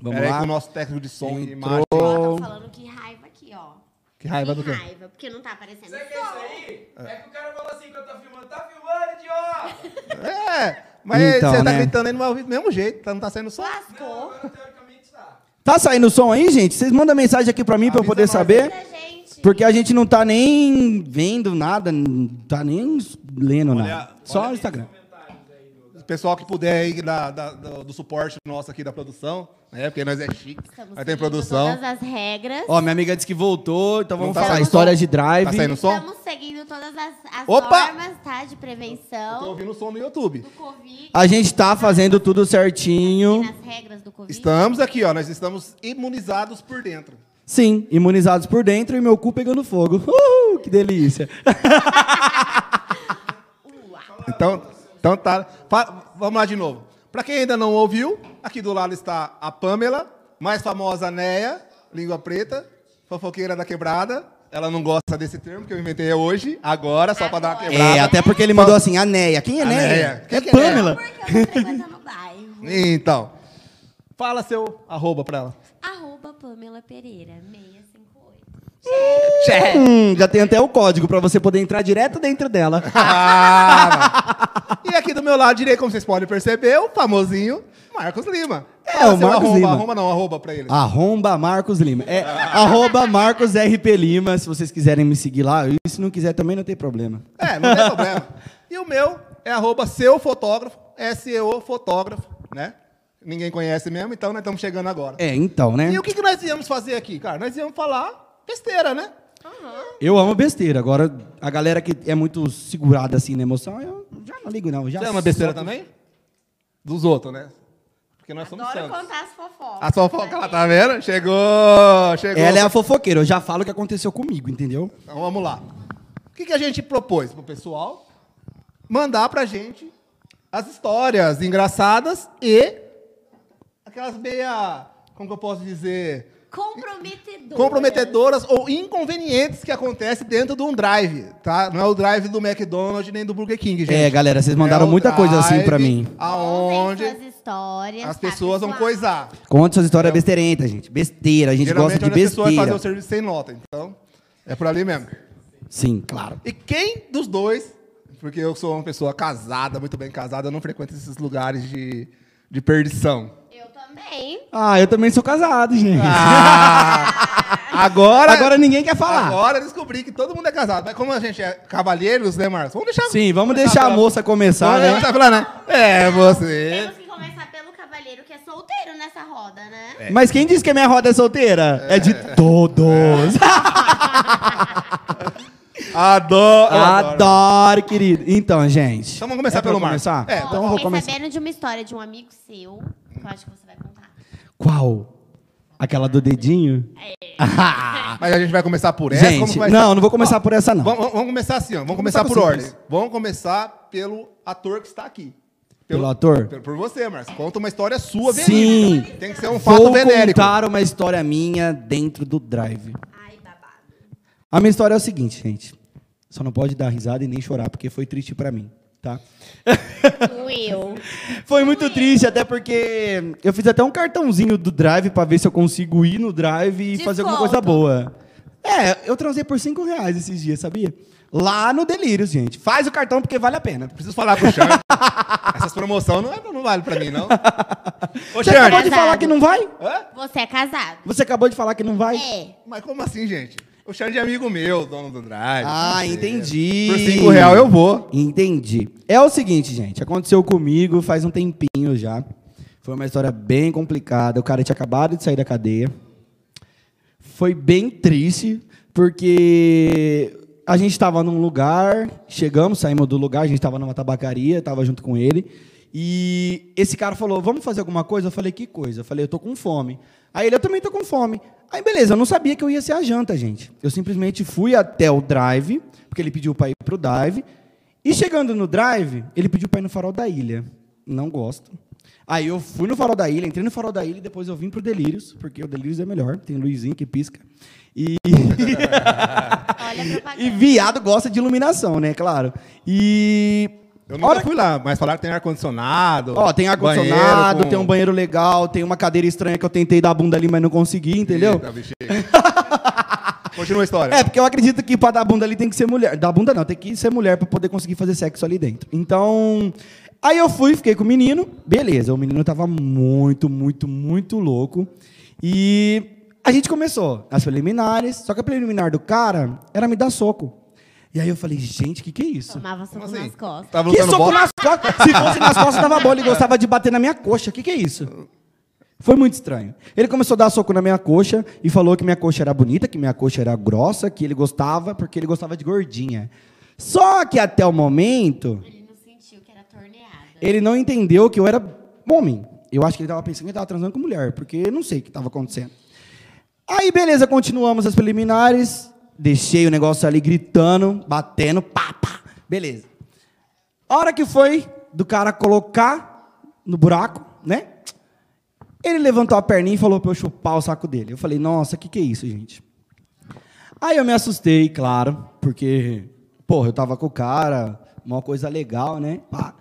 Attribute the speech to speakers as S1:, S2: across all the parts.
S1: Vamos
S2: Peraí
S1: lá.
S2: É com o nosso técnico de som
S1: Entrou.
S2: e imagem.
S3: Ó, tá falando que raiva aqui, ó.
S2: Que raiva
S3: que
S2: do quê?
S3: raiva, porque não tá aparecendo.
S4: Sabe o que é isso aí? É que o cara fala assim quando tá filmando, tá filmando, idiota!
S2: É, mas
S1: Então,
S2: você tá
S1: né?
S2: gritando aí no meu ouvido do mesmo jeito, tá- não tá saindo som.
S4: Não,
S3: Lascou.
S4: agora teoricamente tá.
S1: Tá saindo o som aí, gente? Vocês mandam mensagem aqui pra mim pra eu
S2: Avisa
S1: poder
S2: nós,
S1: saber.
S3: Avisa a gente.
S1: Porque a gente não tá nem vendo nada, não tá nem lendo nada. Só o Instagram.
S2: O pessoal que puder aí da- da- do, do suporte nosso aqui da produção, né? Porque nós é chique,
S3: Estamos
S2: nós tem
S3: seguindo
S2: produção.
S3: Todas as regras.
S1: Ó, minha amiga disse que voltou, então vamos
S2: tá
S1: falar
S2: saindo
S1: histórias de
S2: Tá
S1: drive.
S2: saindo som?
S3: Estamos seguindo todas as, as
S2: Opa!
S3: normas, tá? De
S2: Tô
S3: prevenção
S2: ouvindo o som no YouTube.
S3: do Covid.
S2: Ah,
S1: A gente tá fazendo tudo certinho.
S3: Nas regras do Covid.
S2: Estamos aqui, ó, nós estamos imunizados por dentro.
S1: Sim, imunizados por dentro e meu cu pegando fogo. Uhul, que delícia.
S2: Então, então tá. Fa- vamos lá de novo. Pra quem ainda não ouviu, aqui do lado está a Pamela, mais famosa Neia, língua preta, fofoqueira da quebrada. Ela não gosta desse termo que eu inventei hoje, agora, só pra dar uma
S3: Agora.
S2: quebrada.
S1: É, até porque ele mandou assim, a Neia. Quem é
S2: A
S1: Neia?
S2: Neia. Quem
S1: É
S2: que é
S1: Pamela.
S3: Porque eu tô frequentando o bairro.
S2: Então. Fala seu arroba pra ela.
S3: Arroba Pamela Pereira, 658.
S1: Hum, já tem até o código pra você poder entrar direto dentro dela. Ah,
S2: E aqui do meu lado direito, como vocês podem perceber, o famosinho Marcos Lima.
S1: É,
S2: Fala
S1: o
S2: seu
S1: Marcos
S2: arroba,
S1: Lima.
S2: arroba não, arroba pra ele.
S1: Arromba Marcos Lima. É arroba Marcos RP Lima, se vocês quiserem me seguir lá. E se não quiser também não tem problema.
S2: É, não tem problema. E o meu é arroba seu fotógrafo, SEO fotógrafo, né? Ninguém conhece mesmo, então nós estamos chegando agora.
S1: É, então, né?
S2: E o que, que nós íamos fazer aqui, cara? Nós íamos falar besteira, né?
S1: Eu amo besteira. Agora, a galera que é muito segurada assim na emoção, eu já não ligo, não. Já
S2: Você ama besteira
S1: solto.
S2: também? Dos outros, né? Porque nós somos
S3: Adoro
S2: santos.
S3: contar as fofocas.
S2: A sua foca, ela tá vendo? Chegou! Chegou!
S1: Ela é a fofoqueira, eu já falo o que aconteceu comigo, entendeu?
S2: Então vamos lá. O que, que a gente propôs pro pessoal? Mandar pra gente as histórias engraçadas e aquelas meia. Como que eu posso dizer?
S3: Comprometedora.
S2: comprometedoras ou inconvenientes que acontecem dentro de um drive, tá? Não é o drive do McDonald's nem do Burger King, gente.
S1: É, galera, vocês mandaram
S2: o
S1: muita coisa assim pra
S2: drive
S1: mim.
S3: Onde
S2: Aonde
S3: as histórias.
S2: as
S3: tá,
S2: pessoas vão
S3: pessoal?
S2: coisar.
S1: Conta suas histórias besteirenta, gente. Besteira, a gente
S2: É.
S1: gosta
S2: Geralmente
S1: de
S2: onde as pessoas fazem
S1: besteira.
S2: o serviço sem nota, então é por ali mesmo.
S1: Sim, claro.
S2: E quem dos dois, porque eu sou uma pessoa casada, muito bem casada, eu não frequento esses lugares de, de perdição.
S3: Eu também.
S1: Ah, eu também sou casado, gente.
S2: Ah,
S1: Ah.
S2: Agora,
S1: Agora ninguém quer falar.
S2: Agora eu descobri que todo mundo é casado. Mas como a gente é cavalheiros, né, Marcos? Vamos deixar
S1: Sim, vamos deixar a
S2: pela-
S1: moça começar,
S2: Vamos
S1: né?
S2: deixar pela, né? É, você.
S3: Temos que começar pelo cavaleiro que é solteiro nessa roda, né?
S2: É.
S1: Mas quem disse que a minha roda é solteira? É, de todos.
S2: Adoro. eu adoro.
S1: Adoro, querido. Então, gente.
S2: Ah, Então vamos começar
S1: é pra
S2: pelo
S1: eu
S2: Marcos.
S1: começar?
S2: É,
S3: Ó,
S1: então eu vou
S3: fiquei
S1: começar.
S3: sabendo de uma história de um amigo seu, que eu acho que você vai contar.
S1: Qual? Aquela do dedinho?
S2: Mas a gente vai começar por essa?
S1: gente,
S2: Como que vai
S1: não,
S2: ser?
S1: não vou começar por essa, não.
S2: Vamos, vamos- vamos começar assim, ó. Vamos
S1: Começar
S2: começar por
S1: com
S2: ordem.
S1: simples.
S2: Vamos começar pelo ator que está aqui.
S1: Pelo ator?
S2: pelo- por você, Marcos. Conta uma história sua,
S1: Sim.
S2: verídica. Tem que ser um fato
S1: vou
S2: venérico.
S1: contar uma história minha dentro do drive.
S3: Ai, babado.
S1: A minha história é o seguinte, gente. Só não pode dar risada e nem chorar, porque foi triste pra mim, tá?
S3: Will.
S1: Foi muito triste, até porque eu fiz até um cartãozinho do drive pra ver se eu consigo ir no drive e fazer alguma coisa
S3: Desconto.
S1: boa. É, eu transei por 5 reais esses dias, sabia? Lá no Delírios, gente. Faz o cartão porque vale a pena.
S2: Preciso falar com o Charles. Essas promoções não, é- não valem pra mim, não. Ô,
S1: Você acabou de
S2: Charles.
S3: Exato.
S1: falar que não vai?
S2: Hã?
S3: Você é casado?
S1: Você acabou de falar que não vai?
S3: É.
S2: Mas como assim, gente? O Charles é amigo meu, dono do drive.
S1: Ah,
S2: parceiro.
S1: entendi.
S2: Por 5 real eu vou.
S1: Entendi. É o seguinte, gente. Aconteceu comigo faz um tempinho já. Foi uma história bem complicada. O cara tinha acabado de sair da cadeia. Foi bem triste, porque a gente estava num lugar, chegamos, saímos do lugar, a gente estava numa tabacaria, estava junto com ele. E esse cara falou: Vamos fazer alguma coisa? Eu falei: Que coisa? Eu falei: Eu tô com fome. Aí ele: Eu também tô com fome. Aí beleza, eu não sabia que eu ia ser a janta, gente. Eu simplesmente fui até o drive, porque ele pediu para ir pro drive. E chegando no drive, ele pediu para ir no farol da ilha. Não gosto. Aí eu fui no Farol da Ilha, entrei no Farol da Ilha e depois eu vim pro Delírios, porque o Delírios é melhor, tem Luizinho que pisca. E,
S3: Olha a
S1: e
S3: propaganda.
S1: viado gosta de iluminação, né? Claro. E
S2: Eu nunca
S1: Hora-
S2: fui lá, mas falaram que tem ar-condicionado.
S1: Ó, tem ar-condicionado,
S2: banheiro com-
S1: tem um banheiro legal, tem uma cadeira estranha que eu tentei dar a bunda ali, mas não consegui, entendeu?
S2: Eita, bexiga. Continua a história.
S1: É, porque eu acredito que pra dar bunda ali tem que ser mulher. Dar bunda não, tem que ser mulher pra poder conseguir fazer sexo ali dentro. Então. Aí eu fui, fiquei com o menino. Beleza, o menino tava muito, muito, muito louco. E a gente começou as preliminares. Só que a preliminar do cara era me dar soco. E aí eu falei, gente, o que, que é isso?
S5: Tomava soco
S2: Como assim?
S5: nas costas.
S2: Tava
S1: Que
S2: lutando
S1: soco
S2: bola?
S1: nas costas? Se fosse nas costas, dava bola. Ele gostava de bater na minha coxa. O que, que é isso? Foi muito estranho. Ele começou a dar soco na minha coxa e falou que minha coxa era bonita, que minha coxa era grossa, que ele gostava, porque ele gostava de gordinha. Só que até o momento,
S6: Ele não sentiu que era torneada.
S1: ele não entendeu que eu era homem. Eu acho que ele tava pensando que ele tava transando com mulher, porque eu não sei o que tava acontecendo. Aí, beleza, continuamos as preliminares. Deixei o negócio ali gritando, batendo, pá, pá. Beleza. A hora que foi do cara colocar no buraco, né? Ele levantou a perninha e falou pra eu chupar o saco dele. Eu falei, nossa, o que, que é isso, gente? Aí eu me assustei, claro, porque, porra, eu tava com o cara, uma coisa legal, né? Pá.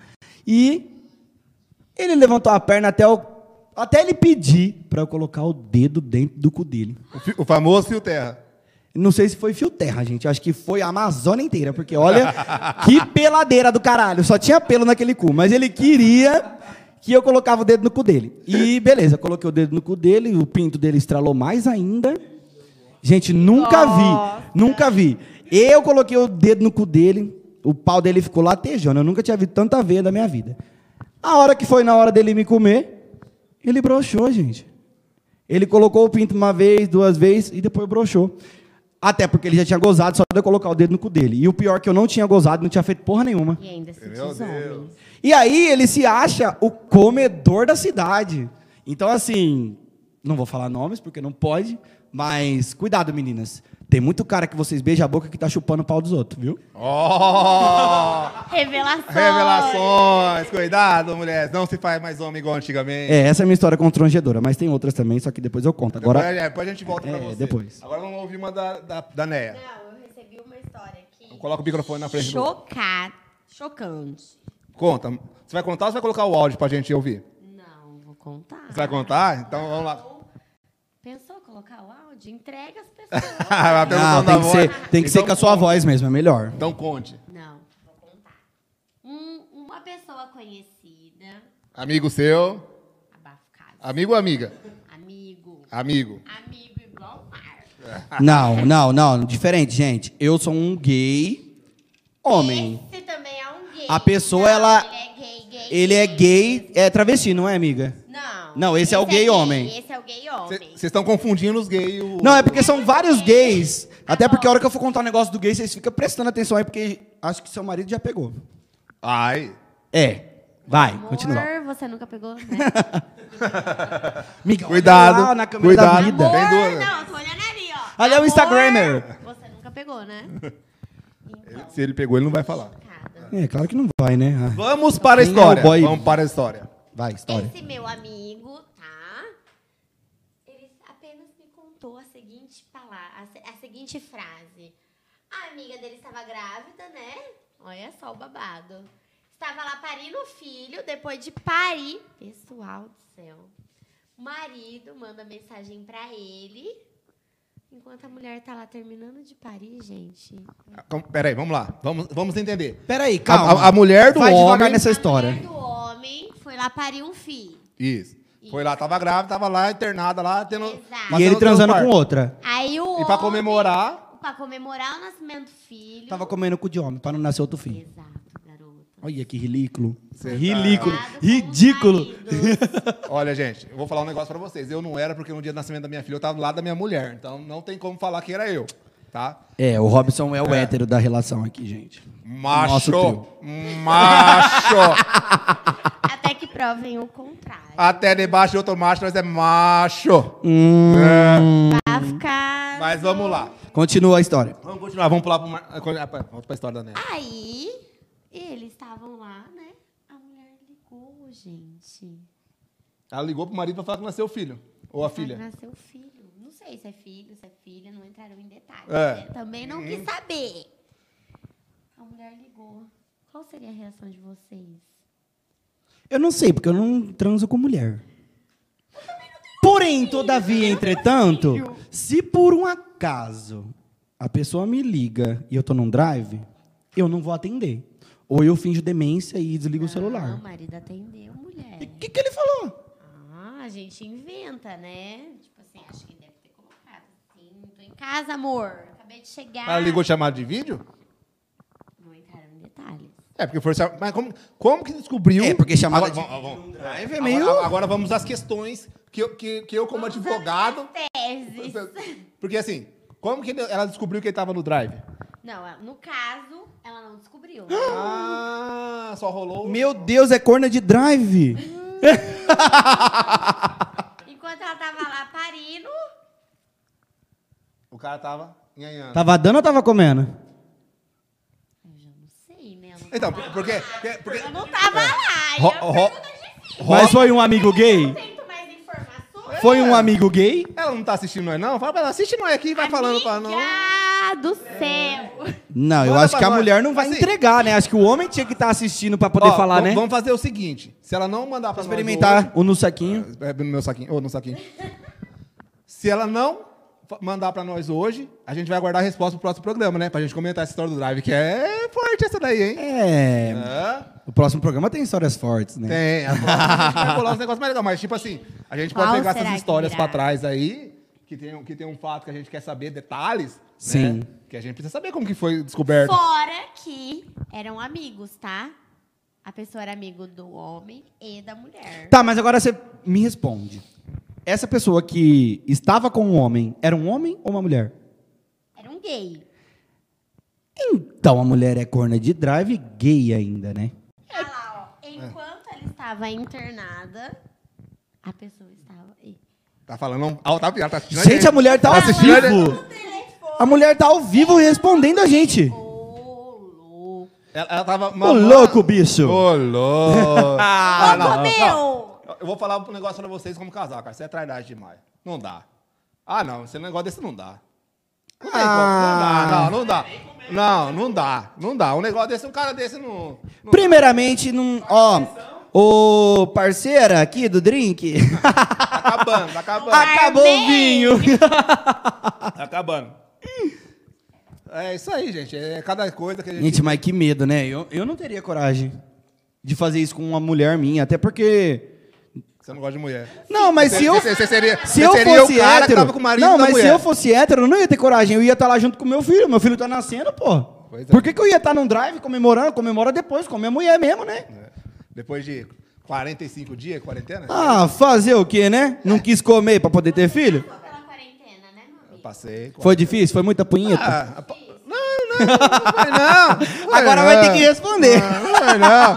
S1: E ele levantou a perna até, o, até ele pedir pra eu colocar o dedo dentro do cu dele.
S2: O fi- O famoso Fio Terra.
S1: Não sei se foi fio terra, gente. Acho que foi a Amazônia inteira, porque olha que peladeira do caralho. Só tinha pelo naquele cu, mas ele queria que eu colocava o dedo no cu dele. E beleza, coloquei o dedo no cu dele, o pinto dele estralou mais ainda. Gente, nunca
S5: Nossa.
S1: vi, nunca vi. Eu coloquei o dedo no cu dele, o pau dele ficou latejando. Eu nunca tinha visto tanta veia da minha vida. A hora que foi na hora dele me comer, ele broxou, gente. Ele colocou o pinto uma vez, duas vezes e depois broxou. Até porque ele já tinha gozado, só de eu colocar o dedo no cu dele. E o pior é que eu não tinha gozado, não tinha feito porra nenhuma.
S5: E ainda sentiu
S2: Meu
S5: os homens.
S2: Deus.
S1: E aí ele se acha o comedor da cidade. Então, assim, não vou falar nomes porque não pode, mas cuidado, meninas. Tem muito cara que vocês beijam a boca que tá chupando o pau dos outros, viu?
S2: Ó!
S6: Revelação.
S2: Revelações! Cuidado, mulheres. Não se faz mais homem igual antigamente.
S1: É, essa é a minha história constrangedora, mas tem outras também, só que depois eu conto.
S2: Depois-
S1: Agora,
S2: é, depois a gente volta pra
S1: É,
S2: você.
S1: depois.
S2: Agora vamos ouvir uma da, da, da Neia. Então
S6: Não, eu recebi uma história aqui.
S2: Coloca o microfone na frente. Do...
S5: Chocado. Chocante.
S2: Conta. Você vai contar ou você vai colocar o áudio pra gente ouvir?
S5: Não, vou contar.
S2: Você vai contar? Então vamos lá.
S6: Pensou colocar o áudio? Entrega as pessoas.
S2: Ah, Vai pelo
S1: não,
S2: tom
S1: Ah,
S2: da
S1: tem que,
S2: voz.
S1: ser, tem que ser
S2: Então-
S1: com a sua voz mesmo, é melhor.
S2: Então conte.
S6: Não, vou contar. Um- uma pessoa conhecida,
S2: Amigo seu,
S6: abafado,
S2: amigo ou amiga?
S6: amigo,
S2: Amigo.
S6: amigo igual mar.
S1: Não, não, não, diferente, gente. Eu sou um gay homem.
S6: Esse também é um gay.
S1: A pessoa, ela-
S6: Ele é gay, gay.
S1: Ele é gay, é travesti, não é, amiga?
S6: Não.
S1: Não, esse é o gay homem.
S6: Esse é o gay
S2: Cê-
S6: homem.
S2: Vocês estão confundindo os gays e o.
S1: Não, é porque são vários gays. Até porque a hora que eu for contar um negócio do gay, vocês ficam prestando atenção aí, porque acho que seu marido já pegou.
S2: Ai.
S1: É. Vai, continua.
S6: Amor, você nunca pegou, né?
S1: Amiga, olha
S2: Cuidado,
S1: lá na câmera da
S2: cuidado.
S1: vida.
S2: Tem
S6: Amor,
S2: duas.
S6: não, eu tô olhando ali, ó.
S1: Ali é o
S6: Amor,
S1: Instagrammer.
S6: Você nunca pegou, né? Então,
S2: Se ele pegou, ele não vai falar.
S6: chocada.
S1: É, claro que não vai, né? Ah,
S2: Vamos para
S1: Quem
S2: a
S1: é o
S2: história.
S1: boy?
S2: Vamos para a história.
S1: Vai, história.
S6: Esse meu amigo, tá? Ele apenas me contou a seguinte palavra, a, se- a seguinte frase. A amiga dele estava grávida, né? Olha só o babado. Estava lá parindo o filho, depois de parir, pessoal do céu. O marido manda mensagem pra ele, enquanto a mulher tá lá terminando de parir, gente.
S2: Ah, calma, Peraí, vamos lá. Vamos, vamos entender.
S1: Peraí, calma.
S2: A- a- a mulher do
S1: vai
S2: homem-
S1: devagar nessa
S6: A
S1: é história.
S6: mulher do homem foi lá parir um filho.
S2: Isso. Foi lá, tava grávida, tava lá internada, lá tendo.
S6: Exato. E
S1: E
S2: passando
S1: ele
S2: pelo
S1: transando
S2: parto.
S1: com outra.
S6: Aí o
S2: E pra
S6: homem-
S2: comemorar.
S6: Pra comemorar o nascimento do filho.
S1: Tava comendo cu de homem, pra não nascer outro filho.
S6: Exato, garota.
S1: Olha que ridículo.
S2: Cê tá-
S1: Ridículo.
S6: Cuidado com os
S1: Ridículo.
S6: maridos.
S2: Olha, gente, eu vou falar um negócio pra vocês. Eu não era porque no dia do nascimento da minha filha eu tava do lado da minha mulher. Então não tem como falar que era eu, tá?
S1: É, o Robson é o hétero da relação aqui, gente. Nosso
S2: Macho!
S1: trio.
S2: Macho!
S6: Até que provem o contrário.
S1: Ah,
S2: Até debaixo de outro macho, nós é macho!
S6: Pra ficar.
S2: Mas vamos lá.
S1: Continua a história.
S2: Vamos continuar, vamos pular pro mar... ah, co- ah, pera, Volta pra história da Neia.
S6: Aí, eles estavam lá, né? A mulher ligou, gente.
S2: Ela ligou pro marido pra falar que nasceu o filho. Ou a filha.
S6: Nasceu filho. Não sei se é filho, se é filha, não entraram em
S2: É.
S6: detalhes.
S1: Hum.
S6: né? Também não quis saber. A mulher ligou. Coloca Qual seria a reação de vocês?
S1: Eu não sei, porque eu não transo com mulher. Porém, todavia, entretanto, se por um acaso a pessoa me liga e eu tô num drive, eu não vou atender. Ou eu finjo demência e desligo o
S6: Não,
S1: celular.
S6: o marido atendeu, mulher.
S1: E o que, que ele falou?
S6: Ah, a gente inventa, né? Tipo assim, acho que deve ter colocado. Sim, tô em casa, amor. Acabei de chegar.
S2: Ela ligou chamada de vídeo?
S6: Não entraram em detalhes.
S2: É, porque foi. cham- Mas como, como que descobriu?
S1: É, porque chamada
S2: agora,
S1: de-
S2: Vamos, vamos,
S1: drive é
S2: agora-
S1: meio-
S2: Agora, vamos às questões que eu, que, que eu como advogado.
S6: Teses.
S2: Porque assim, como que ele- ela descobriu que ele tava no drive?
S6: Não, ela- no caso, ela não descobriu.
S2: Ah, só rolou.
S1: Meu Deus, é corna de drive.
S6: Enquanto ela tava lá parindo,
S2: O cara tava nhanhando.
S1: Tava dando ou tava comendo?
S6: eu já não sei, né? Eu não
S2: Então,
S6: tava
S2: porque.
S6: lá.
S2: porque, porque
S6: Eu não tava lá. E
S2: Ro-
S6: a
S2: ro-
S6: pergunta é difícil.
S1: Mas foi um amigo
S6: Eu
S1: gay?
S6: não tento mais informações.
S1: Foi um amigo gay?
S2: ela não tá assistindo nós, não? Fala pra ela, assiste nós aqui e vai Tá falando pra nós.
S6: Ah, do céu.
S1: Não, eu
S2: Bora
S1: acho
S2: pra
S1: que a
S2: nós.
S1: mulher não vai
S2: Assim.
S1: entregar, né? Acho que o homem tinha que estar assistindo pra poder
S2: Ó,
S1: falar,
S2: vamos-
S1: né?
S2: Vamos fazer o seguinte: se ela não mandar pra nós
S1: experimentar o no saquinho.
S2: hoje- é, no meu saquinho, ou no saquinho. se ela não fa- mandar pra nós hoje, a gente vai aguardar a resposta pro próximo programa, né? Pra gente comentar essa história do drive, que é forte essa daí, hein?
S1: É.
S2: Hã?
S1: O próximo programa tem histórias fortes, né?
S2: Tem. A próxima a gente vai bolar uns negócios mais legais. Mas, tipo assim, a gente pode
S6: Qual
S2: pegar
S6: será
S2: essas
S6: que
S2: histórias
S6: virá?
S2: pra trás aí, que tem, um- que tem um fato que a gente quer saber, detalhes.
S1: Sim.
S2: Né? Que a gente precisa saber como que foi descoberto.
S6: Fora que eram amigos, tá? A pessoa era amigo do homem e da mulher.
S1: Tá, mas agora você me responde. Essa pessoa que estava com um homem, era um homem ou uma mulher?
S6: Era um gay.
S1: Então a mulher é corna de drive e gay ainda, né?
S6: Olha lá, ó. Enquanto ela estava internada, a pessoa estava aí.
S2: Tá falando? Não? Ah, tá, ela tá assistindo
S1: Gente, a mulher tá ao
S2: assistindo, né?
S1: vivo. A mulher tá ao vivo respondendo a gente.
S6: Ô, louco.
S2: Ela, ela tava.
S1: Ô, louco, bicho.
S2: Ô, louco!
S1: Ah,
S2: Não, não,
S6: meu!
S2: não. Eu vou falar um negócio pra vocês como casal, cara. Isso é traidagem demais. Não dá. Ah, não. Esse negócio desse não dá. Não, tem
S1: Ah.
S2: como. não dá, não, não dá. Não, não dá. Não dá. Um negócio desse, um cara desse não. não
S1: Primeiramente, num, ó, ô parceira aqui do drink,
S2: Tá acabando, tá acabando.
S1: acabou o vinho.
S2: tá acabando. É isso aí, gente. É cada coisa que a gente.
S1: Gente, mas que medo, né? Eu, eu não teria coragem de fazer isso com uma mulher minha, até porque
S2: Você não gosta de mulher.
S1: Não, mas se eu
S2: Você- você seria-
S1: se
S2: você
S1: eu
S2: seria o
S1: fosse
S2: cara que
S1: hétero,
S2: tava com o marido
S1: não,
S2: da
S1: mas se
S2: mulher.
S1: eu fosse hétero, eu não ia ter coragem. Eu ia estar lá junto com meu filho. Meu filho tá nascendo, pô.
S2: Pois é.
S1: Por que, que eu ia estar num drive comemorando? Comemora depois, com a minha mulher mesmo, né?
S2: É. Depois de 45 dias, quarentena?
S1: Ah, fazer o quê, né? Não quis comer pra poder ter filho?
S6: Passou pela quarentena, né, meu amigo?
S2: Passei.
S1: Foi difícil? Foi muita punheta?
S2: Ah, pa- não, não, não foi não. Não foi
S1: Agora
S2: não.
S1: vai ter que responder.
S2: Não, não foi não.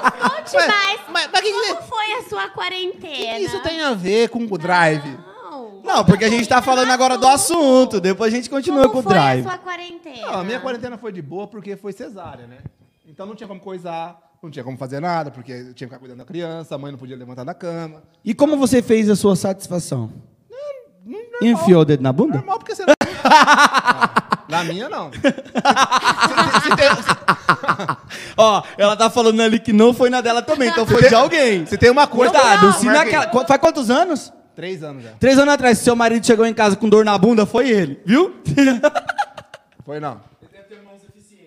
S2: Mas-
S6: Conte mais.
S2: mas- mas que-
S1: é?
S6: Como foi a sua quarentena?
S2: que isso tem a ver com o drive?
S6: Não.
S1: Tá Não, porque a gente tá falando agora do assunto. Depois a gente continua
S6: Como
S1: com o
S6: foi
S1: drive.
S6: a sua quarentena?
S2: Não, a minha quarentena foi de boa porque foi cesárea, né? Então não tinha como coisar, não tinha como fazer nada, porque eu tinha que ficar cuidando da criança, a mãe não podia levantar da cama.
S1: E como você fez a sua satisfação?
S2: Normal,
S1: Enfiou o dedo na bunda?
S2: normal porque você não... Não, Na minha, não. Se- se- se tem-
S1: Ó, ela tá falando ali que não foi na dela também, então foi de alguém.
S2: Se tem uma coisa...
S1: Cuidado, se é
S2: Marquinhos,
S1: naquela. qu- Faz quantos anos?
S2: Três anos já.
S1: Três anos atrás, se seu marido chegou em casa com dor na bunda, foi ele, viu?
S2: Foi não.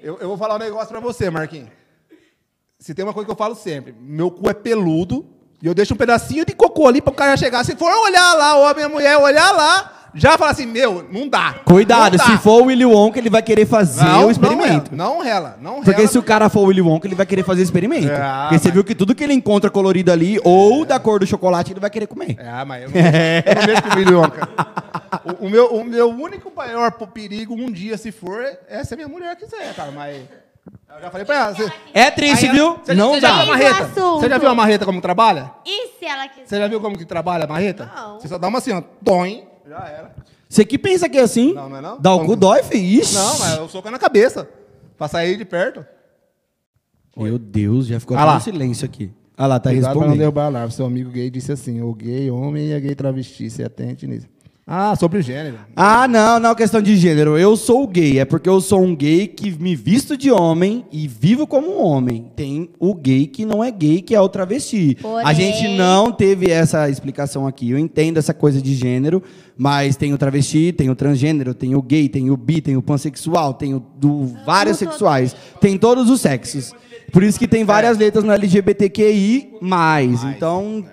S2: Eu, eu vou falar um negócio pra você, Marquinhos. Se tem uma coisa que eu falo sempre, meu cu é peludo e eu deixo um pedacinho de cocô ali pro cara chegar. Se for olhar lá, ou a minha mulher olhar lá, já fala assim, meu, não dá.
S1: Cuidado,
S2: Não dá.
S1: se for o Willy Wonka, ele vai querer fazer o experimento.
S2: Não rela, não rela. Não
S1: Porque
S2: rela.
S1: se o cara for o Willy Wonka, ele vai querer fazer experimento.
S2: Ah,
S1: Porque você
S2: mas-
S1: viu que tudo que ele encontra colorido ali, ou da cor do chocolate, ele vai querer comer.
S2: Ah, mas eu não mexo, eu não mexo com o milhoca. O, o meu, o meu único maior po- perigo um dia, se for, é se a minha mulher quiser, cara. Mas eu já falei pra ela. Você,
S1: É triste,
S2: Aí
S1: viu?
S2: ela- você-
S1: não
S2: você já viu
S1: dá.
S2: a marreta?
S6: Eis o assunto.
S2: Você já viu a marreta como trabalha?
S6: E se ela quiser?
S2: Você já viu como que trabalha a marreta?
S6: Não.
S2: Você só dá uma assim, ó. Toim. Já era.
S1: Você que pensa que é assim,
S2: Não, não é não?
S1: dá o cu
S2: Como-
S1: dói, filho. Ixi.
S2: Não, mas eu soco é na cabeça. Pra sair de perto.
S1: Meu Deus, já ficou
S2: Ah
S1: até
S2: lá.
S1: um silêncio aqui. Ah lá, tá
S2: Cuidado pra não
S1: respondendo.
S2: é derrubar a larva. Seu amigo gay disse assim: o gay homem e a gay travesti. Você atente nisso. Ah, sobre gênero.
S1: Ah, não, não, questão de gênero. Eu sou gay. É porque eu sou um gay que me visto de homem e vivo como um homem. Tem o gay que não é gay, que é o travesti.
S3: Porém-
S1: A gente não teve essa explicação aqui. Eu entendo essa coisa de gênero, mas tem o travesti, tem o transgênero, tem o gay, tem o bi, tem o pansexual, tem o do vários sexuais. Tem todos os sexos. Por isso que tem várias letras no LGBTQI+.
S3: Amo
S1: Então,
S3: todos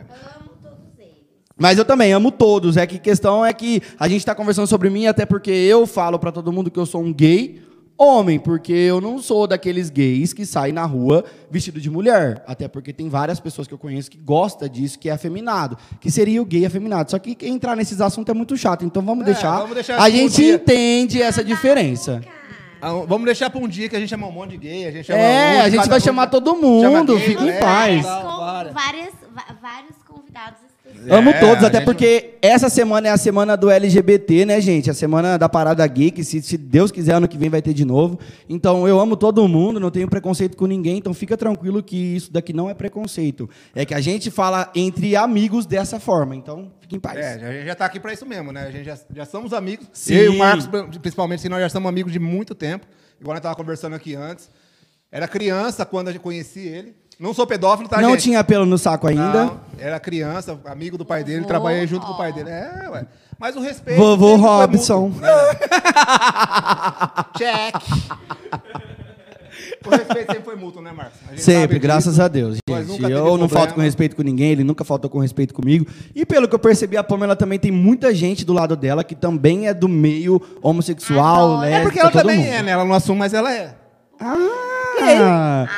S3: eles.
S1: mas eu também amo todos. É que questão é que a gente tá conversando sobre mim, até porque eu falo pra todo mundo que eu sou um gay homem, porque eu não sou daqueles gays que saem na rua vestido de mulher. Até porque tem várias pessoas que eu conheço que gosta disso, que é afeminado, que seria o gay afeminado. Só que entrar nesses assuntos é muito chato, então vamos
S2: É,
S1: deixar.
S2: vamos deixar
S1: a
S2: isso um
S1: gente
S2: dia.
S1: entende essa diferença.
S2: Ah, vamos deixar pra um dia que a gente chama um monte de gay, a gente chama um
S1: É,
S2: de
S1: a gente
S2: cada
S1: vai
S2: um.
S1: chamar todo
S2: Chama
S1: mundo,
S2: gay,
S1: fica em
S2: né?
S1: paz.
S2: Tá.
S3: Com
S2: Bora.
S3: várias, va- vários convidados especiais.
S2: É,
S1: Amo todos,
S2: a
S1: até
S2: gente-
S1: porque essa semana é a semana do LGBT, né, gente? A semana da parada gay, que se, se Deus quiser, ano que vem vai ter de novo. Então, eu amo todo mundo, não tenho preconceito com ninguém, então fica tranquilo que isso daqui não é preconceito. É que a gente fala entre amigos dessa forma, então fique em paz.
S2: É, a gente já tá aqui pra isso mesmo, né? A gente já, já somos amigos.
S1: Sim.
S2: Eu e o Marcos, principalmente, sim, nós já somos amigos de muito tempo. Igual nós tava conversando aqui antes. Era criança quando eu conheci ele. Não sou pedófilo, tá,
S1: não
S2: gente?
S1: tinha pelo no saco ainda.
S2: Não, era criança, amigo do pai dele,
S6: Vovô,
S2: trabalhei junto com o
S6: ó.
S2: pai dele. É, ué. Mas o respeito.
S1: Vovô
S2: sempre foi
S1: Robson.
S2: mútuo, né? Check. o respeito sempre foi mútuo, né, Marcos? A gente sabe
S1: Sempre,
S2: disso.
S1: graças a Deus,
S2: Mas
S1: gente.
S2: nunca teve
S1: Eu não
S2: problema.
S1: falto com respeito com ninguém, ele nunca faltou com respeito comigo. E pelo que eu percebi, a Pamela também tem muita gente do lado dela que também é do meio homossexual,
S3: Adoro.
S1: lésbica,
S2: É porque ela
S1: todo
S2: também
S1: mundo.
S2: é, né? Ela não assume, mas ela é.
S1: Ah!
S3: Ai,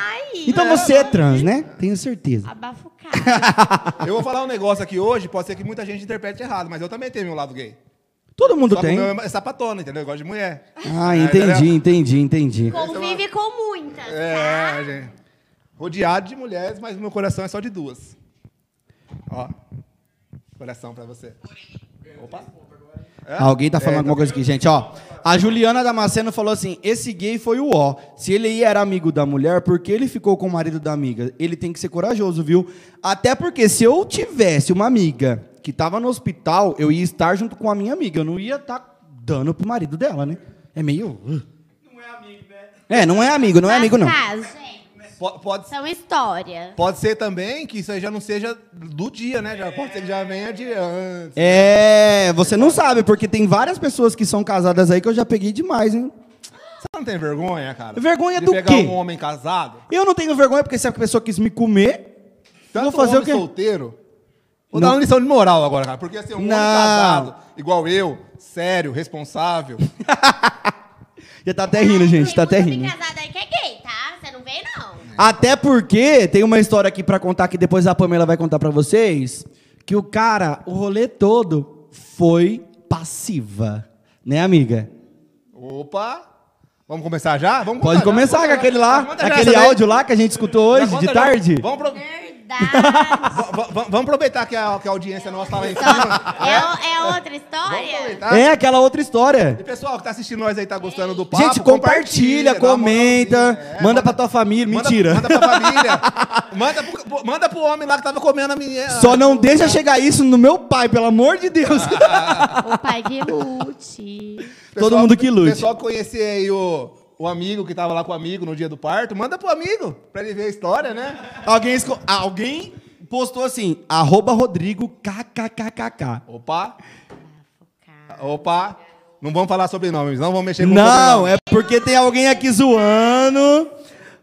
S1: Então você é trans, né? Tenho certeza.
S3: abafucado.
S2: Eu vou falar um negócio aqui hoje, pode ser que muita gente interprete errado, mas eu também tenho meu lado gay.
S1: Todo mundo
S2: Só que o
S1: tem.
S2: meu é sapatona, entendeu? Eu gosto de mulher.
S1: Ah,
S2: É,
S1: entendi,
S2: entendeu?
S1: entendi, entendi.
S3: Convive com muitas, tá?
S2: É, gente. Rodeado de mulheres, mas meu coração é só de duas. Ó. Coração pra você. Opa. É?
S1: Alguém tá falando
S2: É,
S1: alguma coisa aqui, gente, ó. A Juliana Damasceno falou assim: esse gay foi o ó. Se ele era amigo da mulher, por que ele ficou com o marido da amiga? Ele tem que ser corajoso, viu? Até porque se eu tivesse uma amiga que tava no hospital, eu ia estar junto com a minha amiga. Eu não ia estar dando pro marido dela, né? É meio. uh.
S4: Não é amigo, né?
S1: É, não é amigo, não é amigo, não. Tá
S3: Mas, Tá, gente,
S2: Po- pode,
S3: são história.
S2: pode ser também que isso aí já não seja do dia, né? Já, pode ser que já venha de antes.
S1: É, você não sabe, porque tem várias pessoas que são casadas aí que eu já peguei demais, hein?
S2: Você não tem vergonha, cara?
S1: Vergonha
S2: de
S1: do
S2: pegar
S1: quê?
S2: um homem casado?
S1: Eu não tenho vergonha, porque se a pessoa quis me comer, eu
S2: Tanto
S1: vou fazer
S2: homem
S1: o quê?
S2: solteiro. Vou
S1: Não.
S2: dar uma lição de moral agora, cara. Porque assim, um homem
S1: Não.
S2: casado, igual eu, sério, responsável.
S1: Já tá até rindo, gente, tá até
S3: Tem muito
S1: rindo.
S3: homem casado aí que é gay, tá? Você não vem, não.
S1: Até porque tem uma história aqui pra contar que depois a Pamela vai contar pra vocês, que o cara, o rolê todo foi passiva, né, amiga?
S2: Opa! Vamos começar já? Vamos
S1: Pode
S2: contar já,
S1: começar
S2: vamos
S1: com
S2: contar
S1: aquele
S2: já.
S1: lá,
S2: Já conta já
S1: aquele
S2: essa daí.
S1: áudio lá que a gente escutou
S2: Já
S1: hoje,
S2: conta
S1: de
S2: já.
S1: tarde.
S2: Vamos, pro-
S3: Verdade.
S2: va- va- va- vamos aproveitar que a, que a audiência nossa tá lá em cima.
S3: é, o- é outra
S2: Vamos
S3: história?
S2: aproveitar.
S1: É aquela outra história.
S2: E pessoal que tá assistindo nós aí, tá gostando do papo,
S1: Gente, compartilha,
S2: dá uma
S1: comenta,
S2: moralzinha. É,
S1: manda pra tua família.
S2: manda-
S1: Mentira.
S2: Manda, pra família. manda, pro, pro- manda pro homem lá que tava comendo a minha...
S1: Só não deixa chegar isso no meu pai, pelo amor de Deus.
S3: O pai que lute.
S2: Pessoal-
S1: Todo mundo que lute.
S2: Pessoal que conhecer aí o, o amigo que tava lá com o amigo no dia do parto, manda pro amigo, pra ele ver a história, né?
S1: alguém, esco- alguém postou assim, arroba Rodrigo kkkk.
S2: Opa, opa. Não vamos falar sobre nomes, não vamos mexer com
S1: Não,
S2: sobrenome.
S1: é porque tem alguém aqui zoando.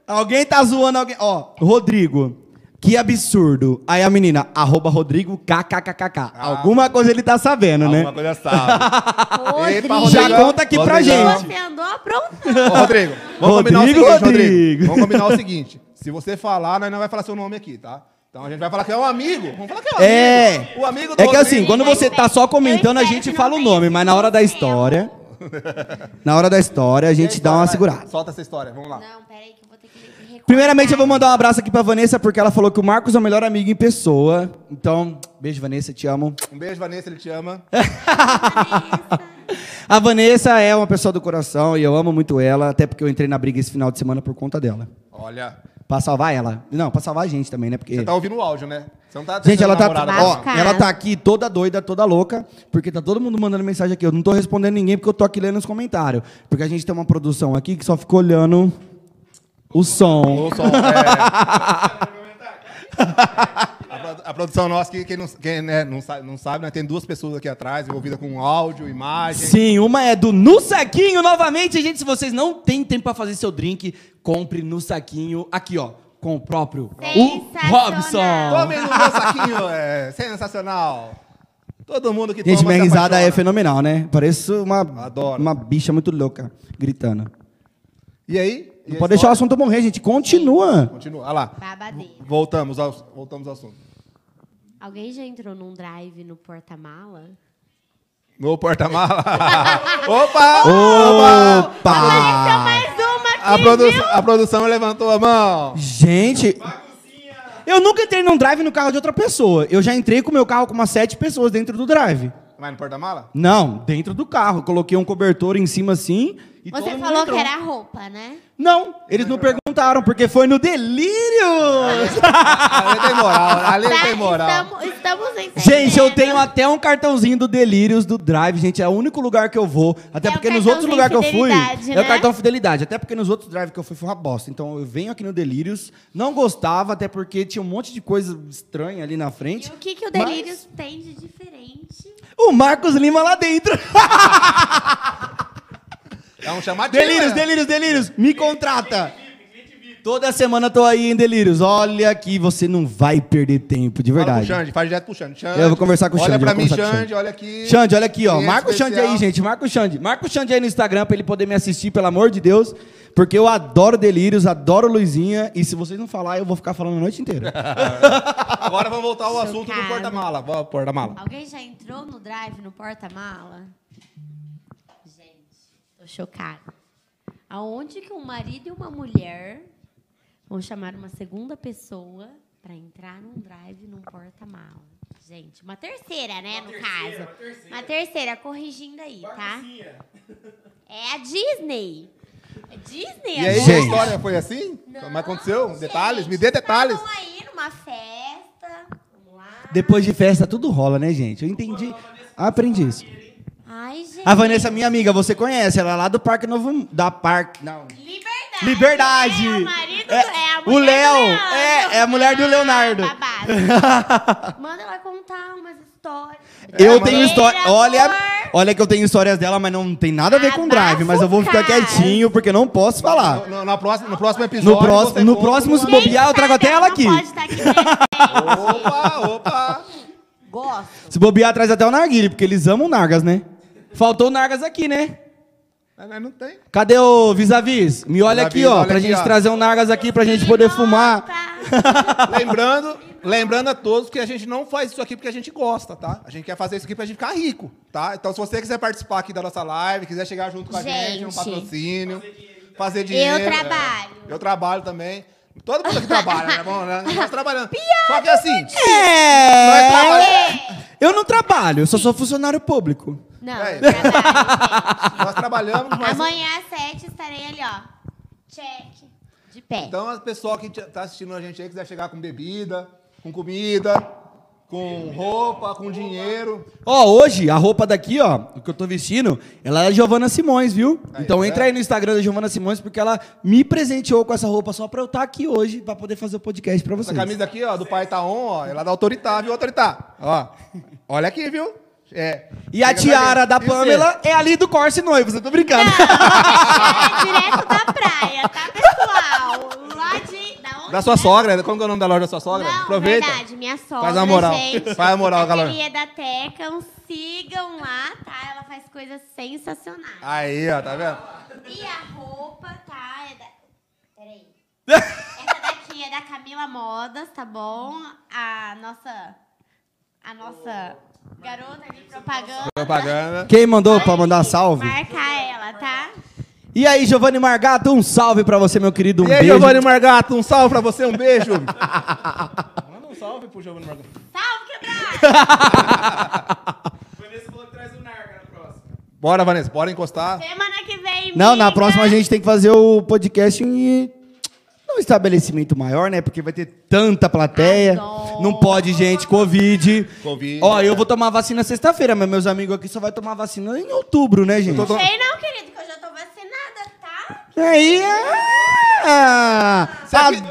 S1: Alguém tá zoando alguém. Ó, Rodrigo. Que absurdo. Aí a menina, arroba Rodrigo kkkk. Alguma coisa ele tá sabendo,
S2: Alguma
S1: né?
S2: coisa sabe. Epa,
S3: Rodrigo,
S1: Já
S2: Rodrigão,
S1: conta aqui pra
S2: Rodrigão.
S1: gente.
S3: você andou aprontando.
S2: Ô, Rodrigo, vamos combinar o
S1: Rodrigo,
S2: seguinte, Rodrigo.
S1: Rodrigo.
S2: Vamos combinar o seguinte. Se você falar, nós não vai falar seu nome aqui, tá? Então a gente vai falar que é um amigo. Vamos falar que é um
S1: É.
S2: amigo. O amigo do
S1: É que
S2: Rodrigo.
S1: assim, quando você tá só comentando, a gente fala o nome, mas na hora da história. Na hora da história, a gente dá uma segurada.
S2: Solta essa história, vamos lá.
S3: Não, peraí que eu vou ter que recuar.
S1: Primeiramente, eu vou mandar um abraço aqui pra Vanessa, porque ela falou que o Marcos é o melhor amigo em pessoa. Então, beijo, Vanessa, te amo.
S2: Um beijo, Vanessa, ele te ama.
S1: É. A Vanessa é uma pessoa do coração e eu amo muito ela, até porque eu entrei na briga esse final de semana por conta dela.
S2: Olha,
S1: Pra salvar ela. Não, pra salvar a gente também, né? Porque.
S2: Você tá ouvindo o áudio, né? Você não tá
S1: Gente, ela tá,
S2: namorada,
S6: Vai
S1: ó,
S2: não.
S6: ficar.
S1: ela tá aqui toda doida, toda louca, porque tá todo mundo mandando mensagem aqui. Eu não tô respondendo ninguém porque eu tô aqui lendo os comentários. Porque a gente tem uma produção aqui que só fica olhando o som.
S2: Ou só- é. A produ- A produção nossa, que quem, não, quem né, não sabe, não sabe, né, tem duas pessoas aqui atrás envolvidas com áudio, imagem.
S7: Sim, uma é do No Saquinho, novamente. Gente, se vocês não têm tempo pra fazer seu drink, compre No Saquinho, aqui, ó, com o próprio o
S6: Sensacional.
S7: Robson.
S2: Tomem no meu saquinho, é sensacional. Todo mundo que
S1: Gente,
S2: toma
S1: minha
S2: se
S1: risada é
S2: apaixona.
S1: fenomenal, né? Pareço uma,
S2: Adoro.
S1: uma bicha muito louca, gritando.
S2: E aí? E
S1: Não
S2: a
S1: pode deixar o
S2: história?
S1: assunto morrer, gente. Continua.
S2: Continua, olha lá.
S6: Babadeira.
S2: Voltamos ao, voltamos ao assunto.
S8: Alguém já entrou num drive no porta-mala?
S2: No porta-mala. Opa!
S1: Opa!
S6: Mais uma
S2: A,
S6: aqui,
S2: produ-
S6: viu?
S2: a produção levantou a mão.
S1: Gente. Eu nunca entrei num drive no carro de outra pessoa. Eu já entrei com o meu carro com umas sete pessoas dentro do drive.
S2: Vai no porta-mala?
S1: Não, dentro do carro. Coloquei um cobertor em cima assim. E todo
S6: Você
S1: mundo
S6: falou que
S1: entrou.
S6: era roupa, né?
S1: Não, eles não perguntaram, porque foi no delírio.
S2: Ali tem moral, ali
S6: Tá,
S2: tem moral.
S6: Estamos, estamos entendendo.
S1: Gente, eu tenho até um cartãozinho do Delírios do Drive, gente. É o único lugar que eu vou. Até
S6: É o
S1: porque nos outros
S6: cartãozinho
S1: lugares que eu fui.
S6: fidelidade,
S1: É o
S6: né?
S1: cartão fidelidade. Até porque nos outros drives que eu fui foi uma bosta. Então eu venho aqui no Delírios. Não gostava, até porque tinha um monte de coisa estranha ali na
S6: E
S1: frente.
S6: o que, que o Delírios tem de diferente?
S1: O Marcos Lima lá dentro.
S2: É um chamativo.
S1: Delírios,
S2: né?
S1: delírios, delírios. Me contrata. Toda semana eu tô aí em Delírios. Olha aqui, você não vai perder tempo, de
S2: Fala pro
S1: verdade.
S2: Xande, faz direto pro Xande. Xande,
S1: Eu vou conversar com o Xande,
S2: Olha
S1: eu
S2: pra
S1: vou
S2: mim,
S1: conversar com o
S2: Xande, olha aqui.
S1: Xande, olha aqui, ó.
S2: Cliente
S1: Marca o Xande
S2: especial.
S1: aí, gente. Marca o Xande. Marca o Xande aí no Instagram pra ele poder me assistir, pelo amor de Deus. Porque eu adoro Delírios, adoro Luizinha. E se vocês não falar, eu vou ficar falando a noite inteira.
S2: Agora vamos voltar ao assunto do
S6: Chocada.
S2: porta-mala. Vó, Porta-mala.
S6: Alguém já entrou no drive no porta-mala? Gente, tô chocada. Aonde que um marido e uma mulher vão chamar uma segunda pessoa pra entrar num drive num porta-mala? Gente, uma terceira, né, no caso. Uma terceira. corrigindo aí, tá? É a Disney. É
S2: E
S6: Disney,
S2: aí,
S6: amor.
S2: a
S1: Gente.
S2: história foi assim? Mas aconteceu?
S6: gente,
S2: Detalhes? Me dê detalhes.
S6: estavam aí numa festa. Vamos lá.
S1: Depois de festa, tudo rola, né, gente? Eu entendi. Aprendi isso.
S6: Ai, gente.
S1: A Vanessa, minha amiga, você conhece. Ela é lá do Parque Novo... Da Parque... Não.
S6: Liberdade.
S1: Liberdade.
S6: É o marido
S1: É,
S6: do, é a
S1: o
S6: mulher
S1: Léo.
S6: do Leandro.
S1: É, é a mulher do Leonardo.
S6: Ah, babado. Manda ela contar umas histórias.
S1: Eu
S2: mas-
S1: tenho história.
S6: Brincadeira,
S1: Olha,
S6: amor.
S1: olha que eu tenho histórias dela, mas não tem nada a ver com drive. Mas eu vou ficar
S6: Abafo, cara.
S1: quietinho porque não posso falar.
S2: No, no- na próxima, no próximo episódio.
S1: No próximo,
S2: você
S1: no
S2: conta
S1: próximo se
S2: uma-
S6: Quem
S1: bobear, eu trago
S6: sabe
S1: até ela
S6: não
S1: aqui.
S6: pode estar aqui presente.
S2: Opa, opa.
S8: Gosto.
S1: Se bobear, traz até o narguile, porque eles amam nargas, né? Faltou o nargas aqui, né?
S2: Mas mas não tem.
S1: Cadê o vis-a-vis? Me olha
S2: Vis-a-vis,
S1: aqui, ó,
S2: olha
S1: pra
S2: aqui,
S1: gente
S2: ó.
S1: trazer um nargas aqui pra gente poder fumar.
S6: Nossa.
S2: Lembrando, lembrando a todos que a gente não faz isso aqui porque a gente gosta, tá? A gente quer fazer isso aqui pra gente ficar rico, tá? Então, se você quiser participar aqui da nossa live, quiser chegar junto com a gente,
S6: Gente.
S2: um patrocínio, fazer dinheiro.
S6: Eu trabalho.
S2: é. Eu trabalho também. Todo mundo aqui trabalha, né? Bom, né? Nós trabalhando. Só que assim, nós
S1: É.
S2: trabalhamos,
S1: Eu não trabalho, eu só sou funcionário público.
S6: Não,
S2: É isso.
S6: trabalho,
S2: nós trabalhamos,
S6: gente.
S2: mas...
S6: Amanhã às sete estarei ali, ó. Check. De pé.
S2: Então, as pessoas que te- tá assistindo a gente aí, quiser chegar com bebida, com comida, com roupa, com dinheiro.
S1: Ó, hoje, a roupa daqui, ó, o que eu tô vestindo, ela é a Giovana Simões, viu?
S2: Aí,
S1: então
S2: tá
S1: entra aí no Instagram da Giovana Simões, porque ela me presenteou com essa roupa só pra eu estar aqui hoje, pra poder fazer o podcast pra
S2: Essa
S1: vocês.
S2: camisa aqui, ó, do pai tá on, ó, ela é da Autoritá, viu, Autoritá? Ó, olha aqui, viu? É.
S1: E a
S2: Chega pra
S1: tiara
S2: gente.
S1: da
S2: E você?
S1: Pamela é ali do Corse Noivos, eu tô brincando.
S6: É direto da praia, tá, pessoal? Lá de. Da onde?
S2: Da sua sogra, né? como que é o nome da loja da sua sogra?
S6: Não,
S2: Aproveita.
S6: verdade, minha sogra,
S2: Faz a moral.
S6: gente.
S2: Faz a moral, galera.
S6: Cafeteria da Tecam, sigam lá, tá? Ela faz coisas sensacionais.
S2: Aí, ó, tá vendo?
S6: E a roupa, tá? É da... Peraí. Essa daqui é da Camila Modas, tá bom? A nossa... A nossa garota de propaganda.
S2: Propaganda.
S1: Quem mandou pra mandar salve?
S6: Marcar ela, tá?
S1: E aí, Giovanni Margato, um salve pra você, meu querido. Um
S2: e aí,
S1: beijo.
S2: Giovanni Margato, um salve pra você, um beijo. Manda um salve pro Giovanni Margato.
S6: Salve, quebrada!
S4: Vanessa falou que traz o Narga na próxima.
S2: Bora, Vanessa, bora encostar.
S6: Semana que vem,
S1: Não, na
S6: miga.
S1: próxima a gente tem que fazer o podcast e. Não, um estabelecimento maior, né? Porque vai ter tanta plateia.
S9: Adoro.
S1: Não pode, gente, Covid.
S2: Covid.
S1: Ó, eu vou tomar vacina sexta-feira, mas meus amigos aqui só vai tomar vacina em outubro, né, gente?
S2: Eu tô-
S6: Sei não, querido, que eu já tô vacinada, tá?
S1: Aí. Ah,
S2: Se
S1: a
S2: aqui,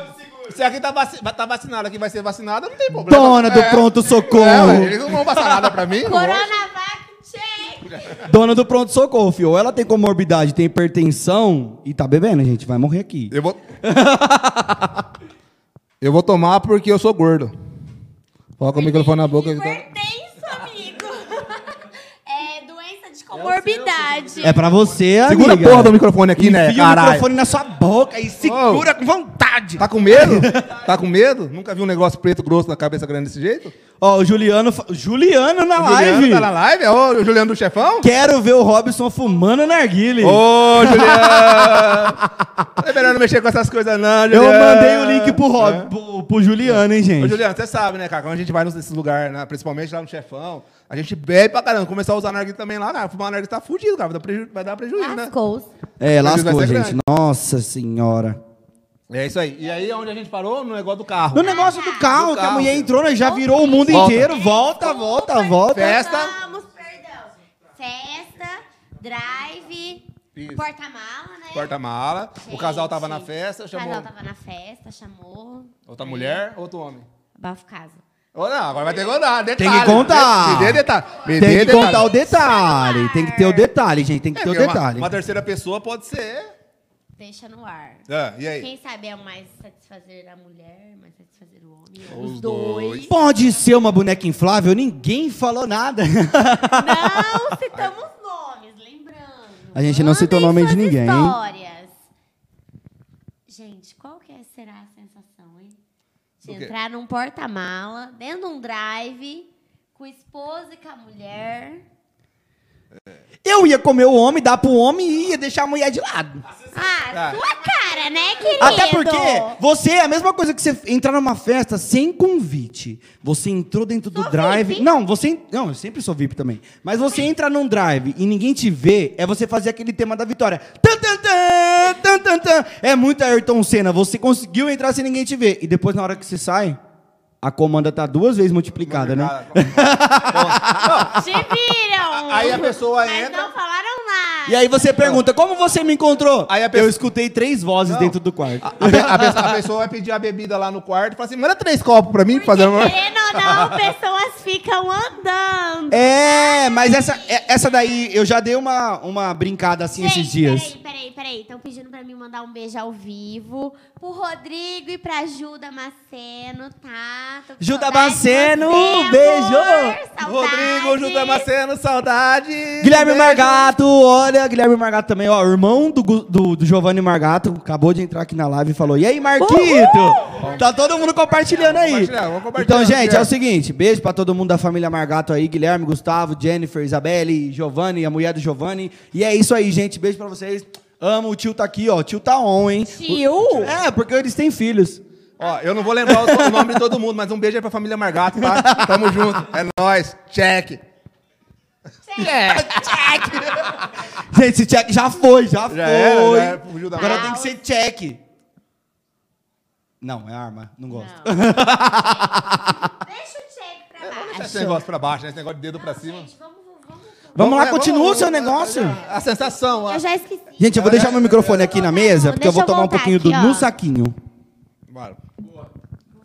S2: se aqui tá, vaci- tá vacinado, aqui vai ser vacinada, não tem problema.
S1: dona do
S2: É. É, ué,
S1: pronto-socorro.
S2: eles não vão passar nada pra mim. não vão.
S6: Coronavac, check!
S1: Dona do pronto-socorro, fio. Ou ela tem comorbidade, tem hipertensão e tá bebendo, gente. Vai morrer aqui.
S2: Eu vou. eu vou tomar porque eu sou gordo. Coloca o microfone na boca. que tá-
S6: Hipertenso, amigo! É doença de comorbidade.
S1: É pra você,
S2: Segura
S1: amiga.
S2: a porra do microfone aqui, né?
S1: Enfia o
S2: Caralho.
S1: microfone na sua boca e segura com vontade.
S2: Tá com medo? Tá com medo? Nunca vi um negócio preto grosso na cabeça grande desse jeito?
S1: Ó, o Juliano. fa- Juliano na
S2: O
S1: live.
S2: Juliano tá na live? É o Juliano do Chefão?
S1: Quero ver o Robson fumando narguile.
S2: Ô, Juliano! é melhor não mexer com essas coisas, não,
S1: Eu
S2: Juliano.
S1: mandei o link pro, Rob, pro, pro Juliano, hein,
S2: é. Ô,
S1: gente.
S2: Juliano, você sabe, né, cara? Quando a gente vai nesses lugares, né, principalmente lá no Chefão, a gente bebe pra caramba. Começar a usar narguilha também lá, cara. Fumar narguilha tá fudido, cara. Vai dar, preju- vai dar prejuízo, né?
S9: Lascou-se.
S1: É, lascou,
S2: Vai ser
S1: gente.
S2: grande.
S1: Nossa senhora.
S2: É isso aí. E aí, onde a gente parou? No negócio do carro.
S1: No negócio do carro, que a
S2: carro,
S1: mulher
S2: filho.
S1: entrou, né, já virou o mundo
S2: Volta.
S1: inteiro. Volta, volta, volta.
S2: Fé.
S6: Vamos, perdão. Festa, drive,
S2: Isso.
S6: porta-mala, né?
S2: Porta-mala. O
S6: Gente,
S2: casal tava na festa, chamou
S6: O casal tava na festa, chamou.
S2: outra mulher, outro homem.
S9: Bafo casa.
S2: Ou não, agora vai ter que contar. Detalhe.
S1: Tem que contar.
S2: Me dê detalhe. Me
S1: Tem
S2: dê
S1: que
S2: detalhe.
S1: contar o detalhe. Tem que ter o detalhe, gente. Tem que
S2: É,
S1: ter o
S2: porque uma-
S1: detalhe.
S2: Uma, terceira pessoa pode ser.
S6: Deixa no ar.
S2: Ah, e aí?
S6: Quem sabe é mais satisfazer a mulher, mais satisfazer o homem.
S2: Os
S6: Os,
S2: dois.
S6: dois.
S1: Pode ser uma boneca inflável? Ninguém falou nada.
S6: Não citamos nomes, lembrando.
S1: A gente não citou
S6: Mandem
S1: nome de
S6: suas
S1: ninguém, hein?
S6: Histórias. Gente, qual que é- será a sensação, hein? De
S2: O quê?
S6: entrar num porta-mala, dentro de um drive, com esposa e com a mulher.
S1: Eu ia comer o homem, dar pro homem e ia deixar a mulher de lado.
S6: Ah,
S2: Ah.
S6: sua cara, né, querido?
S1: Até porque você é a mesma coisa que você entrar numa festa sem convite. Você entrou dentro do
S6: Sou
S1: drive.
S6: VIP.
S1: Não, você. en- Não, eu sempre sou VIP também. Mas você entra num drive e ninguém te vê, é você fazer aquele tema da vitória. Tan, tan, tan, tan, tan, tan. É muito Ayrton Senna. Você conseguiu entrar sem ninguém te ver. E depois, na hora que você sai, a comanda tá duas vezes multiplicada, né?
S6: Te viram!
S2: Aí a pessoa
S6: Mas
S2: entra-
S6: não falaram nada.
S1: E aí você pergunta, como você me encontrou?
S2: Aí a
S1: Eu
S2: pessoa-
S1: escutei três vozes
S2: Não.
S1: dentro do quarto.
S2: A, pe- a pe- a pessoa vai pedir a bebida lá no quarto e fala assim: manda três copos pra mim, pra fazer um uma.
S6: Querendo ou não, pessoas ficam andando.
S1: É, mas essa, é- essa daí eu já dei uma, uma brincada assim esses dias.
S6: Peraí, peraí, peraí. Estão pedindo pra mim mandar um beijo ao vivo. Pro Rodrigo e pra Juda Maceno, tá? Tô com
S1: Juda
S6: saudade de
S1: Maceno,
S6: você,
S1: beijo!
S6: amor. Saudade.
S2: Rodrigo, José Maceno, saudade.
S1: Guilherme
S2: Beijo.
S1: Margato, olha, Guilherme Margato também, ó, irmão do, Gu- do, do Giovanni Margato, acabou de entrar aqui na live e falou, e aí, Marquito? Tá todo mundo compartilhando aí.
S2: Compartilhar, vamos compartilhar,
S1: Então, gente, é o
S2: Guilherme.
S1: seguinte, beijo pra todo mundo da família Margato aí, Guilherme, Gustavo, Jennifer, Isabelle, Giovanni, a mulher do Giovanni, e é isso aí, gente, beijo pra vocês, amo, o tio tá aqui, ó, o tio tá on, hein?
S9: Tio?
S1: É, porque eles têm filhos.
S2: Ó, eu não vou lembrar o o nome de todo mundo, mas um beijo aí pra família Margato, tá? Tamo junto. É nóis. Check.
S1: É. Gente, esse check já foi, já, foi.
S2: Já era, já era, fugiu da
S1: Agora
S6: mão.
S1: tem que ser check. Não, é arma, não gosto.
S6: Não. Deixa o check pra
S2: Deixa
S6: baixo.
S2: esse negócio pra baixo, né? Esse negócio de dedo pra cima.
S6: Gente, vamos, vamos.
S1: Vamos lá,
S2: é,
S1: continua o seu
S2: vamos,
S1: negócio.
S2: A sensação, ó.
S6: Eu já esqueci.
S1: Gente, eu vou deixar meu microfone aqui na mesa, porque eu vou
S6: Deixa eu
S1: tomar um
S6: voltar
S1: pouquinho do
S6: aqui, ó.
S1: no saquinho.
S2: Bora.
S6: Vou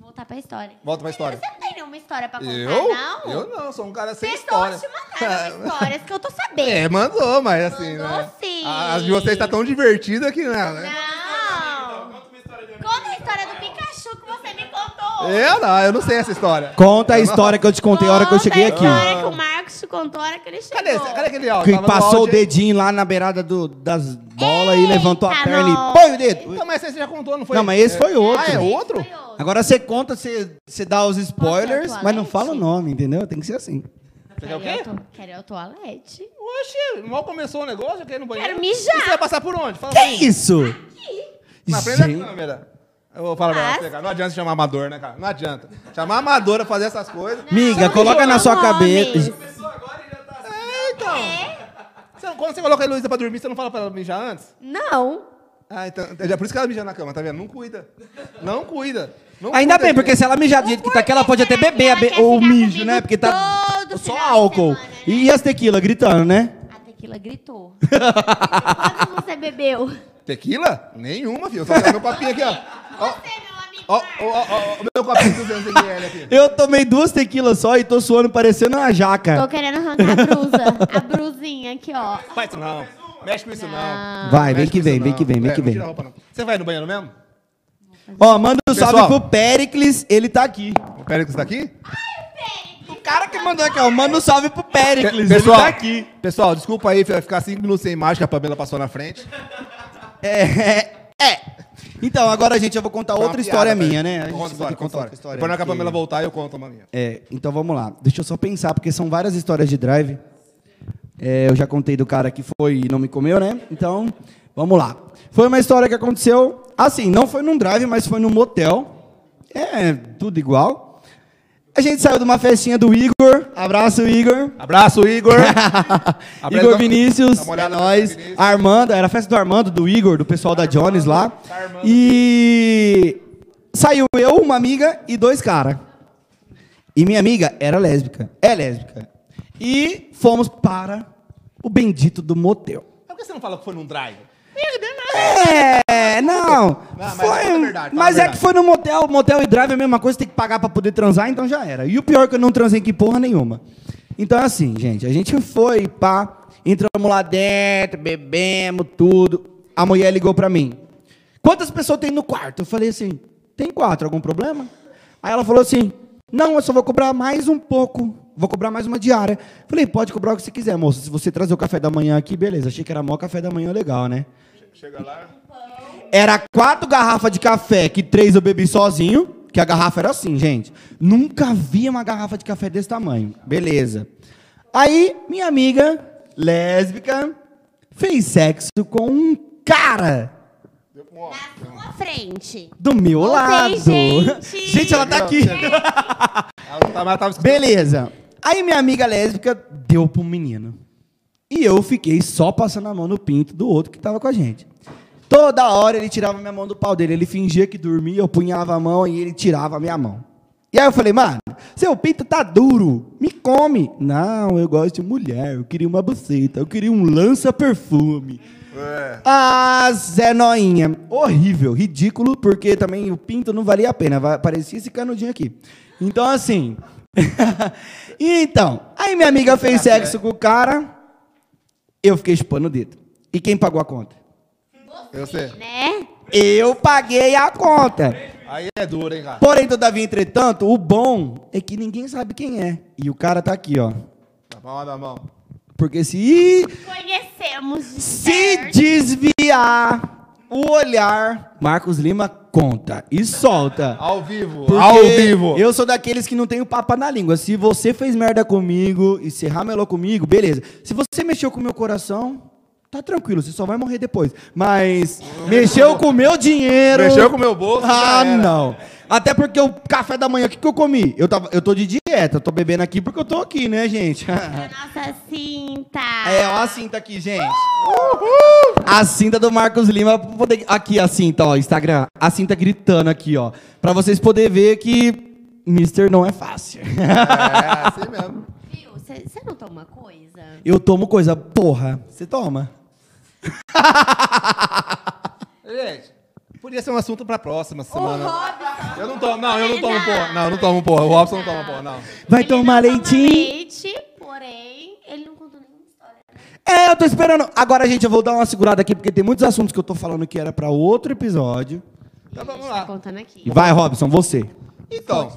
S6: voltar pra história.
S2: Volta pra história.
S6: Você não tem nenhuma história pra contar,
S2: Eu?
S6: Ah, não?
S2: Eu não, sou um cara sem história.
S6: Pessoas te mandaram histórias que eu tô sabendo.
S2: É, mandou, mas assim,
S6: Mandou
S2: né?
S6: sim.
S2: As de vocês tá tão divertido aqui, né?
S6: Não! Conta a história do Pikachu que você me contou.
S2: Eu É, não, eu não sei essa história.
S1: Conta a história que eu te contei a hora que eu cheguei aqui.
S6: Conta a história que o Marcos te contou a hora que ele chegou.
S2: Cadê, esse- cadê aquele áudio?
S1: Que
S2: Tava no
S1: passou o
S2: áudio aí.
S1: dedinho lá na beirada do- das bolas e levantou a
S6: Eita,
S1: perna e
S6: nós.
S1: põe o dedo.
S2: Então, mas esse você já contou, não foi?
S1: Não, mas esse
S2: É.
S1: foi outro.
S2: Ah, é outro?
S6: Foi outro.
S1: Agora você conta, você você dá os spoilers,
S6: Posso ir ao
S1: mas não
S6: toalete?
S1: fala o nome, entendeu? Tem que ser assim.
S2: Você quer o
S6: Quero ir
S2: quê?
S6: ao to- Quero ir ao toalete.
S2: Oxi, mal começou o negócio, eu quero ir no banheiro.
S6: Quero mijar.
S2: E você vai passar por onde? Fala pra mim.
S1: Que isso?
S2: Na frente da
S1: Gente.
S2: câmera. Eu vou falar pra
S6: Mas-
S2: você, cara. Não adianta chamar amador, né, cara? Não adianta. Chamar amador pra fazer essas coisas.
S1: Miga,
S6: Não,
S1: coloca na
S6: não,
S1: sua
S6: não,
S1: cabeça.
S6: homens.
S4: Começou agora e já tá assim.
S6: é
S2: É, então. Você não- quando você coloca a Heloísa pra dormir, você não fala pra ela mijar antes?
S6: Não.
S2: Ah, então. É por isso que ela mija na cama, tá vendo? Não cuida. Não cuida. Não
S10: Ainda
S2: cuida,
S10: bem, porque
S2: gente.
S10: se ela mijar do jeito que tá aqui, ela pode até
S3: Será que
S10: beber a
S3: ela
S10: be-
S3: quer
S10: o
S3: ficar
S10: mijo,
S3: comigo
S10: né? Porque tá
S3: todo
S10: só
S3: final de
S10: álcool.
S3: semana, né?
S1: E as tequila gritando, né?
S3: A tequila gritou. Quando você bebeu?
S2: Tequila? Nenhuma, filho. Eu só tenho meu papinho aqui, ó. Ó,
S3: Você, meu amigo.
S2: ó, ó, ó, ó, ó, meu copinho de 200ml aqui.
S1: Eu tomei duas tequilas só e tô suando parecendo uma
S3: Tô
S1: jaca.
S3: querendo arrancar a brusa. A brusinha aqui, ó.
S2: Faz isso não. Mexe com isso não.
S1: Vai, vem
S2: Ah, Mexe
S1: que
S2: com isso
S1: vem, vem
S2: não.
S1: que vem, vem
S2: É,
S1: que
S2: não
S1: vem.
S2: tira a roupa, não. Você vai no banheiro mesmo?
S1: Ó, manda um salve
S2: Pessoal.
S1: pro Péricles, ele tá aqui.
S2: O Péricles tá aqui?
S10: O cara que mandou aqui, ó, manda um salve pro Pericles,
S2: Pe-
S10: ele tá aqui.
S2: Pessoal, desculpa aí, vai ficar cinco minutos sem imagem, que a Pamela passou na frente.
S1: É, Então, agora, gente, eu vou contar
S2: Tá Uma
S1: outra
S2: piada,
S1: história
S2: velho.
S1: minha, né? A gente
S2: Conta
S1: vai contar
S2: história, conta
S1: outra
S2: história.
S1: história,
S2: Depois na que a
S1: porque-
S2: Pamela voltar, eu conto uma minha.
S1: É, então vamos lá. Deixa eu só pensar, porque são várias histórias de drive. É, eu já contei do cara que foi e não me comeu, né? Então, vamos lá. Foi uma história que aconteceu, assim, não foi num drive, mas foi num motel. É, tudo igual. A gente saiu de uma festinha do Igor. Abraço, Igor.
S2: Abraço, Igor. Abraço,
S1: Igor
S2: dá- dá
S1: Vinícius,
S2: uma
S1: é
S2: olhada no
S1: nós,
S2: Vinícius.
S1: Armando, era a festa do Armando, do Igor, do pessoal da Jones lá. E saiu eu, uma amiga e dois caras. E minha amiga era lésbica, é lésbica. E fomos para o bendito do motel.
S2: Mas Por que você não fala que foi num drive?
S1: É, não.
S2: mas
S1: foi-
S2: fala a verdade, fala a
S1: mas é
S2: verdade.
S1: que foi no motel. Motel e drive é a mesma coisa, tem que pagar pra poder transar, então já era. E o pior é que eu não transei que porra nenhuma. Então é assim, gente. A gente foi, pá, entramos lá dentro, bebemos tudo. A mulher ligou pra mim. Quantas pessoas tem no quarto? Eu falei assim, tem quatro, algum problema? Aí ela falou assim, não, eu só vou cobrar mais um pouco. Vou cobrar mais uma diária. Falei, pode cobrar o que você quiser, moça. Se você trazer o café da manhã aqui, beleza. Achei que era mó café da manhã legal, né?
S2: Chega lá.
S1: Era quatro garrafas de café, que três eu bebi sozinho, que a garrafa era assim, gente. Nunca vi uma garrafa de café desse tamanho. Beleza. Aí, minha amiga, lésbica, fez sexo com um cara
S3: Na sua frente.
S1: do meu
S3: Não tem,
S1: lado.
S3: gente.
S1: gente, ela tá aqui.
S2: Ela tava, ela tava escutando.
S1: Beleza. Aí minha amiga lésbica deu pro menino. E eu fiquei só passando a mão no pinto do outro que tava com a gente. Toda hora ele tirava minha mão do pau dele. Ele fingia que dormia, eu punhava a mão e ele tirava a minha mão. E aí eu falei, mano, seu pinto tá duro, me come. Não, eu gosto de mulher, eu queria uma buceta, eu queria um lança-perfume.
S2: É,
S1: Ah, Zé Noinha. Horrível, ridículo, porque também o pinto não valia a pena. va- Parecia esse canudinho aqui. Então, assim. então, aí minha amiga fez sexo com o cara. Eu fiquei chupando o dedo. E quem pagou a conta?
S2: Eu sei.
S3: Né?
S1: Eu paguei a conta.
S2: Aí é duro, hein, cara.
S1: Porém, todavia, entretanto, o bom é que ninguém sabe quem é. E o cara tá aqui, ó.
S2: Tá palma da mão.
S1: Porque se
S3: Conhecemos. de
S1: Se
S3: perto.
S1: desviar o olhar, Marcos Lima conta e solta.
S2: Ao vivo.
S1: Porque
S2: Ao vivo.
S1: Eu sou daqueles que não tenho papa na língua. Se você fez merda comigo e se ramelou comigo, beleza. Se você mexeu com o meu coração, tá tranquilo, você só vai morrer depois. Mas mexeu com o meu dinheiro.
S2: Mexeu com o meu bolso, já
S1: Ah,
S2: era.
S1: não. Até porque o café da manhã, o que, que eu comi? Eu, tava, eu tô de dieta, eu tô bebendo aqui porque eu tô aqui, né, gente?
S3: A nossa cinta.
S1: É, ó a cinta aqui, gente. A cinta do Marcos Lima. pra poder- Aqui a cinta, ó, Instagram. A cinta gritando aqui, ó. Pra vocês poderem ver que Mister não é fácil.
S2: É, assim mesmo.
S6: Viu? Você não toma coisa?
S1: Eu tomo coisa, porra. Você toma.
S2: Gente, podia ser um assunto pra próxima semana.
S3: Robson.
S2: Eu não tomo, não, eu não tomo porra. Não, eu não tomo porra. O Robson não toma porra, não.
S1: Vai
S3: Ele
S1: tomar
S3: não Toma
S1: leitinho.
S3: leite, porém, ele não contou nenhuma história.
S1: É, eu tô esperando. Agora, gente, eu vou dar uma segurada aqui, porque tem muitos assuntos que eu tô falando que era pra outro episódio.
S2: Então vamos
S6: Tá
S2: lá.
S6: contando aqui.
S1: E vai, Robson, você.
S2: Então,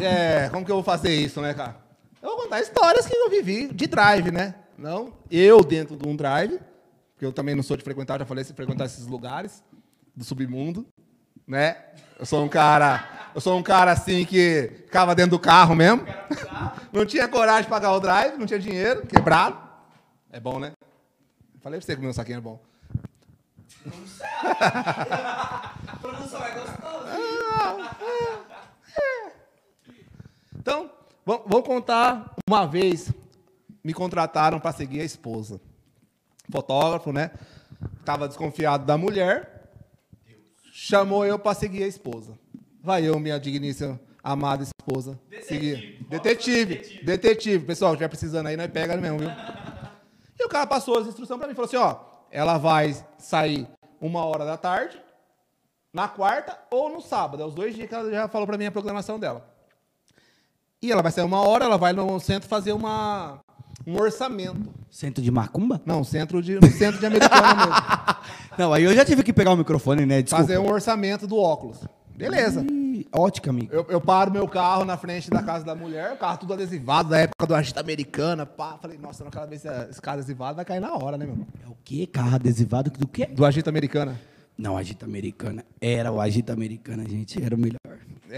S2: é, como que eu vou fazer isso, né, cara? Eu vou contar histórias que eu vivi de drive, né? Não eu dentro de um drive, porque eu também não sou de frequentar, já falei, se frequentar esses lugares do submundo, né? Eu sou um cara, eu sou um cara assim que ficava dentro do carro mesmo. Não tinha coragem de pagar o drive, não tinha dinheiro, quebrado. É bom, né? Falei pra você que o meu saquinho é bom.
S4: é
S2: Então, vou, vou contar uma vez. Me contrataram para seguir a esposa. Fotógrafo, né? tava desconfiado da mulher, chamou eu pra seguir a esposa. Vai eu, minha digníssima, amada esposa. Seguir. Detetive. Detetive. Pessoal, já precisando aí, nós pega mesmo, viu? E o cara passou as instruções pra mim, falou assim, ó, ela vai sair uma hora da tarde, na quarta ou no sábado. É os dois dias que ela já falou pra mim a programação dela. E ela vai sair uma hora, ela vai no centro fazer uma, um orçamento.
S1: Centro de macumba?
S2: Não, um centro de, no centro de americana mesmo.
S1: Não, aí eu já tive que pegar o microfone, né? Desculpa.
S2: Fazer um orçamento do óculos. Beleza.
S1: Ih, Ótica, amigo.
S2: Eu, eu paro meu carro na frente da casa da mulher, o carro tudo adesivado, da época do agita americana, pá. Falei, nossa, naquela vez esse carro adesivado vai cair na hora, né, meu? irmão?
S1: É o quê? Carro adesivado do quê?
S2: Do agita americana.
S1: Não, Agita Americana. Era o Agita Americana, gente. Era o melhor.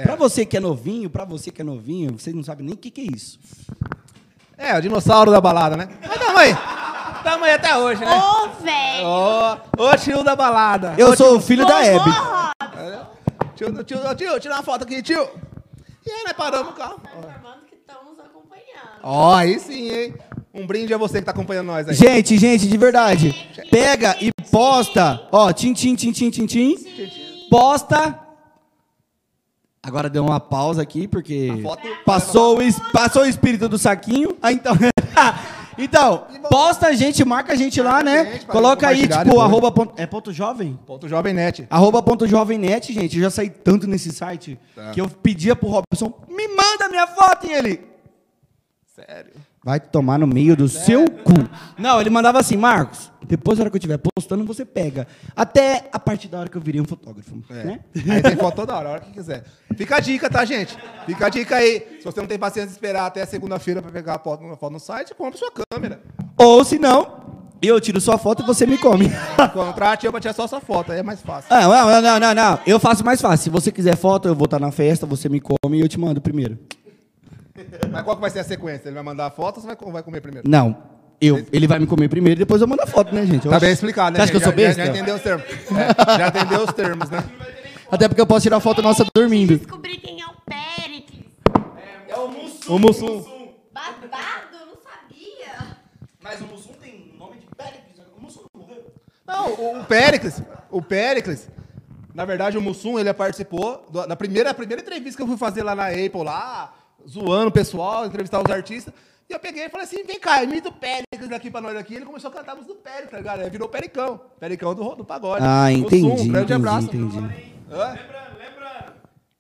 S1: Pra você que é novinho, pra você que é novinho, vocês não sabem nem o que, que é isso.
S2: É, o dinossauro da balada, né? Mas tamo aí. Tamo aí até hoje, né?
S3: Ô, velho!
S2: Ô, ô tio da balada.
S1: Eu sou o filho da Hebe.
S3: Porra!
S2: Tio, tio, tio, tira uma foto aqui, tio. E aí, nós paramos o carro.
S3: Tá informando que estão nos acompanhando.
S2: Ó, aí sim, hein? Um brinde a você que tá acompanhando nós aí.
S1: Gente, gente, de verdade. Pega e posta. Ó, tim, tim, tim, tim, tim, tim. Posta. Agora deu uma pausa aqui, porque
S2: A foto-
S1: passou, o es- passou o espírito do saquinho. Ah, então. então, posta a gente, marca a gente lá,
S2: a
S1: né?
S2: gente pra
S1: Coloca aí,
S2: compartilhar
S1: tipo,
S2: depois.
S1: arroba. ponto- É ponto jovem?
S2: Ponto Jovem Net.
S1: Arroba ponto jovemnet, gente. Eu já saí tanto nesse site que eu pedia pro Robson, me manda minha foto, e ele...
S2: Sério.
S1: Vai tomar no meio do seu cu. Não, ele mandava assim, Marcos, depois da hora que eu estiver postando, você pega. Até a partir da hora que eu virei um fotógrafo,
S2: É.
S1: né?
S2: Aí tem foto toda hora, a hora que quiser. Fica a dica, tá, gente? Fica a dica aí. Se você não tem paciência de esperar até segunda-feira pra pegar a foto, a foto no site, compra sua câmera.
S1: Ou se não, eu tiro sua foto e você me come.
S2: Contrate eu pra tirar só sua foto, aí é mais fácil.
S1: Ah, não, não, não, não, não. Eu faço mais fácil. Se você quiser foto, eu vou estar na festa, você me come e eu te mando primeiro.
S2: Mas qual que vai ser a sequência? Ele vai mandar a foto ou você vai, co- vai comer primeiro?
S1: Não. Eu, ele vai me comer primeiro, depois eu mando a foto, né, gente? Eu
S2: Tá
S1: acho-
S2: bem explicado, né?
S1: Você acha que eu
S2: gente?
S1: sou besta?
S2: Já- Já, já entendeu os termos. É, já entendeu os termos, né?
S1: Até porque eu posso tirar foto
S2: tá
S1: nossa dormindo.
S3: Descobri quem é o Péricles.
S4: É o Mussum.
S2: O Mussum.
S3: Babado, eu não sabia.
S4: Mas o Mussum tem nome de Péricles. O Mussum não morreu?
S2: Não, o, o Péricles, o Péricles, na verdade o Mussum, ele participou do- da primeira, a primeira entrevista que eu fui fazer lá na Apple, lá, zoando o pessoal, entrevistar os artistas. E eu peguei e falei assim, vem cá, imita o Péricles aqui pra nós aqui. Ele começou a cantar a música do Péricles, tá ligado? Aí virou Pericão, Pericão do, ro- do pagode.
S1: Ah,
S2: Mussum,
S1: entendi,
S2: um
S1: entendi,
S2: grande abraço.
S1: entendi.
S2: Hã?
S4: É. Lembrando, lembrando.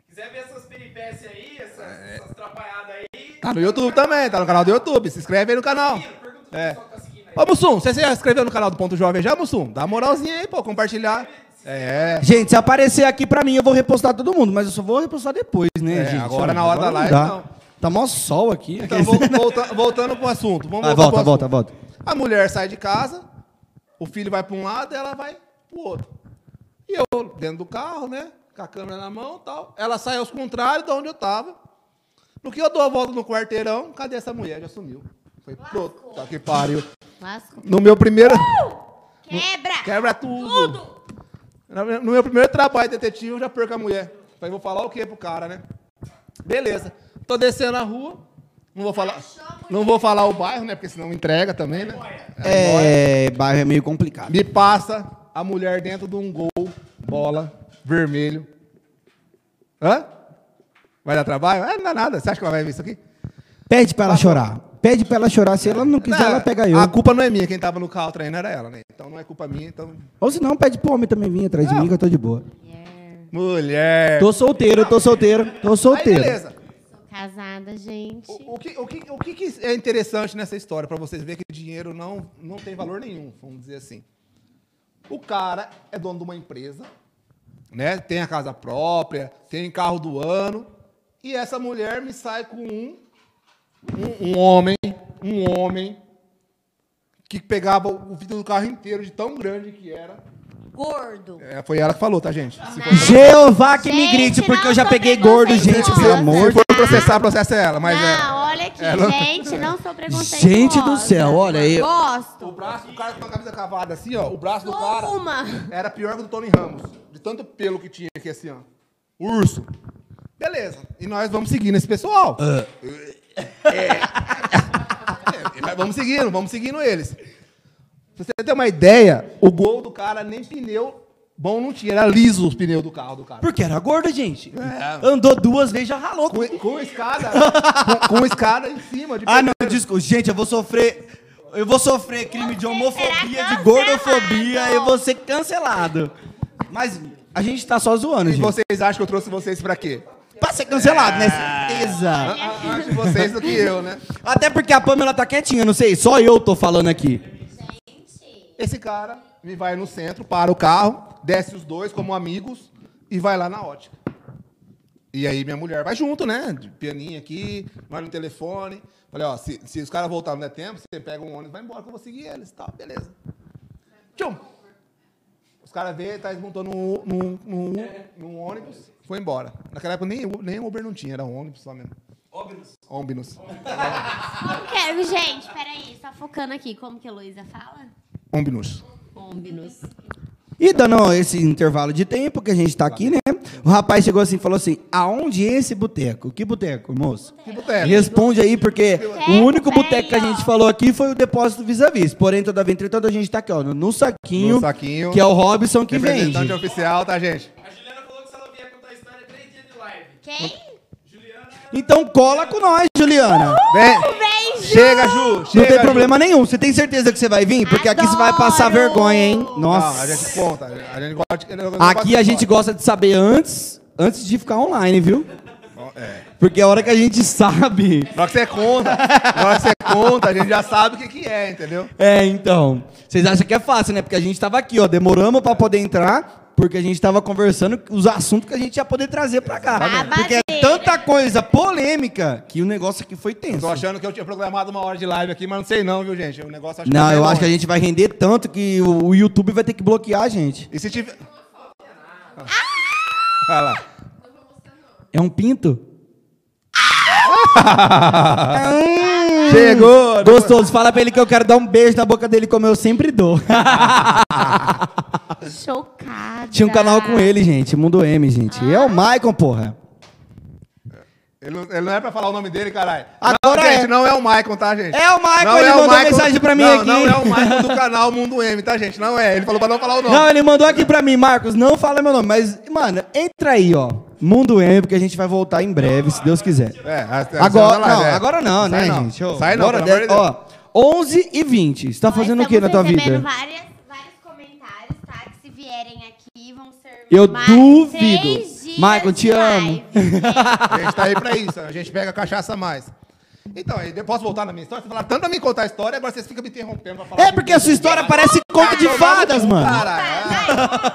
S4: Quiser ver essas peripécias aí, essas, essas atrapalhadas aí.
S2: Tá no YouTube também, tá no canal do YouTube, se inscreve aí no canal.
S4: Pergunta pro
S2: É.
S4: pessoal que tá seguindo aí.
S2: Ô Mussum, você se inscreveu no canal do Ponto Jovem já, Mussum? Dá uma moralzinha aí, pô, compartilhar. É,
S1: Gente, se aparecer aqui pra mim, eu vou repostar todo mundo, mas eu só vou repostar depois, né,
S2: É,
S1: gente?
S2: agora na hora da live,
S1: dá.
S2: não.
S1: Tá mó sol aqui.
S2: Então, vol- volta- voltando pro assunto. Vamos
S1: Vai,
S2: voltar
S1: Ah, volta,
S2: pro
S1: volta,
S2: assunto.
S1: volta.
S2: A mulher sai de casa, o filho vai pra um lado, ela vai pro outro. E eu dentro do carro, né? Com a câmera na mão e tal. Ela sai aos contrários de onde eu tava. No que eu dou a volta no quarteirão, cadê essa mulher? Já sumiu. Foi pronto. Tá que pariu.
S6: Lasco.
S2: No meu primeiro.
S3: Uh! Quebra!
S2: Quebra tudo.
S3: Tudo!
S2: No meu- no meu primeiro trabalho de detetive, eu já perco a mulher. Falei, vou falar o quê pro cara, né? Beleza. Tô descendo a rua. Não vou falar. Não vou falar o bairro, né? Porque senão entrega também, né?
S1: É, bairro é meio complicado.
S2: Me passa a mulher dentro de um gol, bola, vermelho. Hã? Vai dar trabalho? Ah, não dá nada. Você acha que ela vai ver isso aqui?
S1: Pede pra ela chorar. Pede pra ela chorar. Se ela não quiser,
S2: Não,
S1: ela pega eu.
S2: A culpa não é minha. Quem tava no carro traindo era ela, né? Então não é culpa minha. Então...
S1: Ou se não, pede pro homem também vir atrás de mim, que eu tô de boa.
S2: Mulher.
S1: Tô solteiro, tô solteiro, tô
S2: Aí,
S1: solteiro.
S2: beleza.
S6: Sou casada, gente.
S2: O, o que, o, que, o que que é interessante nessa história, pra vocês verem que dinheiro não, não tem valor nenhum, vamos dizer assim. O cara é dono de uma empresa, né? Tem a casa própria, tem carro do ano, e essa mulher me sai com um, um, um homem, um homem que pegava o o vidro do carro inteiro de tão grande que era.
S3: Gordo!
S2: É, foi ela que falou, tá, gente? Se for,
S1: Jeová que me
S6: Gente,
S1: grite, porque
S6: não
S1: eu já
S6: tô
S1: peguei gordo,
S6: preconceituosa.
S1: gente, pelo amor
S2: se
S1: de
S2: for processar, processa ela, mas é.
S6: não, olha aqui, gente, não sou preconceituosa.
S1: Gente do céu, olha, eu-
S6: Gosto.
S2: O braço do cara com a camisa cavada assim, ó. O braço do cara.
S3: Sou uma!
S2: Era pior que o do Tony Ramos. De tanto pelo que tinha aqui, assim, ó. Urso. Beleza. E nós vamos seguindo esse pessoal. É. É, mas vamos seguindo, vamos seguindo eles. Pra você ter uma ideia, o gol do cara nem pneu bom não tinha, era liso os pneus do carro do cara.
S10: Porque era gorda, gente. Andou duas vezes, já ralou.
S2: Com, com escada, com, com escada em cima. De
S10: Ah, não, desculpa. Gente, eu vou sofrer. Eu vou sofrer crime de homofobia, de gordofobia, eu vou ser cancelado. Mas a gente tá só zoando,
S2: E
S10: gente.
S2: vocês acham que eu trouxe vocês pra quê?
S10: Pra ser cancelado, né? Certeza.
S2: A- a- Antes vocês do que eu, né?
S10: Até porque a Pamela tá quietinha, não sei. Só eu tô falando aqui.
S2: Esse cara me vai no centro, para o carro, desce os dois como amigos e vai lá na ótica. E aí minha mulher vai junto, né? De pianinha aqui, vai no telefone. Falei, ó, se, se os caras voltarem não der tempo, você pega um ônibus e vai embora, que eu vou seguir eles e tal, beleza. Tchum! Os caras vê, tá, eles montou num, num, num, num um, ônibus, foi embora. Naquela época nem, nem Uber não tinha, era um ônibus só mesmo. Ônibus.
S6: Como que é? Gente, peraí, só focando aqui. Como que a Luísa fala?
S2: Ônibus.
S6: Combinos.
S1: E dando esse intervalo de tempo que a gente tá aqui, né? O rapaz chegou assim e falou assim: aonde
S10: é
S1: esse boteco? Que boteco, moço?
S2: Que boteco.
S1: Responde aí, porque
S6: Boteco,
S1: o único
S6: velho.
S1: boteco que a gente falou aqui foi o depósito vis-a-vis. Porém, toda vez, entretanto, a gente tá aqui, ó, no saquinho,
S2: No Saquinho.
S1: que é o Robson que vende.
S2: Representante oficial, tá, gente?
S4: A Juliana falou que se ela vier contar a história, é três dias de live.
S6: Quem?
S4: Juliana,
S1: Então cola com nós, Juliana.
S2: Vem! Chega, Ju! Chega,
S1: Não tem
S2: Ju.
S1: problema nenhum. Você tem certeza que você vai vir? Porque aqui você vai passar
S6: Adoro.
S1: vergonha, hein?
S2: Não, Ah, a
S1: Nossa.
S2: gente conta. A gente gosta de- eu gosto
S1: Aqui
S2: de
S1: a gente
S2: contar.
S1: gosta de saber antes, antes de ficar online, viu?
S2: É.
S1: Porque a hora que a gente sabe.
S2: Na hora que você conta, na hora que você conta, a gente já sabe o que, que é, entendeu?
S1: É, então. Vocês acham que é fácil, né? Porque a gente tava aqui, ó, demoramos pra poder entrar, porque a gente tava conversando os assuntos que a gente ia poder trazer pra cá.
S6: Exatamente.
S1: Porque é tanta coisa polêmica que o negócio aqui foi tenso.
S2: Tô achando que eu tinha programado uma hora de live aqui, mas não sei não, viu, gente? O negócio acho
S1: Não,
S2: tá
S1: eu
S2: bom.
S1: acho que a gente vai render tanto que o o YouTube vai ter que bloquear a gente.
S2: E se tiver... Olha lá.
S1: É um pinto?
S2: Chegou!
S1: Gostoso, fala pra ele que eu quero dar um beijo na boca dele, como eu sempre dou.
S6: Chocada.
S1: Tinha um canal
S6: Ah.
S1: com ele, gente, Mundo M, gente. É o Maicon, porra.
S2: Ele não, ele não é pra falar o nome dele, caralho.
S1: Agora
S2: não, gente,
S1: é.
S2: não é o Maicon, tá, gente?
S1: É o Maicon, ele
S2: o
S1: mandou mensagem pra mim
S2: não,
S1: aqui.
S2: Não, é o Maicon do canal Mundo M, tá, gente? Não é. Ele falou pra não falar o nome.
S1: Não, ele mandou aqui pra mim, Marcos, não fala meu nome, mas, mano, entra aí, ó. Mundo M, porque a gente vai voltar em breve, se Deus quiser.
S2: É, a- a-
S1: Agora
S2: a- a-
S1: não,
S2: é.
S1: agora não,
S2: Sai
S1: né,
S2: não.
S1: gente? Ô,
S2: Sai não,
S1: bora
S2: pelo amor de
S1: dez- ó, 11 e 20. Você tá fazendo o que na tua vida?
S6: Várias, vários comentários, tá? Que se vierem aqui vão ser.
S1: Eu
S6: mais
S1: duvido.
S6: três dias
S1: Michael, te
S6: de
S1: amo.
S6: live.
S2: A gente tá aí pra isso. A gente pega a cachaça a mais. Então, aí, eu posso voltar na minha história? Você fala tanto a mim contar a história, agora vocês ficam me interrompendo pra falar.
S1: É
S2: de-
S1: porque a sua história parece conto de fadas, mano.
S2: Cara,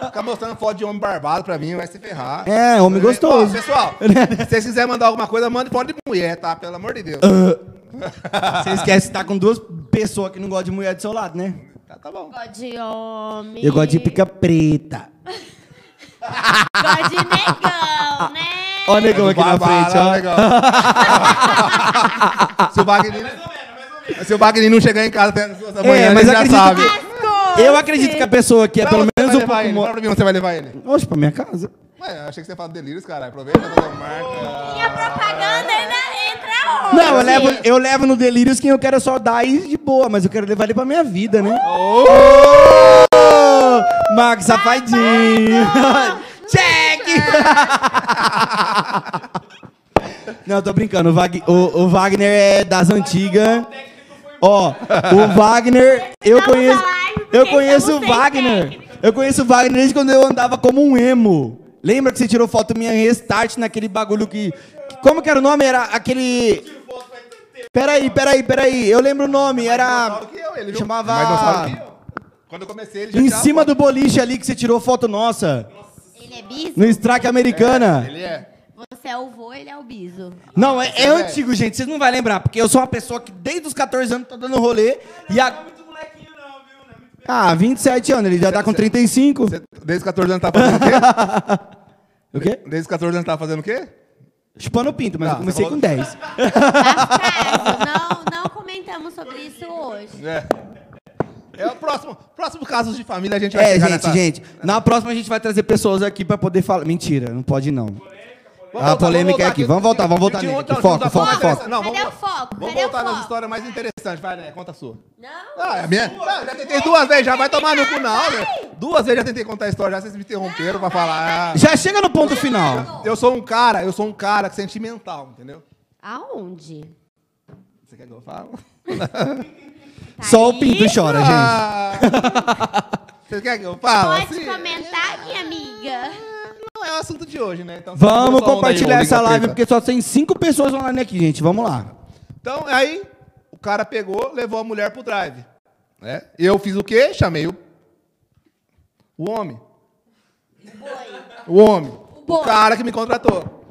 S2: é. Fica mostrando foto de homem barbado pra mim, vai se ferrar.
S1: É, homem
S2: Ó,
S1: gostoso.
S2: pessoal, se vocês quiserem mandar alguma coisa, mande foto de mulher, tá? Pelo amor de Deus.
S1: Você esquece de estar com duas pessoas que não gostam de mulher do seu lado, né?
S2: Tá, tá bom.
S6: Gosto de homem.
S1: Eu gosto de pica preta.
S6: Gosto de negão, né?
S1: Ó, o negão aqui na
S2: Babá,
S1: frente,
S2: lá,
S1: ó.
S2: legal. se, o Wagner, se o Wagner não chegar em casa até as duas da manhã,
S1: É, mas
S2: ele já
S1: acredito
S2: sabe.
S1: que- Eu acredito que a pessoa aqui é
S2: Pra
S1: pelo
S2: onde
S1: menos
S2: você
S1: um
S2: vai levar
S1: pouco.
S2: ele? Fala
S1: mo-
S2: pra mim onde você vai levar ele.
S1: Oxe, pra minha casa.
S2: Ué, eu achei que você fala delírios, cara. Aproveita toda marca.
S6: Minha propaganda ainda entra hoje.
S1: Não, eu levo, eu levo no Delírios quem eu quero só dar aí de boa, mas eu quero levar ele pra minha vida, né? Ô, Marcos, safadinho. Check! Não, tô brincando. O, Vag- o- o Wagner é das antigas. Ó, o Wagner, eu
S6: Estamos
S1: conheço.
S6: alive porque
S1: Eu conheço o
S6: estamos sem
S1: Wagner. Eu conheço o Wagner desde quando eu andava como um emo. Lembra que você tirou foto minha em restart naquele bagulho que. Como que era o nome? Era aquele. Peraí, peraí, peraí. Eu lembro o nome. Era.
S2: Dinossauro que eu, ele viu?
S1: Ah, Chamava-
S2: É mais dinossauro que eu. Quando eu comecei, ele já
S1: Em
S2: tirava
S1: cima
S2: foto.
S1: do boliche ali que você tirou foto nossa.
S6: Ele é biso?
S1: No strike americana.
S2: Ele é.
S6: Você é o vô, ele é o biso.
S1: Não, é, é antigo, gente. Vocês não vão lembrar. Porque eu sou uma pessoa que desde os 14 anos tá dando rolê. E
S4: não é
S1: a.
S4: muito molequinho não, viu? Não é muito
S1: Ah, 27 anos. Ele já tá com 35.
S2: Você- Desde os 14 anos tá fazendo o quê?
S1: O quê?
S2: Desde os 14 anos tá fazendo o quê?
S1: Chupando pinto, mas
S2: Não,
S1: eu comecei
S2: Tá, você
S1: com 10.
S6: Caso, não, não comentamos sobre isso hoje.
S2: É. É o próximo. Próximo casos de família a gente vai
S1: É,
S2: chegar
S1: gente,
S2: nessa-
S1: gente. Na próxima a gente vai trazer pessoas aqui pra poder falar. Mentira, não pode não. A polêmica é aqui. Vamos voltar, vamos voltar
S2: Tinha
S1: nele.
S2: outra-
S1: aqui. Foco,
S2: tinha
S1: foco,
S2: outra-
S1: foco.
S2: Não,
S6: Cadê
S2: vamos,
S6: o foco?
S2: vamos
S6: Cadê o
S2: voltar nas
S6: foco?
S2: histórias mais interessantes. Vai, né? Conta a sua.
S3: Não,
S2: Ah, é a minha? Não, já tentei duas vezes, já vai tomar no cu, não. velho. Duas vezes já tentei contar a história, já vocês me interromperam pra falar.
S1: Já chega no ponto final.
S2: Eu sou um cara, eu sou um cara sentimental, entendeu?
S6: Aonde?
S2: Você quer que eu fale?
S1: Só o pinto chora, gente.
S2: Ah, Você quer que eu fale?
S6: Pode
S2: Sim.
S6: comentar, minha amiga.
S2: Não é o assunto de hoje, né? Então,
S1: Vamos
S2: só onda aí, ô,
S1: compartilhar
S2: Liga
S1: essa live,
S2: Preta.
S1: porque só tem cinco pessoas online aqui, gente. Vamos lá.
S2: Então, aí, o cara pegou, levou a mulher pro drive. Né? Eu fiz o quê? Chamei o, o homem. O homem. O,
S6: boi.
S2: cara que me contratou.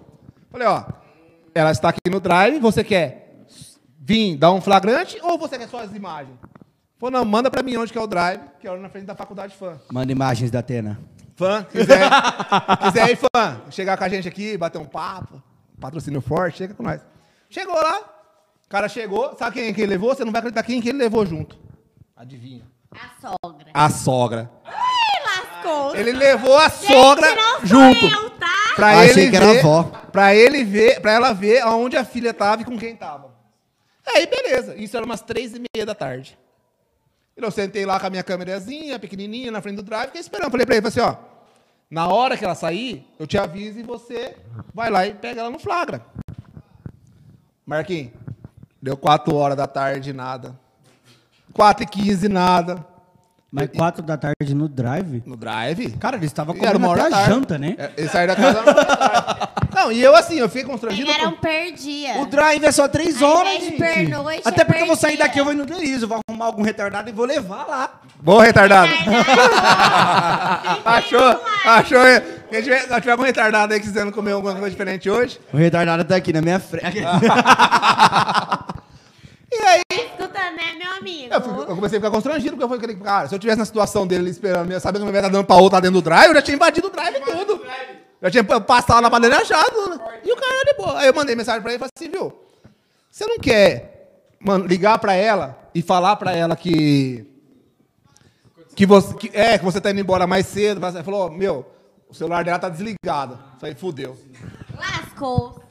S2: Falei, ó, ela está aqui no drive, você quer vir dar um flagrante ou você quer só as imagens? Falou, não, manda pra mim onde que é o drive, que é lá na frente da faculdade fã.
S1: Manda imagens da Atena.
S2: Fã, quiser, quiser ir, fã, chegar com a gente aqui, bater um papo, patrocínio forte, chega com nós. Chegou lá, o cara chegou, sabe quem é que ele levou? Você não vai acreditar quem é que ele levou junto. Adivinha.
S6: A sogra.
S2: A sogra.
S6: Ai, lascou.
S2: Ah. Ele levou a sogra
S6: não sou
S2: junto.
S6: eu, tá?
S2: Pra
S1: Ah, Achei
S2: ele
S1: que era a
S2: ver,
S1: avó.
S2: Pra ele ver, pra ela ver aonde a filha tava e com quem tava. Aí, beleza. Isso era umas três e meia da tarde. Eu sentei lá com a minha câmerazinha, pequenininha, na frente do drive, fiquei esperando. Falei pra ele, falei assim, ó, na hora que ela sair, eu te aviso e você vai lá e pega ela no flagra. Marquinhos, deu quatro horas da tarde, nada. Quatro e quinze, nada.
S1: Mas quatro da tarde no drive?
S2: No drive?
S1: Cara, eles estavam
S2: E Era
S1: comendo
S2: uma hora
S1: até
S2: da
S1: a
S2: tarde.
S1: janta, né?
S2: É, Ele saiu da casa. era uma hora da tarde. Não, e eu assim, eu fiquei constrangido.
S6: Pegaram
S2: Com...
S6: um perdia.
S10: O drive é só três
S6: Ao
S10: horas,
S6: invés de
S10: gente.
S6: pernoite,
S10: Até
S6: é
S10: porque eu vou sair
S6: perdida.
S10: daqui, eu vou ir no Deliso, vou arrumar algum retardado e vou levar lá.
S2: Bom, retardado.
S6: né? Tem
S2: achou?
S6: jeito lá.
S2: Achou? Quem tiver, se tiver algum retardado aí quiserem comer alguma coisa diferente hoje.
S1: O retardado tá aqui na minha frente.
S2: E aí,
S6: Escuta, né, meu amigo?
S2: eu, fui- eu comecei a ficar constrangido, porque eu falei, cara, se eu tivesse na situação dele ali esperando, eu sabia que a mulher tá dando pra outra lá dentro do drive, eu já tinha invadido o drive e tudo. Já tinha pa- passado na bandeira já, tudo. E o cara de boa. Aí eu mandei mensagem pra ele e falei assim, viu? Você não quer mano, ligar pra ela e falar pra ela que. Que você, que- é, que você tá indo embora mais cedo. Ela falou, ó, meu, o celular dela tá desligado. Falei, fudeu.
S6: Lascou.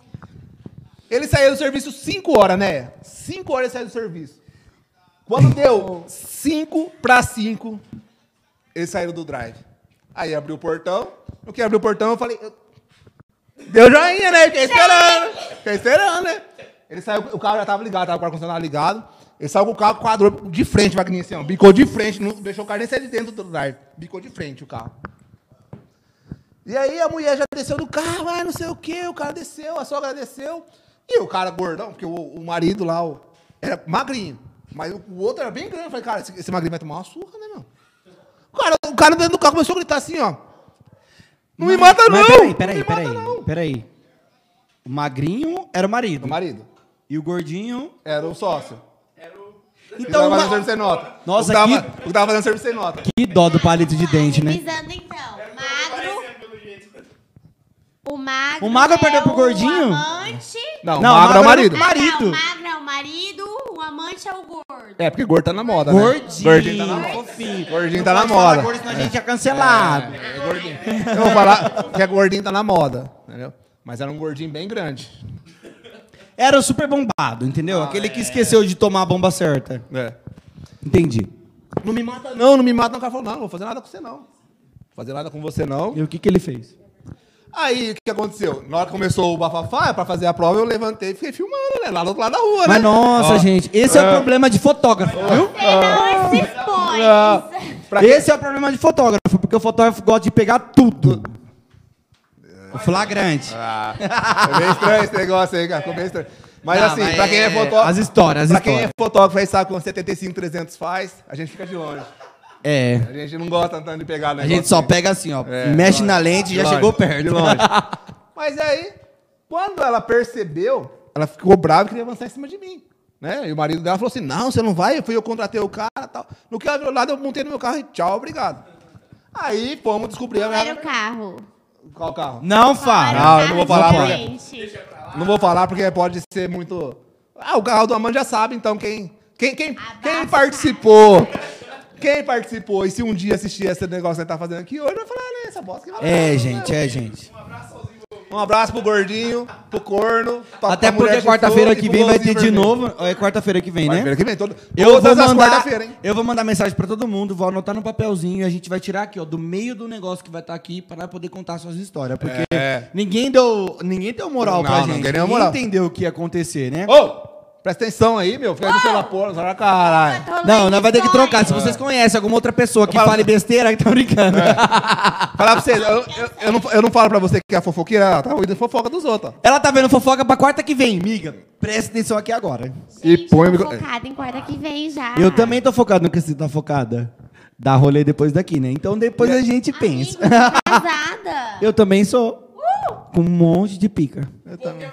S2: Ele saiu do serviço 5 horas, né? 5 horas ele saiu do serviço. Quando deu 5 para 5, eles saíram do drive. Aí abriu o portão. No que abriu o portão, eu falei. eu- Deu joinha, né? Fiquei esperando. Fiquei esperando, né? Ele saiu, o carro já tava ligado, tava com o ar-condicionado ligado. Ele saiu com o carro quadrou de frente, Magninho, assim, ó. Bicou de frente, não deixou o carro nem sair de dentro do drive. Bicou de frente o carro. E aí a mulher já desceu do carro, ah, não sei o quê, o cara desceu, a sogra desceu. E o cara gordão, porque o, o marido lá o- era magrinho, mas o, o outro era bem grande. Eu falei, cara, esse, esse magrinho vai tomar uma surra, né, meu? O cara, o cara dentro do carro começou a gritar assim, ó. Não me mata, não!
S1: Mas peraí, peraí,
S2: não me
S1: peraí.
S2: mata, não!
S1: Peraí. O magrinho era o marido.
S2: O marido
S1: E o gordinho.
S2: era o sócio. Ele
S1: Então,
S2: tava fazendo
S1: uma...
S2: serviço sem nota.
S1: Nossa,
S2: o que tava, o que tava fazendo serviço sem nota.
S1: que dó do palito de dente, né?
S6: Revisando, então. Magro. O magro.
S1: O magro
S6: é
S1: perdeu pro gordinho?
S6: O amante.
S2: Não,
S1: Não,
S2: o magro é o
S1: magro era
S2: marido.
S1: o marido.
S6: Ah, tá, o magro é o marido, o amante é o gordo.
S2: É, porque gordo tá na moda,
S1: Gordinho.
S2: né? Gordinho tá na moda.
S10: fofinho.
S2: Gordinho tá
S10: Não
S2: na
S10: pode falar
S2: moda.
S10: Gordo, senão a gente é cancelado.
S2: Eu vou falar que a gordinho tá na moda, entendeu? Mas era um gordinho bem grande.
S1: Era o super bombado,
S10: Ah,
S1: entendeu? Aquele
S10: é.
S1: que esqueceu de tomar a bomba certa.
S2: É.
S1: Entendi.
S2: Não me mata, não, não me mata, não. O cara falou, não, não vou fazer nada com você, não. Vou fazer nada com você, não.
S1: E o que, que ele fez?
S2: Aí, o que que aconteceu? Na hora que começou o bafafá, pra fazer a prova, eu levantei e fiquei filmando, né? Lá do outro lado da rua, né?
S1: Mas nossa,
S2: Ó,
S1: gente, esse é, o problema de fotógrafo, viu?
S6: Não se expõe.
S2: ah, pra quê?
S1: Esse é o problema de fotógrafo, porque o fotógrafo gosta de pegar tudo. O flagrante.
S2: Ficou meio estranho esse negócio aí, cara. Ficou meio estranho. Mas assim, pra quem é fotógrafo...
S1: As histórias, as
S2: Pra quem é
S1: histórias.
S2: fotógrafo aí sabe quando 75, 300 faz, a gente fica de longe.
S1: É.
S2: A gente não gosta tanto de pegar
S1: A gente só pega assim, ó.
S2: É,
S1: mexe
S2: lógico.
S1: na lente e já
S2: Longe,
S1: chegou
S2: de
S1: perto.
S2: longe. Mas aí, quando ela percebeu, ela ficou brava e queria avançar em cima de mim. Né? E o marido dela falou assim: não, você não vai, eu fui eu que contratei o cara tal. No que ela virou lado, eu montei no meu carro e tchau, obrigado. Aí fomos descobrir a
S6: Qual era o
S2: minha...
S6: carro?
S2: qual carro.
S1: Não
S6: Era o
S1: fala.
S2: Não, eu não vou
S6: carro
S2: falar,
S6: de frente.
S2: Não vou falar porque pode ser muito. Ah, o carro do Amanda já sabe, então quem. Quem, quem, quem participou? Quem participou e se um dia assistir esse negócio que você tá fazendo aqui hoje, vai falar, ah, né, essa bosta que vai
S1: É, gente, é, gente.
S2: Um abraço pro gordinho, pro corno, pra,
S1: Até
S2: pra mulher
S1: porque
S2: de flor
S1: quarta-feira
S2: e
S1: que
S2: pro
S1: vem vai
S2: mãozinho
S1: ter de
S2: vermelho.
S1: novo. É quarta-feira que vem, né?
S2: Quarta-feira que vem, todo,
S1: Eu vou,
S2: todas as
S1: mandar,
S2: quarta-feiras, hein?
S1: eu vou mandar mensagem pra todo mundo, vou anotar no papelzinho e a gente vai tirar aqui, ó, do meio do negócio que vai estar aqui para poder contar suas histórias, porque
S2: É.
S1: ninguém deu, ninguém deu moral
S2: Não,
S1: pra gente.
S2: não deu nenhuma
S1: ninguém
S2: moral.
S1: entendeu o que ia acontecer, né?
S2: Ô, presta atenção aí, meu. Fica aí no celular, porra, no celular, caralho.
S1: Não, nós vai ter que
S6: então.
S1: trocar. Se vocês conhecem alguma outra pessoa que
S2: falo- É.
S1: fale besteira, que tá brincando.
S2: Falar pra vocês, eu, eu, eu não, eu não falo pra você que é fofoqueira, ela tá ouvindo fofoca dos outros. ó.
S1: Ela tá vendo fofoca pra quarta que vem, miga. Presta atenção aqui agora.
S2: E põe o
S6: tô
S2: micro...
S6: focada em quarta que vem já.
S1: Eu também tô focado no que você tá focada. Dá rolê depois daqui, né? Então depois a gente pensa.
S6: Amigo, casada.
S1: Eu também sou com um monte de pica.
S2: Eu também.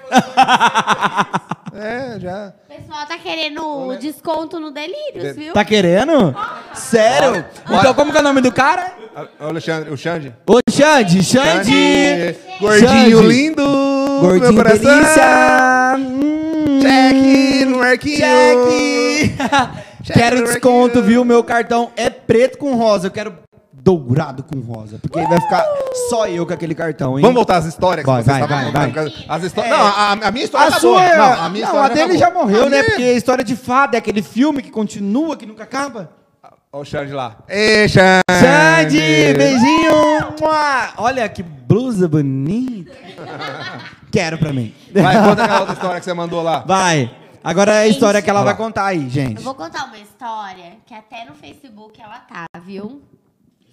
S2: É, já.
S6: O pessoal tá querendo desconto no Delírios, viu?
S1: Tá querendo? Sério? Então como que é o nome do cara?
S2: Olha o Alexandre, o Xande.
S1: Ô, Xande, Xande!
S2: Gordinho
S1: Xande.
S2: lindo!
S1: Gordinho
S2: meu coração.
S1: delícia! Hum,
S2: Check no arquinho!
S1: Check!
S2: Check é
S1: Quero
S2: no
S1: desconto,
S2: arquinho.
S1: viu? Meu cartão é preto com rosa. Eu quero dourado com rosa. Porque vai ficar só eu com aquele cartão, hein?
S2: Vamos voltar às histórias que
S1: Vai,
S2: você
S1: vai,
S2: estava
S1: vai,
S2: contando. As histórias.
S1: É.
S2: Não, a, a minha história
S1: A
S2: acabou.
S1: sua é...
S2: Ah, tá Não, a minha
S1: Não,
S2: história
S1: a dele já
S2: acabou.
S1: morreu,
S2: A
S1: né?
S2: minha-
S1: Porque história de fada é aquele filme que continua, que nunca acaba.
S2: Olha o Xande lá.
S1: É,
S2: Ei, Xande!
S1: Xande, beijinho! Mua! Olha que blusa bonita. Quero pra mim.
S2: Vai, conta aquela outra história que você mandou lá.
S1: Vai. Agora é a
S6: Gente.
S1: história que ela
S2: Vai
S1: vai
S2: lá.
S1: contar aí, gente.
S6: Eu vou contar uma história que até no Facebook ela tá, viu?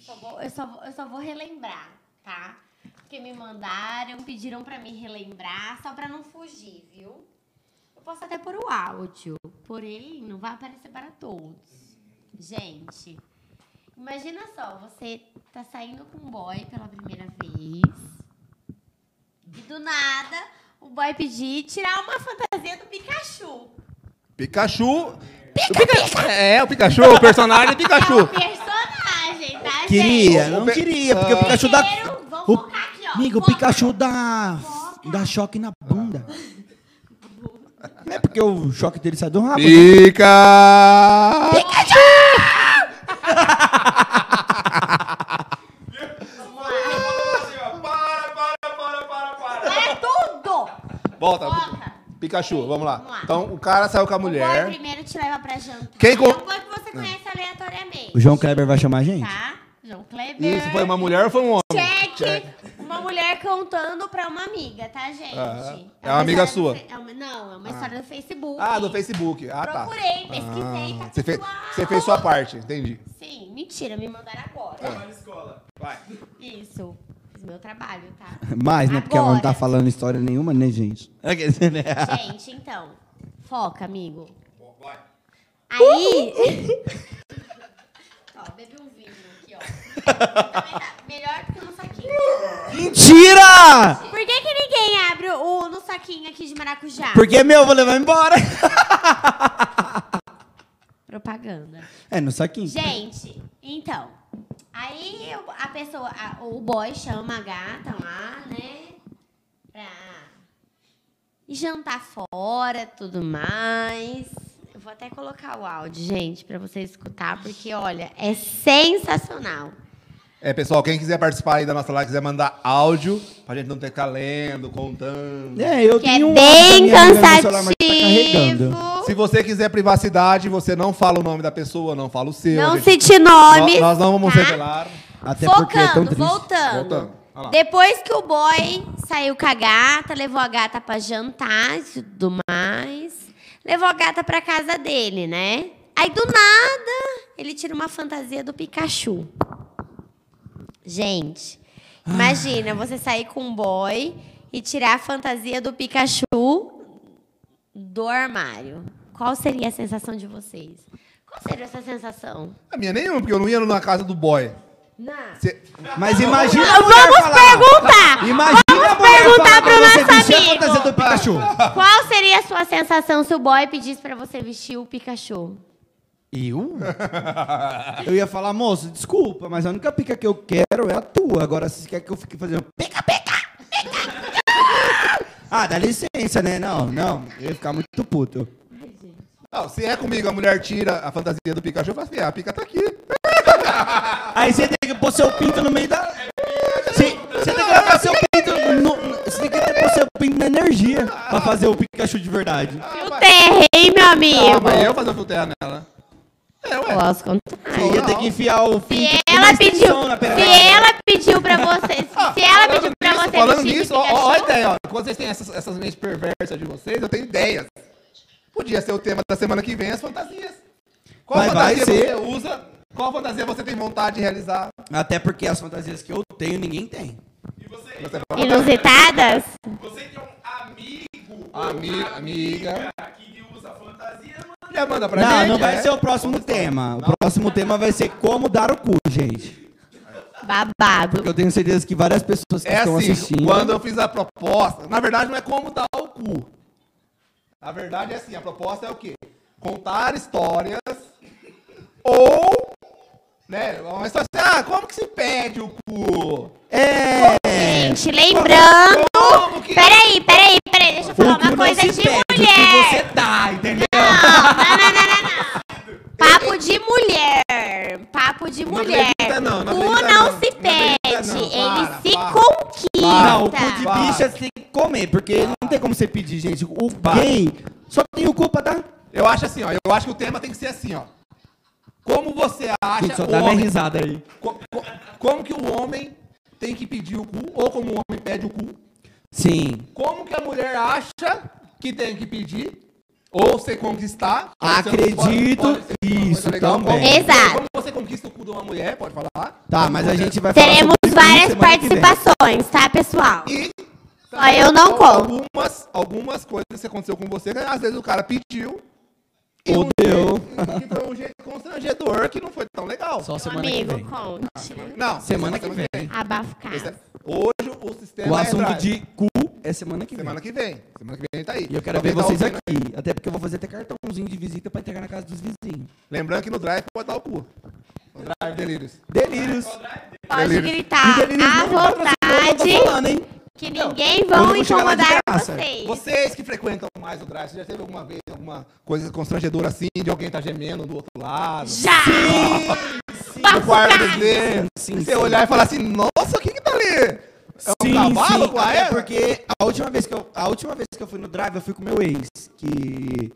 S6: Eu só vou, eu só vou- eu só vou relembrar, tá? Porque me mandaram, pediram pra me relembrar, só pra não fugir, viu? Eu posso até pôr o áudio, porém não vai aparecer para todos. Gente, imagina só, você tá saindo com um boy pela primeira vez e do nada o boy pedir tirar uma fantasia do Pikachu.
S2: Pikachu. Pica, Pikachu. É, o Pikachu, o personagem Pikachu.
S6: personagem, tá,
S1: Queria,
S2: o
S1: não
S2: pe-
S1: queria, porque o
S2: Ah.
S1: Pikachu dá.
S6: Primeiro, vamos
S1: O...
S6: focar aqui, ó.
S1: Amigo, o
S6: Foca.
S1: Pikachu dá. dá choque na bunda. Não é porque o choque dele sai do rabo. né?
S2: Pica!
S4: Assim, ó, para, para, para, para, para.
S6: É tudo!
S2: Volta.
S6: Foca.
S2: Pikachu, vamos
S6: Vamos
S2: lá.
S6: lá.
S2: Então, o cara saiu com a
S6: O boy
S2: mulher.
S6: primeiro te leva pra jantar.
S2: Quem com-
S6: É um boy que você conhece aleatoriamente.
S1: O João Kleber vai chamar a gente?
S6: Tá? João Kleber.
S2: Isso, foi uma mulher ou foi um homem?
S6: Check.
S2: Check.
S6: Uma mulher contando pra uma amiga, tá, gente?
S2: Ah, é
S6: uma
S2: uma amiga
S6: história do
S2: sua.
S6: fe- é uma- Não, é uma história do Facebook.
S2: Ah, do Facebook. Ah, tá.
S6: Procurei, pesquisei, tá
S2: Você fez,
S6: tudo
S2: você
S6: lá.
S2: fez sua parte, entendi.
S6: Sim, mentira, me mandaram agora.
S2: Ah.
S4: Vai tá na escola. Vai.
S6: Isso. Fiz meu trabalho, tá?
S1: Mais, né? Porque ela não tá
S6: Agora.
S1: falando história nenhuma, né, gente?
S6: Gente, então. Foca, amigo.
S4: Bom, Vai.
S6: Aí. ó, bebi um vinho aqui, ó. Também tá melhor do que no saquinho.
S1: Mentira!
S6: Por que, que ninguém abre o no saquinho aqui de maracujá?
S1: Porque, é meu, eu vou levar embora.
S6: Propaganda.
S1: É, no saquinho.
S6: Gente, então. Aí eu- a pessoa, a- o boy chama a gata lá, né? Pra ir jantar fora, tudo mais. Eu vou até colocar o áudio, gente, pra você escutar, porque olha, é sensacional.
S2: É, pessoal, quem quiser participar aí da nossa live, quiser mandar áudio, pra gente não ter que ficar lendo, contando.
S1: É, eu
S6: Que é
S1: tenho um
S6: bem
S1: áudio da minha amiga no celular, mas tá
S6: cansativo.
S1: carregando.
S2: Se você quiser privacidade, você não fala o nome da pessoa, não fala o seu.
S6: Não
S2: gente.
S6: cite nomes.
S2: Nós, nós não vamos
S6: tá?
S2: revelar.
S1: Até porque é tão
S6: Focando,
S1: triste.
S6: voltando.
S2: Voltando, olha lá.
S6: Depois que o boy saiu com a gata, levou a gata pra jantar e tudo mais, levou a gata pra casa dele, né? Aí do nada, ele tira uma fantasia do Pikachu. Gente, imagina você sair com um boy e tirar a fantasia do Pikachu do armário. Qual seria a sensação de vocês? Qual seria essa sensação?
S2: A minha nenhuma, porque eu não ia na casa do boy.
S6: Não.
S2: Você-
S1: Mas imagina a mulher
S6: Vamos
S1: falar.
S6: perguntar!
S1: Imagina a
S6: Vamos
S1: mulher
S6: perguntar
S1: falar
S6: pro
S1: pra você
S6: nosso
S1: vestir a fantasia do
S6: amigo!
S1: Pikachu.
S6: Qual seria a sua sensação se o boy pedisse pra você vestir o Pikachu?
S1: Eu? Eu ia falar, moço, desculpa, mas a única pica que eu quero é a tua. Agora, se você quer que eu fique fazendo pica, pica, pica. Ah, dá licença, né? Não, não. Eu ia ficar muito puto.
S2: Não, se é comigo, a mulher tira a fantasia do Pikachu, eu falo assim, ah, a pica tá aqui.
S1: Aí você tem que pôr seu pinto no meio da. Você, você tem que colocar seu pinto. No, você tem que verdade.
S6: Eu terrei, meu
S2: Ah,
S6: amigo.
S2: mas eu fazer um fio terra nela. É, ué.
S6: Posso contar.
S1: Você ia ter que enfiar o fim.
S6: Se ela pediu, se ela pediu pra você, se ela
S2: Falando
S6: pediu pra
S2: nisso, Ah,
S6: você
S2: Falando
S6: vestir de
S2: nisso, ó, ó, ó a
S6: Pikachu,
S2: ideia, ó. Quando vocês têm essas, essas mentes perversas de vocês, eu tenho ideias. Podia ser o tema da semana que vem, as fantasias. Qual
S1: Mas vai
S2: fantasia
S1: ser.
S2: você usa? Qual fantasia você tem vontade de realizar?
S1: Até porque as fantasias que eu tenho, ninguém tem.
S11: E você, então,
S2: Você
S6: tá- inusitadas,
S11: você que é um amigo
S2: Ami- amiga.
S11: que usa fantasia, mano.
S2: Já manda pra
S1: Não,
S2: gente,
S1: não vai
S2: é?
S1: ser o próximo tema. O próximo tema vai ser como dar o cu, gente.
S6: babado.
S1: Eu tenho certeza que várias pessoas que
S2: É
S1: estão
S2: assim,
S1: assistindo.
S2: quando eu fiz a proposta, na verdade não é como dar o cu. Na verdade é assim, a proposta é o quê? Contar histórias ou, né, uma história assim, ah, como que se pede o cu?
S6: Gente, lembrando,
S2: Como que...
S6: peraí, peraí, peraí, deixa eu falar uma
S1: cu não
S6: coisa
S1: se
S6: de
S1: perde, o que
S6: mulher.
S1: Você
S2: tá,
S1: dá, entendeu?
S6: Papo de mulher. Papo de mulher.
S2: acredita não, não
S6: o
S2: acredita
S6: não
S2: não.
S6: se
S2: Não
S6: pede,
S2: acredita não,
S6: ele
S2: para,
S6: se
S2: para.
S6: conquista.
S1: Não, o cu de
S2: Para.
S1: bicha você tem que comer, porque não tem como você pedir, gente. O gay só tem o cu pra dar.
S2: Eu acho assim, ó, eu acho que o tema tem que ser assim, ó. Como você acha
S1: Gente, só
S2: o
S1: dá minha
S2: homem-
S1: risada aí.
S2: co- co- como que o homem tem que pedir o cu ou como o homem pede o cu?
S1: Sim.
S2: Como que a mulher acha que tem que pedir ou se conquistar?
S1: Acredito,
S2: Pode- pode ser uma coisa
S1: isso
S2: legal.
S1: também.
S2: Como-
S6: Exato.
S2: Como você conquista o cu de uma mulher, pode falar.
S1: Tá, mas a gente vai falar
S6: Teremos
S1: sobre isso
S6: várias
S1: semana que vem.
S6: participações, tá, pessoal?
S2: E
S6: Ah, eu não conto.
S2: Algumas, algumas coisas que aconteceu com você, que às vezes o cara pediu. e
S1: Ou
S2: um
S1: deu.
S2: jeito- Que foi um jeito constrangedor que não foi tão legal.
S1: Só semana que
S6: Amigo,
S1: vem.
S6: conte.
S2: Não,
S1: Semana que vem.
S6: Ah, Abafcar.
S2: Esse é- Hoje o sistema
S1: O
S2: é
S1: assunto
S2: drive.
S1: de cu é semana que vem.
S2: Semana que vem. Semana que vem tá aí.
S1: E eu quero
S2: Pra
S1: ver
S2: quem tá
S1: vocês
S2: ouvindo,
S1: aqui. Até porque eu vou fazer até cartãozinho de visita pra entregar na casa dos vizinhos.
S2: Lembrando que no drive pode dar o cu. No drive, delírios.
S1: Delírios.
S6: Pode
S2: Delírio.
S6: gritar Tá,
S1: é
S6: à
S1: Eu tô
S6: vontade
S1: falando, hein?
S6: que ninguém
S1: eu
S6: vão
S1: vou chegar lá de
S6: incomodar
S1: graça.
S6: vocês.
S2: Vocês que frequentam mais o drive, você já teve alguma vez alguma coisa constrangedora assim, de alguém tá gemendo do outro lado?
S6: Já!
S2: no quarto dele.
S1: Sim,
S2: Você
S1: sim.
S2: olhar e falar assim, nossa, o que que tá ali? É um cavalo, qual
S1: até
S2: é?
S1: Porque a última, vez que eu, a última vez que eu fui no drive, eu fui com meu ex, que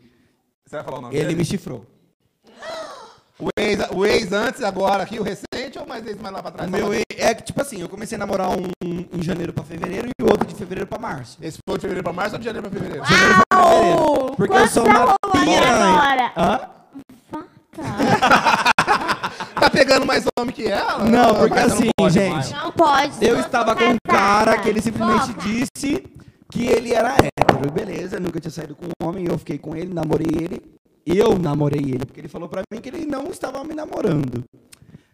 S2: Você vai falar o nome
S1: ele
S2: dele?
S1: me chifrou.
S2: O ex, o ex antes, agora aqui, o recente, ou mais ex mais lá pra
S1: O
S2: trás?
S1: meu ex, é que tipo assim, eu comecei a namorar um em janeiro pra fevereiro e o outro de fevereiro pra março.
S2: Esse foi de fevereiro pra março ou de janeiro pra fevereiro?
S6: Au!
S1: Porque eu
S6: Quantos
S1: sou
S6: tá
S1: uma
S6: rolando
S1: piranha. Ah.
S6: agora?
S1: Hã?
S2: Tá pegando mais homem que ela?
S1: Não, porque
S2: mas
S1: assim,
S2: pode
S1: gente,
S2: mais.
S6: Não pode.
S1: Eu
S6: não
S1: estava
S6: sou
S1: com um cara
S6: casada.
S1: que ele simplesmente
S6: Foca.
S1: disse que ele era hétero. Beleza, nunca tinha saído com um homem, eu fiquei com ele, namorei ele. Eu namorei ele, porque ele falou pra mim que ele não estava me namorando.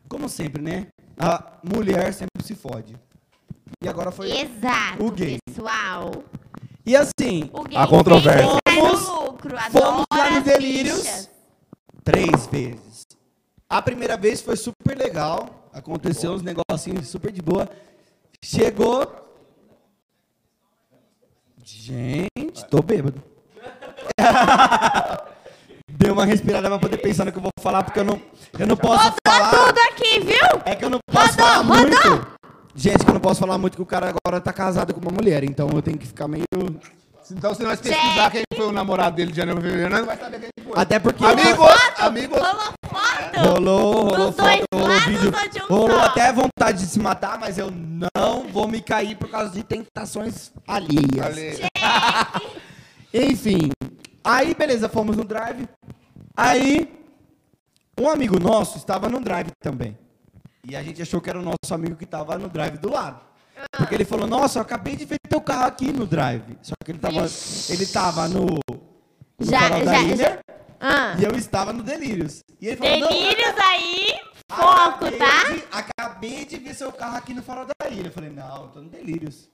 S1: Como sempre, né? A mulher sempre se fode. E agora foi.
S6: Exato,
S1: O gay.
S6: pessoal.
S1: E assim,
S6: O gay
S2: A controvérsia.
S6: sempre tá
S1: Fomos-
S6: no lucro,
S1: fomos lá
S6: adora
S1: nos
S6: as
S1: delírios
S6: bichas.
S1: três vezes. A primeira vez foi super legal, aconteceu uns negocinhos super de boa. Chegou. Gente, tô bêbado. Dei uma respirada pra poder pensar no que eu vou falar, porque eu não, eu não posso falar.
S6: Tudo aqui, viu?
S1: É que eu não posso
S6: Rodou,
S1: falar
S6: rodou!
S1: muito. Gente, que eu não posso falar muito que o cara agora tá casado com uma mulher, então eu tenho que ficar meio.
S2: Então, se nós pesquisar quem foi o namorado dele de janeiro pra fevereiro, nós não vai saber quem foi.
S1: Até porque.
S2: Amigos, amigos,
S6: Rolou foto.
S1: Rolou, rolou
S6: Dos dois
S1: foto, rolou
S6: lados
S1: vídeo.
S6: ou de um
S1: Rolou
S6: só?
S1: até vontade de se matar, mas eu não vou me cair por causa de tentações alheias.
S2: ali.
S1: Enfim, aí beleza, fomos no drive. Aí um amigo nosso estava no drive também. E a gente achou que era o nosso amigo que estava no drive do lado. Porque ele falou: "Nossa, eu acabei de ver teu carro aqui no drive". Só que ele tava ele tava no, no
S6: Já-
S1: farol da
S6: já-
S1: ilha
S6: Ah,
S1: e eu estava no Delírios. E ele falou: "Não,
S6: delírios aí, foco,
S1: Acabei
S6: tá?
S1: de- acabei de ver seu carro aqui no farol da ilha. Eu falei, não, eu tô no delírios.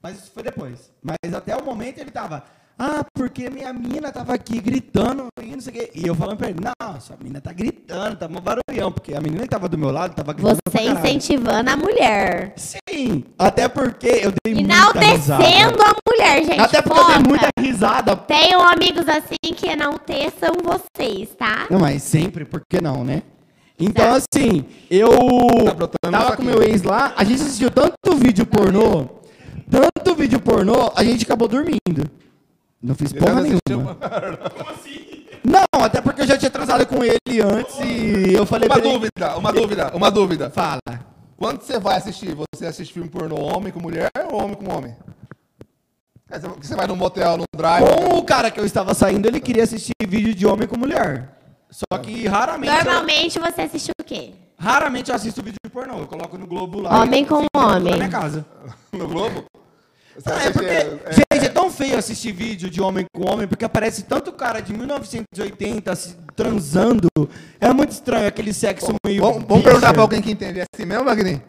S1: Mas isso foi depois. Mas até o momento ele tava, ah, porque minha mina tava aqui gritando e não sei o quê. E eu falando pra ele, não, sua mina tá gritando, tá mó barulhão. Porque a menina que tava do meu lado tava gritando pra
S6: Você
S1: caralho.
S6: incentivando a mulher.
S1: Sim, até porque eu dei muita risada.
S6: Enaltecendo a mulher, gente.
S1: Até porque eu dei
S6: foca.
S1: muita risada.
S6: Tenham amigos assim que enalteçam vocês, tá?
S1: Não, mas sempre, por que não, né? Então, assim, eu
S2: Tá brotando isso
S1: tava
S2: aqui.
S1: com meu ex lá, a gente assistiu tanto vídeo pornô, tanto vídeo pornô, a gente acabou dormindo.
S12: Não fiz porra
S2: Ele tá
S12: nenhuma.
S4: Como assim?
S1: Não, até porque eu já tinha transado com ele antes e eu falei
S2: Uma
S1: pra ele-
S2: dúvida, uma dúvida, uma dúvida.
S1: Fala.
S2: Quando você vai assistir, você assiste filme pornô homem com mulher ou homem com homem? Quer dizer, Você vai num motel, num drive.
S1: Com o cara que eu estava saindo, ele queria assistir vídeo de homem com mulher. Só que raramente, eu,
S6: Normalmente você assiste o quê?
S1: raramente eu assisto vídeo de pornô. Eu coloco no Globo lá.
S6: Homem
S1: e-
S6: com
S1: Na
S6: homem.
S1: minha casa.
S2: No Globo? Você
S1: Não, é
S2: assiste,
S1: porque,
S2: é,
S1: gente, é tão feio assistir vídeo de homem com homem, porque aparece tanto cara de 1980 se transando. É muito estranho aquele sexo meio.
S2: Vamos, vamos perguntar pra alguém que entende. É assim mesmo, Magrinho?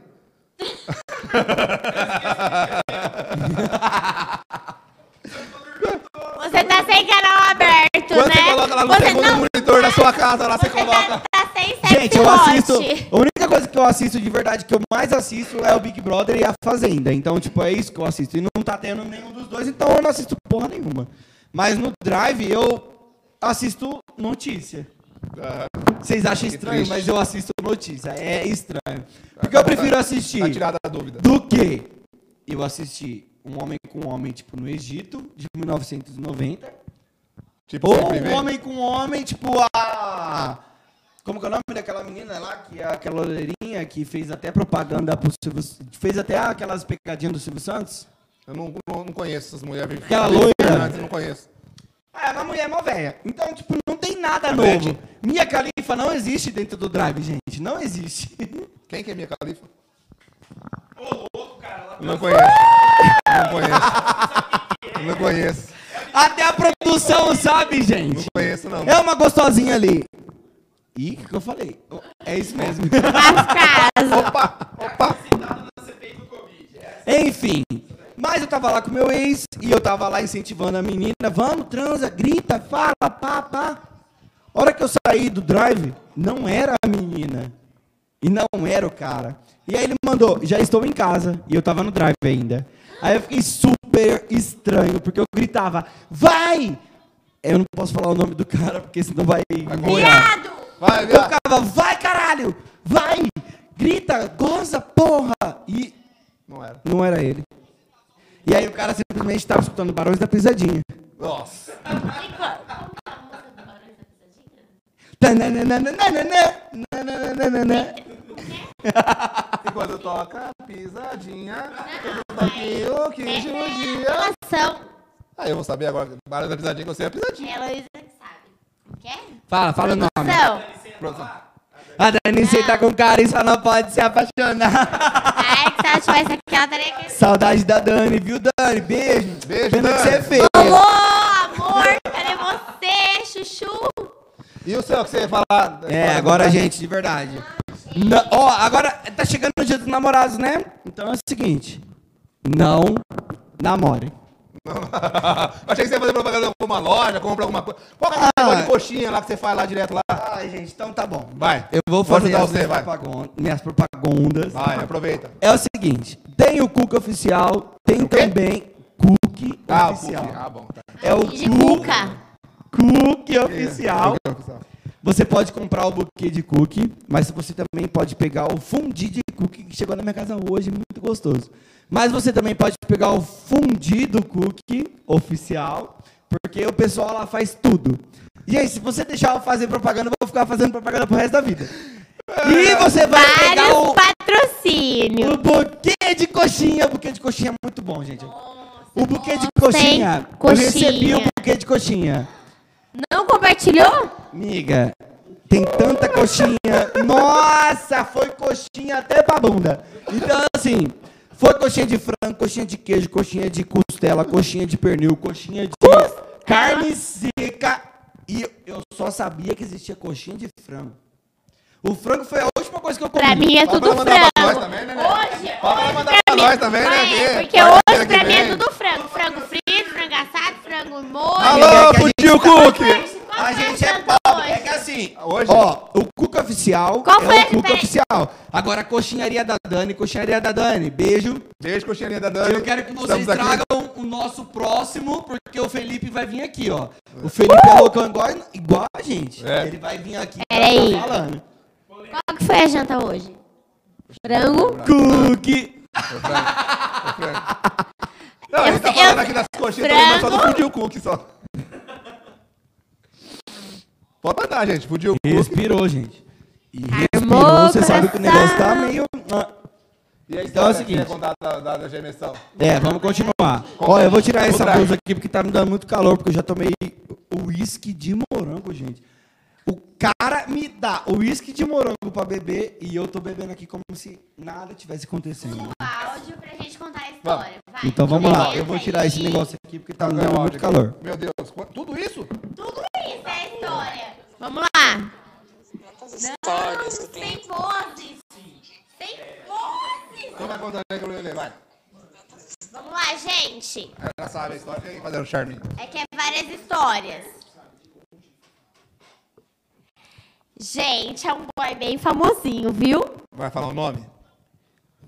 S6: Você tá sem canal aberto,
S2: Quando
S6: né?
S2: você coloca lá no
S6: você
S2: segundo monitor da sua casa, lá você
S6: você tá-
S2: coloca.
S6: tá sem sexo
S1: Gente, eu assisto. A única coisa que eu assisto de verdade, que eu mais assisto, é o Big Brother e a Fazenda. Então, tipo, é isso que eu assisto. E não tá tendo nenhum dos dois, então eu não assisto porra nenhuma. Mas no Drive eu assisto notícia. Vocês acham estranho,
S2: triste.
S1: mas eu assisto notícia. É estranho. Porque eu prefiro
S2: Tá
S1: assistir
S2: tirada a dúvida.
S1: do que eu assisti um homem com homem, tipo, no Egito, de 1990.
S2: Tipo,
S1: Ou
S2: sempre
S1: um
S2: vem.
S1: homem com homem, tipo a. Como que é o nome daquela menina lá, que é aquela loirinha que fez até propaganda pro Silvio Fez até aquelas pecadinhas do Silvio Santos?
S2: Eu não, não, não conheço essas mulheres.
S1: Aquela loira.
S2: Fernandes, eu não conheço.
S1: Ah, é uma mulher mó velha. Então, tipo, não tem nada
S2: Verdade.
S1: novo. Minha Califa não existe dentro do drive, gente. Não existe.
S2: Quem que é minha califa?
S4: Ô, louco, cara. tá Ela
S2: Não conheço. Não conheço.
S4: é?
S2: Não conheço.
S1: Até a produção sabe,
S2: Não
S1: gente.
S2: conheço, não.
S1: É uma gostosinha ali. Ih, o que que eu falei? É isso mesmo.
S4: sentada na CPI do Covid. É.
S1: Enfim. Mas eu tava lá com meu ex e eu tava lá incentivando a menina. Vamos, transa, grita, fala, pá, pá. A hora que eu saí do drive, não era a menina. E não era o cara. E aí ele mandou, já estou em casa. E eu tava no drive ainda. Aí eu fiquei super estranho, porque eu gritava, vai! Eu não posso falar o nome do cara, porque senão vai. boiar.
S2: Vai,
S1: Eu
S2: viado.
S1: ficava, vai caralho! Vai! Grita, goza, porra! E
S2: Não era.
S1: não era ele. E aí o cara simplesmente estava escutando barões da pisadinha.
S2: Nossa.
S1: Tananananananã, nanananananã.
S2: E quando toca pisadinha, eu daqui o que judia.
S6: São
S2: Ah, eu vou saber agora. Barulho da pisadinha, que eu sei a pisadinha.
S6: Heloísa que sabe. Quer?
S1: Fala, fala o nome.
S6: São.
S2: Pronto.
S1: A Dani você tá com cara e só não pode se apaixonar.
S6: Ai, Ah, é que se ela tivesse aqui, ela teria que...
S1: Saudade da Dani, viu, Dani? Beijo.
S2: Beijo,
S1: Pena que você
S2: Dani.
S1: é feia.
S6: Alô, amor, cadê você, chuchu?
S2: E o seu que você ia falar?
S1: É, agora, gente, de verdade. Na- Ó, agora tá chegando o dia dos namorados, né? Então é o seguinte. Não namorem.
S2: Eu achei que você ia fazer propaganda com uma loja, compra alguma coisa. Qual que é aquele
S1: Ah.
S2: negócio de coxinha lá que você faz lá direto lá?
S1: Ai, gente, então tá bom.
S2: Vai.
S1: Eu vou fazer
S2: ajudar
S1: as
S2: você,
S1: minhas,
S2: vai.
S1: propagon- minhas propagandas.
S2: Vai, aproveita.
S1: É o seguinte, tem o Cook oficial, tem
S2: quê?
S1: também Cook
S2: Ah, o
S1: oficial.
S2: cookie. Ah, bom. Tá.
S1: É o
S6: De
S1: Cook,
S6: cuca.
S1: Cook oficial.
S2: É, oficial.
S1: Você pode comprar o buquê de cookie, mas você também pode pegar o fundi de cookie que chegou na minha casa hoje, muito gostoso. Mas você também pode pegar o fundido cookie oficial, porque o pessoal lá faz tudo. E aí, se você deixar eu fazer propaganda, eu vou ficar fazendo propaganda pro resto da vida. E você vai pegar
S6: Vários
S1: o,
S6: patrocínios.
S1: o buquê de coxinha. O buquê de coxinha é muito bom, gente. O buquê de coxinha.
S6: Tem
S1: Eu recebi o
S6: coxinha.
S1: buquê de coxinha.
S6: Não compartilhou?
S1: Miga, tem tanta coxinha. Nossa, foi coxinha até pra bunda. Então, assim, foi coxinha de frango, coxinha de queijo, coxinha de costela, coxinha de pernil, coxinha de carne seca. E eu só sabia que existia coxinha de frango. O frango foi a última coisa que eu comi.
S6: Pra mim é
S2: Fala
S6: tudo
S2: pra ela mandar pra nós
S6: frango.
S2: também, né, né?
S6: Hoje,
S2: Fala pra ela mandar
S6: hoje
S2: pra
S6: pra
S2: nós
S6: mim.
S2: também, né,
S6: Ah,
S2: Gê?
S6: é, Porque
S2: Quarta-feira
S6: hoje
S2: que
S6: pra mim é
S2: vem.
S6: tudo frango. Frango frito, frango assado, frango molho.
S2: Alô,
S1: que a gente- tá
S2: Futil Cook!
S6: Qual
S1: A
S6: foi
S1: gente é
S6: frango
S1: pobre.
S6: hoje?
S1: É que assim,
S2: Hoje?
S1: ó, o Cuca Oficial
S6: Qual
S1: é
S6: foi?
S1: o Cuca
S6: Peraí.
S1: Oficial. Agora, a coxinharia da Dani, coxinharia da Dani, beijo.
S2: Beijo, coxinha da Dani.
S1: Eu quero que vocês
S2: Estamos aqui.
S1: tragam o nosso próximo, porque o Felipe vai vir aqui, ó. O Felipe é loucão igual, igual a gente.
S2: É.
S1: Ele vai vir aqui
S6: Peraí.
S1: tá falando.
S6: Qual que foi a janta hoje? Frango.
S1: Cookie.
S2: Não, ele tá
S6: sei- eu-
S2: falando aqui das coxinhas, eu tô lembrando só do
S6: Frango.
S2: fudiu cookie só. Pode mandar, gente, fudiu cookie.
S1: Respirou, gente. E respirou,
S6: Armou
S1: você sabe que o negócio tá
S6: coração.
S1: meio.
S2: E aí,
S1: Então é o seguinte.
S2: Quer contar da, da, da gemessão?
S1: É, vamos continuar. Ó, eu vou tirar essa blusa aqui porque tá me dando muito calor, porque eu já tomei uísque de morango, gente. O cara me dá uísque de morango pra beber e eu tô bebendo aqui como se nada tivesse acontecendo.
S6: O áudio pra gente contar a história. Vai.
S1: Então vamos lá,
S6: Começa
S1: eu vou tirar esse
S6: aí.
S1: negócio aqui porque tá me
S2: Olha o
S1: dando
S2: áudio
S1: muito
S2: aqui.
S1: calor.
S2: Meu Deus, qu- tudo isso?
S6: Tudo isso é história. Vamos lá.
S13: histórias que tem.
S6: Sem vozes. Sem vozes.
S2: Como é que eu vou ler? Vai.
S6: Vamos lá, gente.
S2: Ela sabe a história, tem que fazer um charminho.
S6: É que é várias histórias. Gente, é um boy bem famosinho, viu?
S2: Vai falar o nome?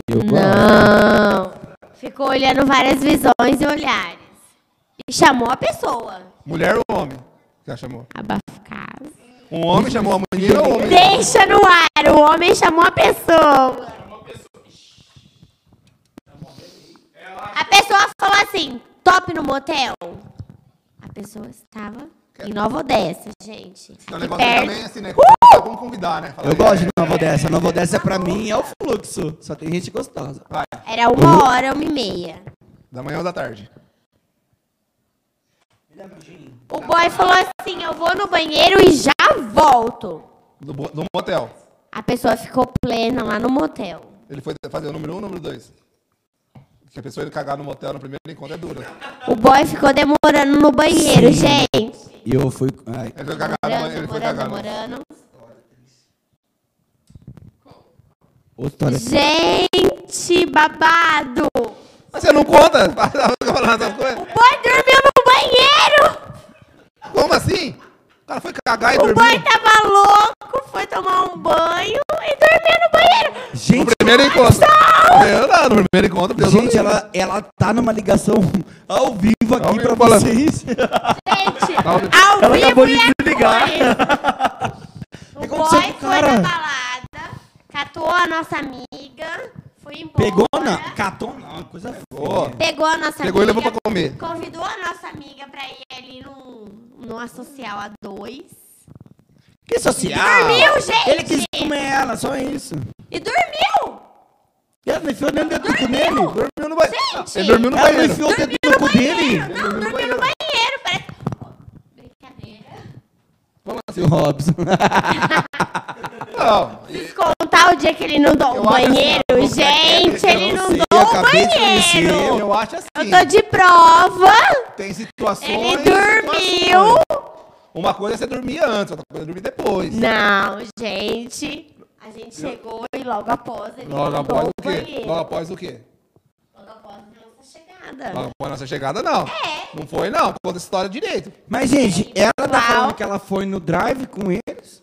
S6: Não. Ficou olhando várias visões e olhares. E chamou a pessoa.
S2: Mulher ou homem? Que ela chamou?
S6: Abafa o caso.
S2: Um homem chamou a menina ou homem?
S6: Deixa no ar, o homem chamou a pessoa. A pessoa falou assim, top no motel. A pessoa estava em Nova Odessa, gente.
S2: Então, o
S6: E
S2: negócio
S6: perto- Uh!
S2: também é assim, né? Como Vamos convidar, né? Fala
S1: Uh! Eu
S2: aí.
S1: gosto de nova dessa. Nova dessa pra mim é o fluxo. Só tem gente gostosa.
S2: Vai,
S6: Era uma hora, uma e meia.
S2: da manhã ou da tarde?
S6: O boy falou assim, eu vou no banheiro e já volto.
S2: Do, bo- do motel.
S6: A pessoa ficou plena lá no motel.
S2: Ele foi fazer o número um ou o número dois? Porque a pessoa ir cagar no motel no primeiro encontro é dura.
S6: O boy ficou demorando no banheiro, gente.
S1: E eu fui. Ai,
S2: Ele foi cagar Tá no
S6: Demorando,
S2: banheiro, ele foi
S6: demorando,
S2: cagar no
S6: demorando.
S1: outra hora.
S6: Gente, babado! O
S2: Mas você não conta? Fica falando essas coisas.
S6: boy dormiu no banheiro!
S2: Como assim? O cara foi cagar e
S6: O boy
S2: dormiu.
S6: tava louco, foi tomar um banho e dormiu no banheiro!
S2: No
S1: Gente,
S2: primeiro encontro. Eu não, no primeiro encontro. Deus
S1: gente,
S2: não-
S1: ela, ela tá numa ligação ao vivo aqui
S2: vivo
S1: pra
S2: falando.
S1: vocês.
S6: Gente,
S1: Ela
S6: ao
S1: acabou
S6: vivo
S1: de
S6: e a
S1: desligar.
S6: cores. O boy
S1: aconteceu com o
S6: foi
S1: cara?
S6: na balada, catou a nossa amiga, foi embora.
S1: Pegou na. Catou na. Coisa
S2: Ó,
S1: boa.
S6: Pegou a nossa
S2: Pegou e
S6: amiga.
S2: levou pra comer.
S6: Convidou a nossa amiga pra ir ali num, numa social a dois.
S1: Que social.
S6: Dormiu, gente!
S1: Ele quis comer ela, só isso.
S6: E dormiu!
S1: E ela enfiou dentro do cu dele.
S2: Dormiu no banheiro.
S6: Gente!
S2: Ele dormiu no
S1: Ela
S2: banheiro.
S1: enfiou dentro do cu dele.
S6: Não, dormiu no banheiro, parece. Brincadeira.
S2: Como assim?
S1: Seu Robson.
S2: Não. E-
S6: Contar o dia que ele inundou
S2: Eu
S6: o
S2: acho assim,
S6: banheiro,
S2: ó, vou ficar
S6: gente,
S2: quieto, eu
S6: ele
S2: não
S6: inundou
S1: sei,
S6: o
S1: acabei de conhecer,
S6: banheiro.
S2: Eu acho assim.
S6: Eu tô de prova.
S2: Tem situações.
S6: Ele
S2: e
S6: dormiu.
S2: situações. Uma coisa é você dormir antes, outra coisa é dormir depois.
S6: Não, gente. A gente chegou e logo após ele
S2: Logo
S6: inundou
S2: após
S6: o
S2: o quê?
S6: banheiro.
S2: Logo após o quê?
S6: Logo após a nossa chegada.
S2: Logo após a nossa chegada, não.
S6: É.
S2: Não foi, não. Conta essa história direito.
S1: Mas, gente, ela tá
S6: Uau.
S1: falando que ela foi no drive com eles.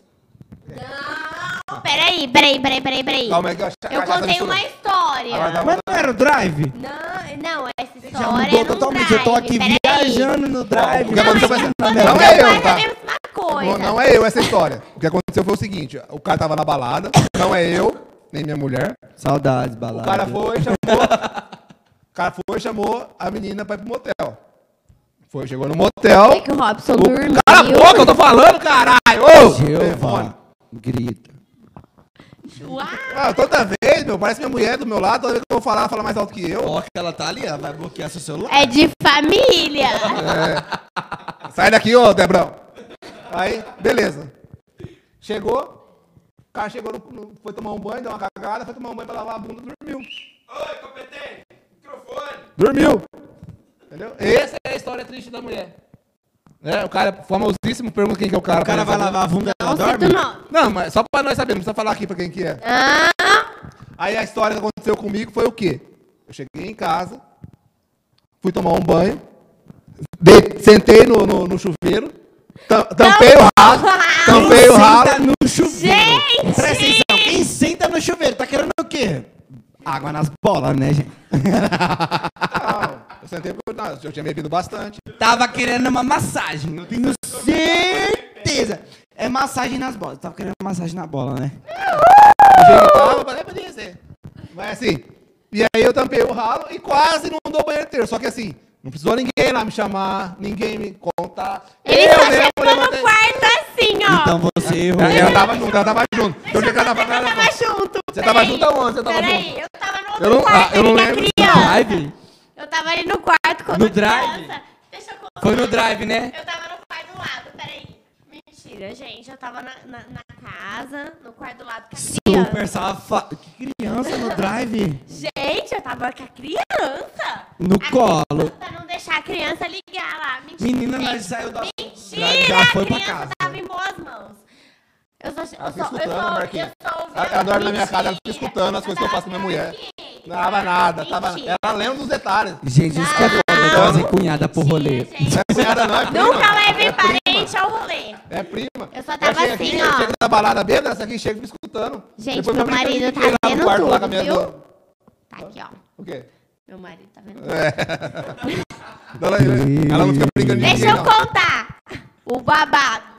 S6: Não, peraí, peraí, peraí, peraí, peraí.
S2: Calma aí que eu acho que a
S6: Eu
S2: cachaça
S6: contei
S2: misturou.
S6: uma história.
S2: Agora tá- dá
S1: Mas não era o drive?
S6: Não, não, essa história
S1: Já mudou
S6: é num
S1: totalmente.
S6: drive.
S1: Eu tô aqui
S6: peraí.
S1: viajando no drive.
S2: O que aconteceu foi assim,
S1: Não
S2: Não
S6: Então,
S2: é eu,
S6: mas é
S2: tá?
S6: a mesma coisa.
S2: Não, não é eu essa história. O que aconteceu foi o seguinte: o cara tava na balada, não é eu, nem minha mulher.
S1: Saudades,
S2: O
S1: balada.
S2: cara foi e chamou. O cara foi e chamou a menina pra ir pro motel. Foi, chegou no motel.
S6: É que o Robson
S2: O
S6: dormiu.
S2: Cala a boca, eu tô falando, caralho! Ô! Telefone.
S1: Jeová. Grita.
S6: Uau,
S2: Ah, toda vez, meu, parece minha mulher do meu lado, toda vez que eu vou falar, ela fala mais alto que eu.
S1: Ó, que ela tá ali, ela vai bloquear seu celular.
S6: É de família.
S2: Sai daqui, ô Debrão. Aí, beleza. Chegou, o cara chegou, no- no- foi tomar um banho, deu uma cagada, foi tomar um banho pra lavar a bunda, dormiu.
S4: Oi, competente! Microfone!
S2: Dormiu. Entendeu? Essa é a história triste da mulher. É, o cara famosíssimo, pergunta quem que é o cara.
S1: O cara vai lavar a bunda, ela
S6: Não cito
S1: dorme?
S6: nome.
S2: Não, mas só pra nós sabermos, não precisa falar aqui pra quem que é.
S6: Ah,
S2: Aí a história que aconteceu comigo foi o quê? Eu cheguei em casa, fui tomar um banho, de- sentei no, no, no chuveiro, tam- tampei o ralo, tampei o
S1: Senta
S2: ralo.
S1: no chuveiro.
S6: Gente!
S1: Presta atenção, quem senta no chuveiro tá querendo o quê? Água nas bolas, né, gente?
S2: Não, Eu sentei porque não, eu tinha bebido bastante.
S1: Tava querendo uma massagem, eu tenho certeza. É massagem nas bolas. Tava querendo massagem na bola, né?
S2: Eu cheguei lá, "Ah, mas nem podia ser. Mas assim, E aí eu tampei o ralo e quase não dou banheiro inteiro. Só que assim, não precisou ninguém lá me chamar, ninguém me contar.
S6: Ele
S2: eu
S6: só
S2: mesmo
S6: chegou no
S2: levantei.
S6: quarto assim, ó.
S1: Então você errou.
S2: Ela ela tava junto, ela tava junto. Eu tinha que ela tava- ela
S6: tava
S2: tava-
S6: junto.
S2: Você tava
S6: peraí.
S2: junto aonde? Você tava junto?
S6: Peraí, eu tava no
S2: Eu
S6: outro
S2: não-
S6: quarto
S2: ah, eu não
S6: ali
S2: lembro.
S6: com a criança.
S14: Drive?
S6: Eu tava ali no quarto com
S14: No
S6: a criança.
S14: drive?
S6: Deixa eu contar.
S14: Foi no drive, né?
S6: Eu tava no quarto do lado, peraí. Mentira, gente. Eu tava na, na- na casa, no quarto do lado com a criança.
S1: Super safado. Que criança no drive.
S6: Gente, eu tava com a criança.
S1: No
S6: A
S1: colo.
S6: Pra não deixar a criança ligar lá. Mentira.
S1: Menina,
S6: gente.
S1: nós saiu da.
S6: Mentira,
S1: Já foi
S6: a
S1: pra
S6: criança
S1: casa.
S6: tava em boas mãos. Eu só, eu só, eu
S2: Ela
S6: só,
S2: fica
S6: eu só,
S2: Tá escutando, Marquinhos.
S6: ouvindo-
S2: Ela- ela dorme na minha casa, ela fica
S6: Mentira.
S2: escutando as coisas que eu faço com minha
S6: tava
S2: mulher.
S6: dormindo.
S2: Não tava nada, tava.
S6: Mentira.
S2: Ela lembra dos detalhes.
S1: Gente, isso que é foda. Trazer cunhada pro rolê.
S6: Mentira, Tá
S2: Não
S6: gente.
S2: é cunhada, não, é prima.
S6: Nunca levem
S2: é prima.
S6: parente ao rolê.
S2: É prima.
S6: Eu só tava
S2: chego
S6: assim,
S2: aqui, eu
S6: ó.
S2: Chego da balada bêbada, essa aqui chega me escutando.
S6: Gente,
S2: Depois
S6: meu
S2: minha mãe
S6: marido
S2: fica
S6: tá
S2: lá no
S6: vendo
S2: quarto, lá
S6: tudo,
S2: com a minha
S6: viu?
S2: dona.
S6: Tá aqui, ó.
S2: O quê?
S6: Meu marido tá
S2: É.
S6: vendo.
S2: Ela, ela não fica brincando de
S6: Deixa
S2: ninguém,
S6: eu
S2: não.
S6: contar o babado.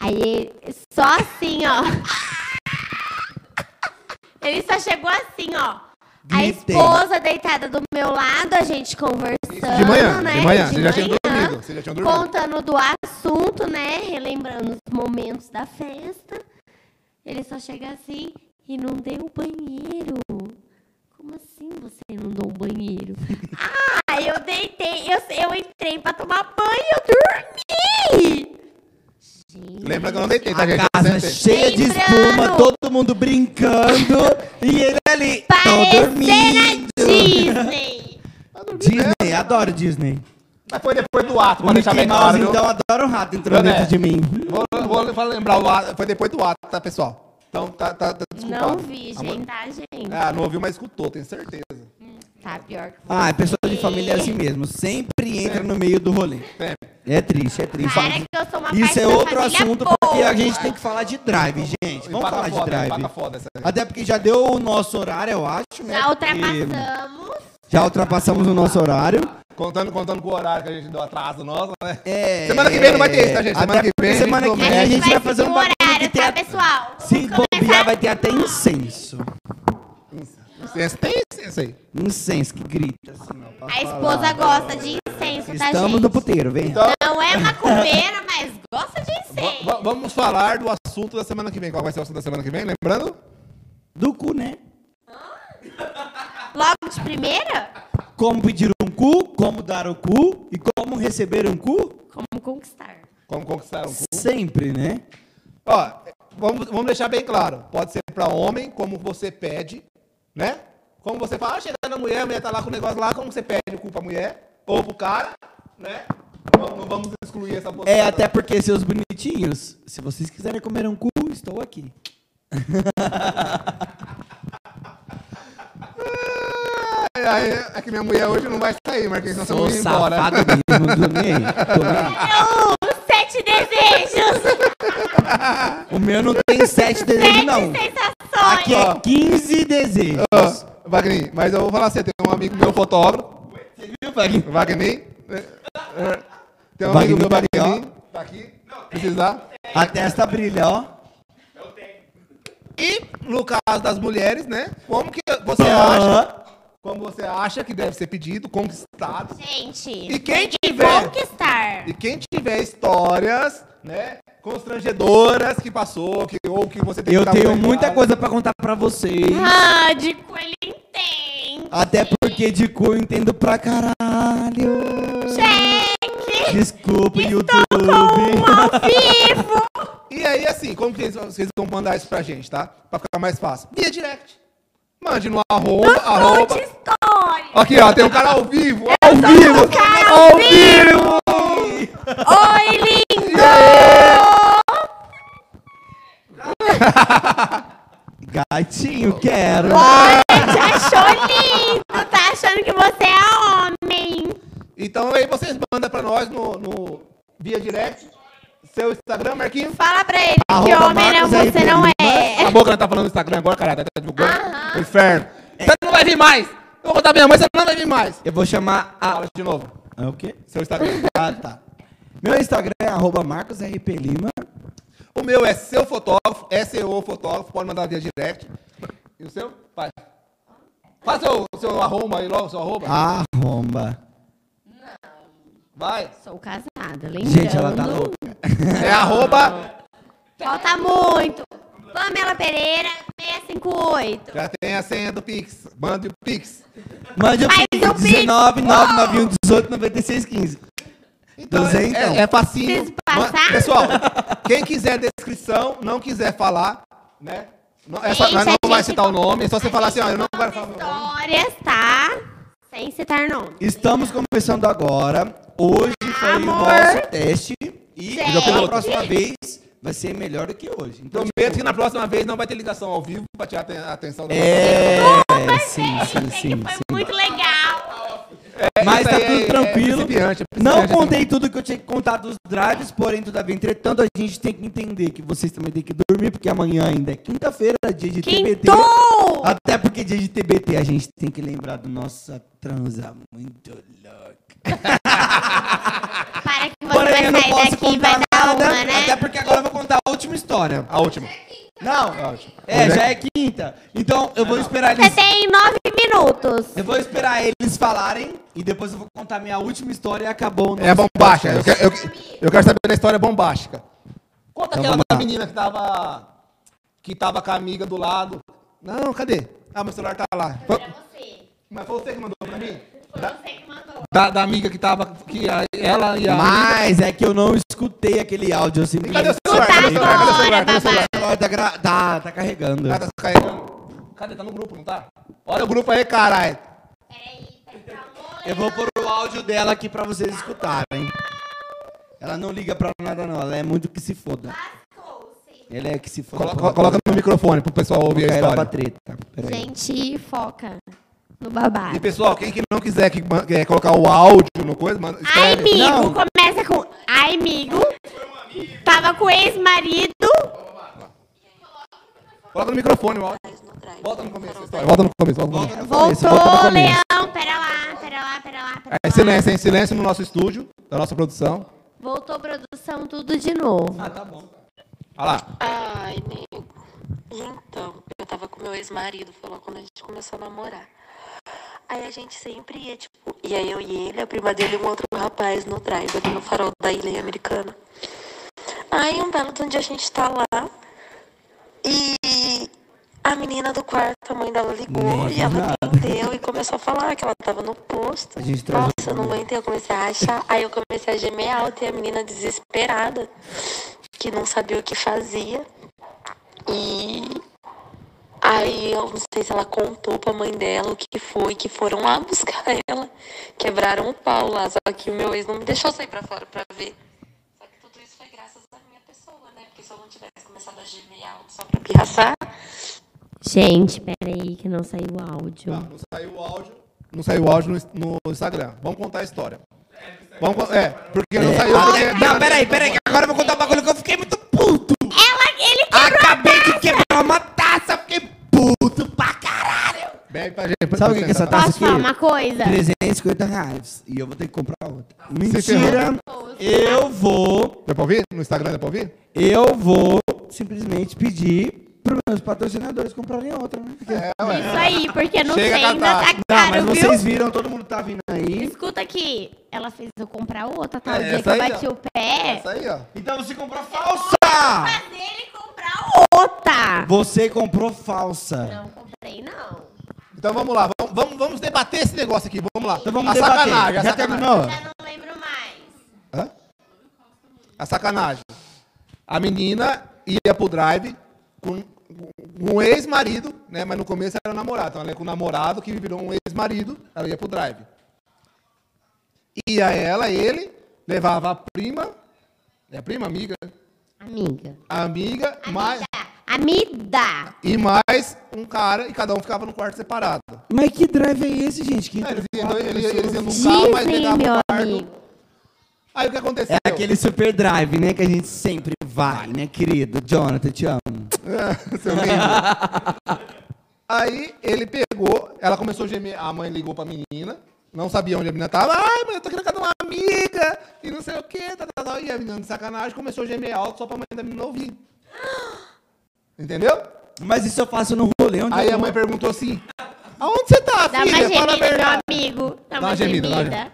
S6: Aí, ele- só assim, ó. Ele só chegou assim, ó. A
S1: Gritei.
S6: esposa deitada do meu lado, a gente conversando,
S2: De manhã,
S6: né?
S2: de manhã. Você já tinha
S6: manhã,
S2: dormido. Você já tinha dormido.
S6: Contando do assunto, né? Relembrando os momentos da festa. Ele só chega assim e não deu o banheiro. Como assim você não deu um banheiro? ah, eu deitei, eu, eu entrei pra tomar banho, eu dormi! Gente,
S2: Lembra que eu não deitei, tá, gente?
S1: A casa
S2: Eu sentei.
S1: cheia de espuma,
S6: Lembrando.
S1: todo mundo brincando. E ele ali. Tô
S6: parecer a
S1: dormindo.
S6: Disney!
S1: Disney, adoro Disney.
S2: né? Mas foi depois do ato, pra
S1: O
S2: deixar
S1: Mickey
S2: bem claro.
S1: Mouse,
S2: viu?
S1: então, adora o rato entrando
S6: É.
S2: Né?
S1: dentro de mim.
S2: Vou, vou, vou lembrar o ato. Foi depois do ato, tá, pessoal? Então, tá, tá, tá desculpa.
S6: Não vi,
S2: Amor-
S6: gente, tá, gente?
S2: Ah, não ouviu, mas escutou, tenho certeza.
S6: Tá pior que
S1: Ah, pessoa de família é assim mesmo. Sempre entra no meio do rolê.
S2: É.
S1: É triste, é triste.
S6: Para que eu sou uma parte
S1: Isso é
S6: da
S1: outro
S6: família
S1: assunto,
S6: boa.
S1: porque a gente tem que falar de drive, gente. Vamos
S2: Empaca
S1: falar de
S2: foda,
S1: drive.
S2: empaca foda essa.
S1: Até porque já deu o nosso horário, eu acho. né?
S6: Já
S1: Porque
S6: ultrapassamos.
S1: Já ultrapassamos o nosso horário.
S2: Contando, contando com o horário que a gente deu atraso nosso, né?
S1: É,
S2: Semana que vem não vai ter isso, tá, gente?
S1: até
S2: Semana que
S1: porque
S2: vem
S1: Semana que
S2: a gente
S1: vem a
S6: A
S1: gente vai fazer
S6: seguir
S1: um
S6: o
S1: bagulho que
S6: horário,
S1: tem
S6: tá,
S1: a...
S6: pessoal?
S1: Se
S6: Vamos
S1: bobear, vai ter até incenso.
S2: Vocês têm isso aí.
S1: Incenso que grita assim, ó. pra
S6: A
S1: falar.
S6: esposa gosta de incenso, tá,
S1: Estamos no
S6: gente?
S1: puteiro, vem.
S2: Então,
S6: Não é macumbeira, mas gosta de
S2: va-
S6: incenso.
S2: va- vamos falar do assunto da semana que vem. Qual vai ser o assunto da semana que vem? Lembrando?
S1: Do cu, né?
S6: Logo de primeira,
S1: Como pedir um cu, como dar o cu e como receber um cu.
S6: como conquistar.
S2: Como conquistar um cu.
S1: Sempre, né?
S2: Ó, vamos, vamos deixar bem claro. Pode ser para homem, como você pede, né? Como você fala, ah, chega na mulher, a mulher tá lá com o negócio lá, como você pede o cu pra mulher? Ou pro cara, né? Não vamos- não vamos excluir essa posição.
S1: É, até porque, seus bonitinhos, se vocês quiserem comer um cu, estou aqui.
S2: É, é, é que minha mulher hoje não vai sair, Marquinhos, senão
S1: Sou
S2: você vai ir embora.
S1: safado mesmo, do nem, do nem.
S6: Os sete desejos,
S1: O meu não tem sete desejos, não.
S6: sete
S1: Aqui
S6: sensações.
S1: é 15 desejos.
S2: Ó, Wagner, mas eu vou falar assim, tem um amigo meu fotógrafo,
S1: Viu, Wagner?
S2: Wagner. né? É, Tem um
S1: Wagner
S2: amigo meu,
S1: tá aqui,
S2: Wagner, tá aqui, precisar.
S1: A testa brilha, ó.
S2: E no caso das mulheres, né? Como que você acha? Como você acha que deve ser pedido, conquistado?
S6: Gente,
S2: E quem
S6: tem que
S2: tiver?
S6: conquistar.
S2: E quem tiver histórias, né? Constrangedoras que passou, que, ou que você tem
S1: Eu
S2: que dar
S1: tenho
S2: cuidado.
S1: muita coisa pra contar pra vocês.
S6: Ah, de coelho tem.
S1: Até porque de cu eu entendo pra caralho.
S6: Cheque.
S1: Desculpa,
S6: Estou com um
S1: YouTube.
S6: ao vivo.
S2: E aí, assim, como que vocês vão mandar isso pra gente, tá? Pra ficar mais fácil. Via direct. Mande no arroba, arroba.
S6: Conte história.
S2: Aqui, ó, tem um cara ao vivo. Ao
S6: sou
S2: vivo!
S6: um cara
S2: Ao
S6: ao
S2: vivo!
S6: Oi, lindo.
S1: Gatinho, quero.
S6: Te achou lindo. Tá achando que você é homem.
S2: Então aí vocês mandam pra nós no, no via direct. Seu Instagram, Marquinhos.
S6: Fala pra ele que
S1: Arroba
S6: homem não,
S1: Marcos R.
S6: você não é.
S2: A boca não tá falando no Instagram agora, caralho. Tá divulgando. Inferno. Você não vai vir mais! Eu vou contar pra minha mãe, você não vai vir mais!
S1: Eu vou chamar a.
S2: Fala de novo.
S1: É o quê?
S2: Seu Instagram.
S1: Ah, tá. Meu Instagram é arroba marcosrplima.
S2: O meu é seu fotógrafo, SEO fotógrafo, pode mandar via direct. E o seu? Vai. Faz seu, seu arroba aí logo, seu arroba.
S1: Arromba.
S2: Vai.
S6: Sou casada, lembrando.
S1: Gente, ela tá louca.
S2: É arroba.
S6: Falta muito. Pamela Pereira, 658.
S2: Já tem a senha do Pix. Mande o Pix.
S1: Mande o
S6: Mas
S1: Pix,
S6: o Pix-
S1: 19 991 18 96 15.
S2: Então, é-
S1: Duzentão.
S2: É, é facinho.
S6: Preciso passar?
S2: Ma- Pessoal, quem quiser descrição, não quiser falar, né? Não, é só-
S6: Gente,
S2: nós
S6: a
S2: não vai
S6: gente- tipo
S2: citar o nome, é só você falar assim, ó, eu não quero falar.
S6: Histórias, tá? Sem citar nome.
S1: Estamos começando agora. Hoje foi o nosso teste. E
S6: Gente.
S1: da próxima vez vai ser melhor do que hoje. Então,
S2: Prometo que na próxima vez não vai ter ligação ao vivo pra tirar a atenção da
S1: é. Sim, sim,
S6: Sei é que
S1: sim.
S6: foi
S1: sim.
S6: muito legal.
S1: Mas
S2: isso
S1: tá
S2: aí é-
S1: tudo
S2: é
S1: tranquilo.
S2: principiante, é
S1: Não
S2: principiante.
S1: contei tudo que eu tinha que contar dos drives, porém, todavia, entretanto, a gente tem que entender que vocês também têm que dormir, porque amanhã ainda é quinta-feira, dia de TBT.
S6: Quinto!
S1: Até porque dia de TBT a gente tem que lembrar do nossa transa muito louca.
S6: Para que você
S1: Porém, eu
S6: vai
S1: não
S6: sair
S1: posso
S6: daqui e vai
S1: contar
S6: dar
S1: nada,
S6: uma,
S1: até
S6: né?
S1: porque agora eu vou contar a última história.
S2: A última.
S1: Não, é, já é quinta. Então, eu vou esperar
S6: Você
S1: eles...
S6: tem nove minutos.
S1: Eu vou esperar eles falarem e depois eu vou contar minha última história e acabou o nosso
S2: É bombástica. Eu,
S1: podcast.
S2: quero- eu- eu quero saber da história bombástica. Conta
S1: Então
S2: aquela
S1: vamos
S2: da
S1: lá.
S2: menina que tava. Que tava com a amiga do lado. Não, cadê? Ah, meu celular tá lá. Foi-
S6: Você.
S2: mas foi você que mandou pra mim?
S6: Foi você que mandou.
S2: Da, da amiga que tava. Que a- ela e a. amiga-
S1: Mas é que eu não escutei aquele áudio. Eu simplesmente...
S2: Cadê o celular? Cadê o celular? Cadê o celular? Cadê o celular?
S1: O celular tá, gra- tá, tá carregando.
S2: Ah, tá carregando. Cadê? Tá no grupo, não tá? Olha o grupo aí, caralho.
S6: Peraí, peraí, calma.
S1: Eu vou pôr o áudio dela aqui pra vocês escutarem. Ela não liga pra nada, não. Ela é muito que se foda. Ela é que se foda.
S2: Colo- colo- Coloca no microfone pro pessoal ouvir a
S1: ela pra
S2: história.
S1: treta. Peraí.
S6: Gente, foca no
S2: E
S6: babado.
S2: pessoal, quem que não quiser que man- quer colocar o áudio no coisa, manda.
S6: Ai,
S2: escreve.
S6: amigo,
S1: Não.
S6: começa com ai, amigo. Tava com ex-marido.
S2: Coloca no microfone o áudio.
S13: no drive.
S2: Volta no começo da história. Volta no começo. Volta no começo.
S6: Voltou,
S1: volta no começo.
S6: Leão. Pera lá, pera lá, pera lá. Pera
S2: É
S6: lá.
S2: silêncio, hein? Silêncio no nosso estúdio, da nossa produção.
S6: Voltou produção tudo de novo.
S1: Ah, tá
S2: Olha lá.
S13: Ai, nego. Então, eu tava com meu ex-marido, foi logo quando a gente começou a namorar. Aí a gente sempre ia, tipo, e aí eu e ele, a prima dele e um outro rapaz no drive aqui no farol da ilha americana. Aí um belo de um dia a gente tá lá e a menina do quarto, a mãe dela ligou e ela atendeu e começou a falar que ela tava no posto.
S1: A gente traz um
S13: Nossa, eu não aguentei, eu comecei a achar. Aí eu comecei a gemer alto e a menina desesperada, que não sabia o que fazia. E aí eu não sei se ela contou pra mãe dela o que foi, que foram lá buscar ela. Quebraram o pau lá, só que o meu ex não me deixou sair pra fora pra ver. Só que tudo isso foi graças à minha pessoa, né? Porque se eu não tivesse começado a gemer alto só pra pirraçar,
S6: Gente, peraí que não saiu o áudio.
S2: Não saiu o áudio. Não saiu o áudio no, no Instagram. Vamos contar a história. Vamos, con- é, porque não saiu. é,
S1: Ah,
S2: Porque...
S1: não, peraí, peraí, que agora eu vou contar um bagulho que eu fiquei muito puto. Ah, Acabei de quebrar uma taça, fiquei puto pra caralho.
S2: Bebe pra gente.
S1: Sabe o que que é
S2: tá-
S1: essa taça?
S6: Posso falar uma coisa?
S1: 350 reais. E eu vou ter que comprar outra.
S2: ferrou.
S1: Mentira. Eu vou
S2: Dá pra ouvir? No Instagram dá pra ouvir?
S1: eu vou simplesmente pedir para meus patrocinadores comprarem outra, né?
S2: É,
S6: Isso aí, porque não
S2: Chega
S6: sei, ainda
S2: a
S6: tá
S2: catar.
S1: Não,
S6: caro,
S1: mas
S6: viu?
S1: vocês viram, todo mundo tá vindo aí.
S6: Escuta aqui, ela fez eu comprar outra, tá? O
S2: É,
S6: dia que
S2: essa
S6: eu
S2: aí,
S6: bati
S2: ó.
S6: o pé,
S2: Essa aí, ó.
S1: Então você comprou falsa!
S6: fazer ele comprar outra.
S1: Você comprou falsa.
S6: Não comprei, não.
S2: Então vamos lá. Vamos, vamos, vamos debater esse negócio aqui. Vamos lá.
S1: Então vamos
S2: a
S1: debater.
S2: Tá sacanagem. A
S1: Já
S2: sacanagem.
S1: terminou?
S6: Já não lembro mais.
S2: Hã? A sacanagem. A menina ia pro drive com com um ex-marido, né? Mas no começo era namorado. Então ela ia com o namorado que virou um ex-marido, ela ia pro drive. Ia ela, ele, levava a prima, é prima, amiga,
S6: Amiga.
S2: a amiga, mais,
S6: Amida.
S2: e mais um cara, e cada um ficava no quarto separado.
S1: Mas que drive é esse, gente? Que
S2: Aí Eles iam, eles, eles iam num carro, mas
S6: Dizem,
S2: pegavam
S6: meu
S2: o quarto.
S6: amigo.
S2: Aí o que aconteceu?
S1: É aquele super drive, né? Que a gente sempre vai, né, querido? Jonathan, te amo.
S2: Seu lindo. Aí ele pegou, ela começou a gemer, a mãe ligou pra menina, não sabia onde a menina tava, ai, mãe, eu tô aqui na casa de uma amiga, e não sei o que, tá, tá, tá. e a menina de sacanagem começou a gemer alto só pra mãe da menina ouvir. Entendeu?
S1: Mas isso eu faço no rolê onde
S2: Aí é
S1: eu
S2: a
S1: vou.
S2: mãe perguntou assim,
S1: Aonde você tá,
S6: Dá uma
S1: filha? Fala a
S6: gemida, meu
S1: verdade.
S6: amigo. Dá
S2: Dá
S6: uma
S2: uma gemida, dá uma
S6: gemida.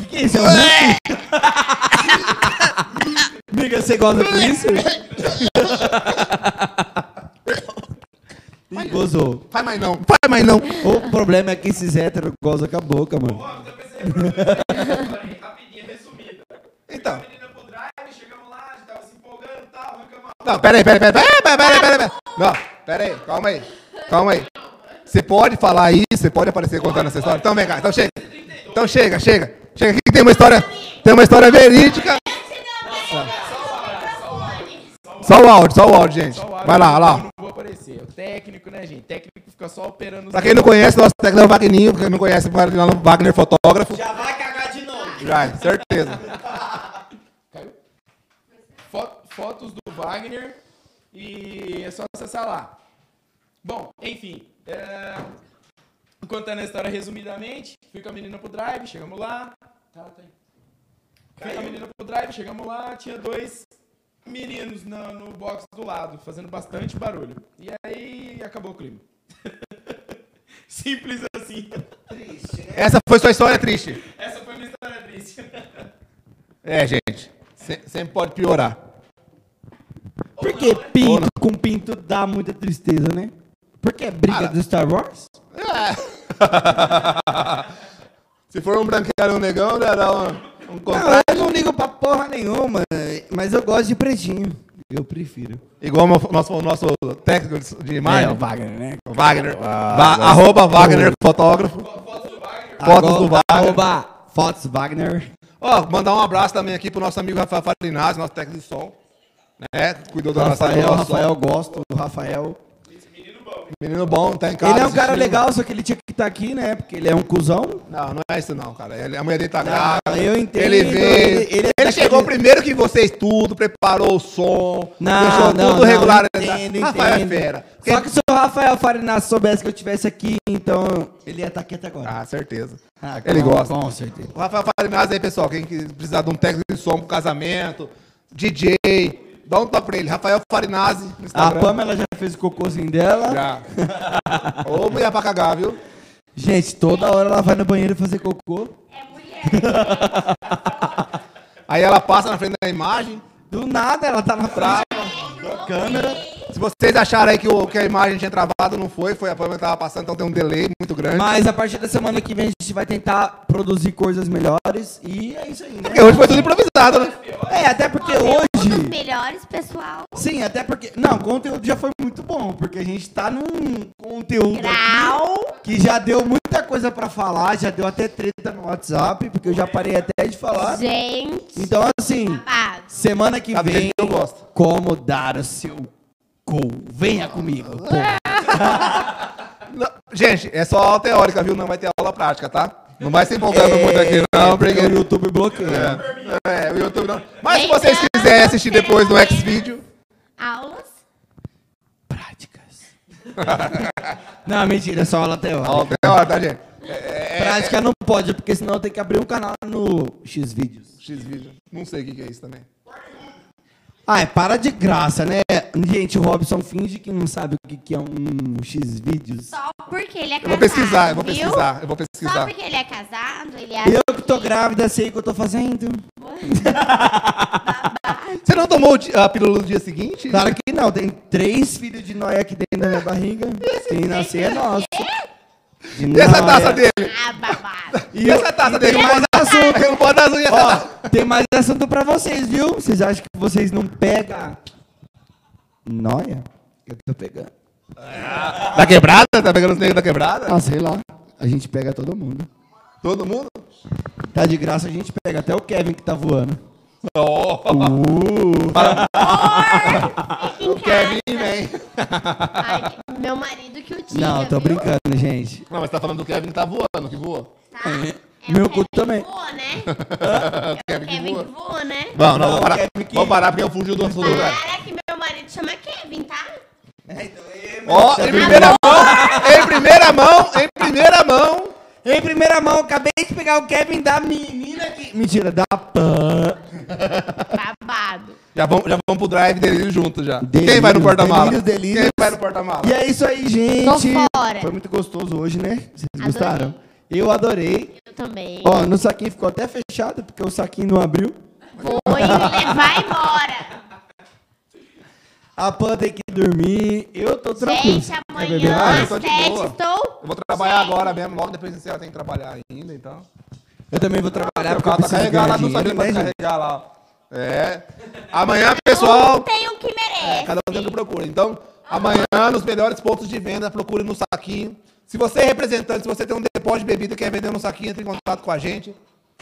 S1: O que é isso? É um míssil? Amiga, você gosta de míssil? Ih, Gozou.
S2: Faz mais não, faz mais não.
S1: O problema é que esses héteros gozam com a boca, mano.
S4: Peraí, rapidinho, resumido.
S2: Então.
S4: Menina pro drive, chegamos lá, a gente tava se empolgando e tal, arrancamos a
S2: Não, peraí, peraí, peraí, peraí, peraí, peraí, peraí. Não, peraí, calma aí. Calma aí. Você pode falar aí, você pode aparecer contando essa história. Então vem cá, então chega. Então chega, chega. Chega aqui que tem uma história. Tem uma história verídica. Só o áudio, só o áudio, gente. Vai lá, lá. ó.
S4: Não vou aparecer. O técnico, né, gente? O técnico fica só operando os.
S2: Pra quem não conhece, nosso técnico é o Wagninho. Pra quem não conhece, o Wagner fotógrafo.
S4: Já vai cagar de novo.
S2: Já, certeza.
S4: Caiu? Fo- fotos do Wagner e é só acessar lá. Bom, enfim. é, Contando a história resumidamente, fui com a menina pro drive, chegamos lá. Tá, tá aí. Fui com a menina pro drive, chegamos lá, tinha dois meninos na- no box do lado, fazendo bastante barulho. E aí acabou o clima. Simples assim.
S2: Essa foi sua história triste.
S4: Essa foi minha história triste.
S2: É, gente. se- Sempre pode piorar.
S1: Porque pinto com pinto dá muita tristeza, né? Porque é briga
S2: Cara.
S1: do Star Wars?
S2: Se for um branqueiro e um negão, né, dá um, um
S1: Não,
S2: contrato.
S1: Ah, eu não ligo pra porra nenhuma, mas eu gosto de pretinho. Eu prefiro.
S2: Igual o meu- nosso, nosso técnico de- de imagem,
S1: o Wagner, né?
S2: o Wagner. Va- arroba Wagner Fotógrafo. Fotos do Wagner.
S1: Arroba Fotos Wagner.
S2: Ó, mandar um abraço também aqui pro nosso amigo Rafael Farinazzi, nosso técnico de som. Né? que Cuidou da nossa
S1: Rafael,
S2: do nosso
S1: Rafael, gosto. O Rafael.
S2: som. Menino bom, tá em casa.
S1: Ele é um cara
S2: assistindo.
S1: legal, só que ele tinha que estar aqui, né? Porque ele é um cuzão.
S2: Não, não é isso não, cara. Ele, a mulher dele tá grávida.
S1: Não, eu entendo.
S2: Ele veio. Ele,
S1: ele-
S2: chegou primeiro que vocês tudo, preparou o som,
S1: Não,
S2: deixou
S1: não,
S2: tudo
S1: não,
S2: regular.
S1: entendo,
S2: Rafael
S1: entendo.
S2: é fera.
S1: Só que se o Rafael Farinazzi soubesse que eu estivesse aqui, então ele ia estar aqui até agora.
S2: Ah, certeza.
S1: Ah,
S2: ele
S1: com-
S2: gosta.
S1: Com certeza.
S2: O Rafael Farinazzi aí, pessoal, quem que- precisar de um técnico de som pro casamento, DJ, dá um toque pra ele. Rafael Farinazzi no
S1: A
S2: Instagram.
S1: Pamela já fez o cocôzinho dela.
S2: Já. Ô, mulher pra cagar, viu?
S1: Gente, toda hora ela vai no banheiro fazer cocô.
S6: É mulher.
S2: Aí ela passa na frente da imagem,
S1: Do nada ela tá na praia.
S2: da câmera. Se vocês acharam aí que, o, que a imagem tinha travado, não foi, foi a Pamela que tava passando, então tem um delay muito grande.
S1: Mas a partir da semana que vem a gente vai tentar produzir coisas melhores. E é isso aí, né?
S2: Porque hoje foi tudo improvisado, né?
S1: É, até porque
S15: Ah, Os
S1: hoje.
S15: melhores, pessoal.
S1: Sim, até porque. Não, o conteúdo já foi muito bom, porque a gente tá num conteúdo
S15: Grau.
S1: que já deu muita coisa pra falar, já deu até treta no WhatsApp, porque eu já parei até de falar.
S15: Gente.
S1: Então, assim,
S15: babado.
S1: semana que
S2: Tá do jeito
S1: vem,
S2: que eu gosto.
S1: como dar o seu gol? Venha comigo, pô.
S2: Não, gente, é só aula teórica, viu? Não vai ter aula prática, tá? Não vai se empolgando
S1: É.
S2: muito aqui, não, porque
S1: o YouTube bloqueia.
S2: é, o YouTube não. Mas se
S15: Então,
S2: vocês quiserem assistir depois no Xvideo,
S15: Aulas.
S1: Práticas. não, mentira, é só aula teórica.
S2: aula teórica, tá, gente?
S1: Prática não pode, porque senão tem que abrir um canal no Xvideos.
S2: Xvideo. Não sei o que que é isso também.
S1: Ah, é para de graça, né? Gente, o Robson finge que não sabe o que que é um Xvideos.
S15: Só porque ele é casado.
S2: Eu vou pesquisar, eu vou
S15: viu?
S2: pesquisar, eu vou
S15: Só
S2: pesquisar.
S15: porque ele é casado, ele é.
S6: assim,
S1: Eu que tô grávida, sei o que eu tô fazendo.
S2: Você não tomou o di- a pílula do dia seguinte?
S1: Claro que não, tem três filhos de Noé aqui dentro da minha barriga. Quem nascer é nosso. De
S2: E essa
S1: Noé.
S2: taça dele?
S15: Ah, babado.
S2: é. E essa taça dele?
S1: tem
S2: Não
S1: mais
S2: pode dar
S1: assunto.
S2: Não pode dar unha, essa taça.
S1: Ó, tem mais assunto pra vocês, viu? Vocês acham que vocês não pegam Noia? É Eu tô pegando.
S2: Da quebrada? Tá pegando os negros da quebrada?
S1: Ah, sei lá. A gente pega todo mundo.
S2: Todo mundo?
S1: Tá de graça, a gente pega até o Kevin que tá voando.
S2: O Kevin vem.
S6: Ai, que- meu marido que o diga.
S1: Não, tô
S6: viu?
S1: brincando, gente.
S2: Não, mas tá falando do Kevin que tá voando, que voa.
S6: É
S1: Meu
S6: o
S1: cu
S6: Kevin
S1: também.
S6: que voa, né? é o Kevin que voa, Ah, né?
S2: Não, não, vou parar.
S1: Kevin que-
S2: Vou parar porque eu fugi do assunto, né? cara.
S6: Para que meu marido chama Kevin, tá? é
S2: Ó, em primeira mão, em primeira mão, em primeira mão.
S1: Em primeira mão, acabei de pegar o Kevin da menina que. Mentira, da Pam.
S6: Babado.
S2: Já vamos, já vamos pro drive dele junto já. Quem
S1: Delírios,
S2: vai no porta-mala?
S1: delírios, delírios.
S2: Quem vai no porta-mala?
S1: E é isso aí, gente.
S6: Tô fora.
S1: Foi muito gostoso hoje, né? Vocês
S6: Adorei.
S1: gostaram? Eu adorei.
S6: Eu também.
S1: Ó, no saquinho ficou até fechado, porque o saquinho não abriu.
S6: Vou ir me levar embora.
S1: A Pan tem que dormir. Eu tô tranquilo. É
S6: Gente,
S1: beber
S6: amanhã
S1: água?
S2: Eu
S6: às
S2: tô de
S6: sete
S2: boa.
S6: estou.
S2: Eu vou trabalhar agora mesmo, logo depois desse ela tem que trabalhar ainda, então.
S1: Eu também vou trabalhar
S2: O
S1: porque eu
S2: carro tá
S1: preciso
S2: carregado lá,
S1: ganhar
S2: não
S1: dinheiro,
S2: sabia pra
S1: né, gente?
S2: carregar lá. ó. É. Amanhã, pessoal,
S6: Tem o que merece.
S2: cada um tem o que procura. Então, amanhã, nos melhores pontos de venda, procure no saquinho. Se você é representante, se você tem um depósito de bebida e quer vender no saquinho, entre em contato com a gente.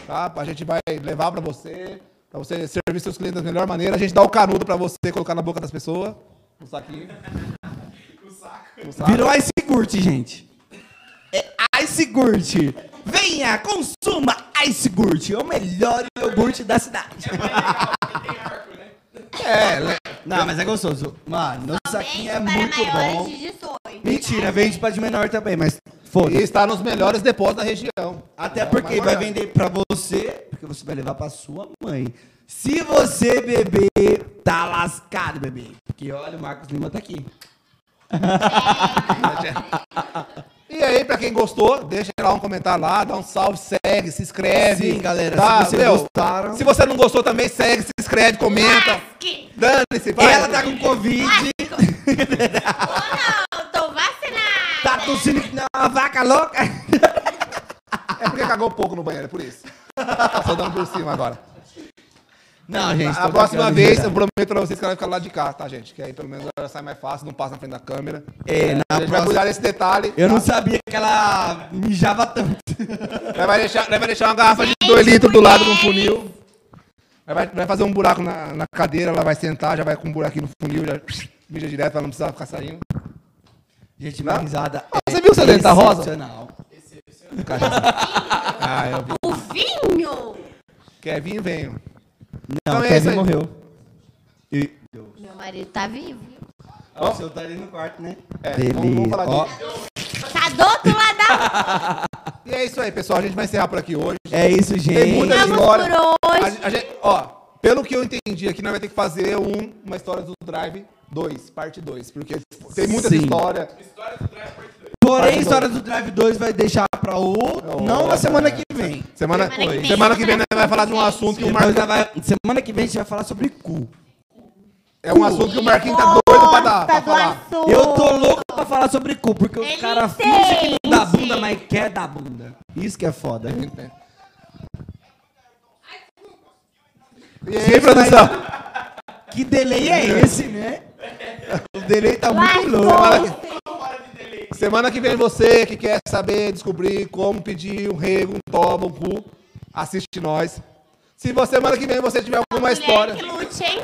S2: Tá? A gente vai levar pra você, pra você servir seus clientes da melhor maneira. A gente dá o canudo pra você colocar na boca das pessoas. No saquinho. No saco.
S1: Virou Ice Gurt, gente. É Ice Gurt. Venha, consuma Ice Gurt. É o melhor iogurte da cidade.
S2: É, le-
S1: Não, mas é gostoso. Mano, o saquinho é
S6: Beijo
S1: muito
S6: para maiores
S1: bom.
S6: de 18.
S1: Mentira, vende pra de menor também, mas
S2: e
S1: foda
S2: está nos melhores depósitos da região.
S1: Até porque
S2: Mas,
S1: vai vender pra você, porque você vai levar pra sua mãe. Se você beber, tá lascado, bebê. Porque olha, o Marcos Lima tá aqui.
S2: E aí, pra quem gostou, deixa lá um comentário lá, dá um salve, segue, se inscreve.
S1: Sim, galera,
S2: Tá,
S1: se vocês
S2: meu,
S1: gostaram-
S2: Se você não gostou também, segue, se inscreve,
S1: então.
S2: comenta.
S6: Que
S2: Dane-se, vai.
S1: Ela tá com Covid,
S6: eu tô vacinada.
S1: tá tossindo que não é uma vaca louca.
S2: É porque cagou pouco no banheiro, é por isso. Tá Só dando por cima agora.
S1: Não, gente.
S2: A tá
S1: tô
S2: próxima
S1: brincando,
S2: vez,
S1: gente.
S2: eu prometo pra vocês que ela vai ficar lá de cá, tá, gente? Que aí pelo menos ela sai mais fácil, não passa na frente da câmera.
S1: É, na
S2: a gente vai
S1: próxima-
S2: cuidar desse detalhe. tá?
S1: Eu não sabia que ela mijava tanto.
S2: Ela vai deixar, ela vai deixar uma garrafa de 2 litros do lado no funil. Ela vai, vai fazer um buraco na, na cadeira, ela vai sentar, já vai com um buraquinho no funil, já mija direto pra não precisar ficar saindo.
S1: Gente, minha risada. é
S2: Ah, você viu o seu dente tá rosa?
S1: excepcional.
S2: Ah, eu vi.
S6: O vinho.
S2: Quer vir, venho.
S1: Não,
S2: Então é
S1: Kevin
S2: isso aí.
S1: morreu.
S6: Meu marido tá vivo.
S1: Ó, O seu tá ali no quarto, né?
S2: É,
S1: Beleza.
S2: vamos- vamos falar
S1: Ó,
S6: Tá do outro lado da
S1: Tá
S2: E é isso aí, pessoal. A gente vai encerrar por aqui hoje.
S1: é isso, gente.
S2: Tem muita
S6: Vamos
S2: história.
S6: por hoje.
S2: A- a gente- ó, pelo que eu entendi aqui, nós vamos ter que fazer um- uma história do Drive 2, parte 2. Porque tem muita
S1: Sim.
S2: história.
S1: Porém, a história do Drive 2 vai deixar pra o. Não na semana que vem.
S2: Semana,
S6: Semana que vem.
S2: semana que vem nós vamos falar de um assunto que o
S1: Depois
S2: Marquinhos.
S1: ela vai- Semana que vem a gente vai falar sobre cu.
S2: É um assunto que o Marquinhos tá doido pra dar. Pra
S6: Gosta do
S2: falar.
S6: assunto.
S1: Eu tô louco pra falar sobre cu, porque os
S6: Ele
S1: caras fingem que não dá bunda,
S6: entende.
S1: mas quer dar bunda. Isso que é foda.
S2: E aí, produção?
S1: Que delay é esse, né? O delay tá muito
S6: Lascou.
S1: louco.
S2: Semana que vem você que quer saber, descobrir como pedir um rego, um toba, um cu, assiste nós. Se você, semana que vem você tiver alguma
S6: Mulher
S2: história,
S6: Que lute, hein?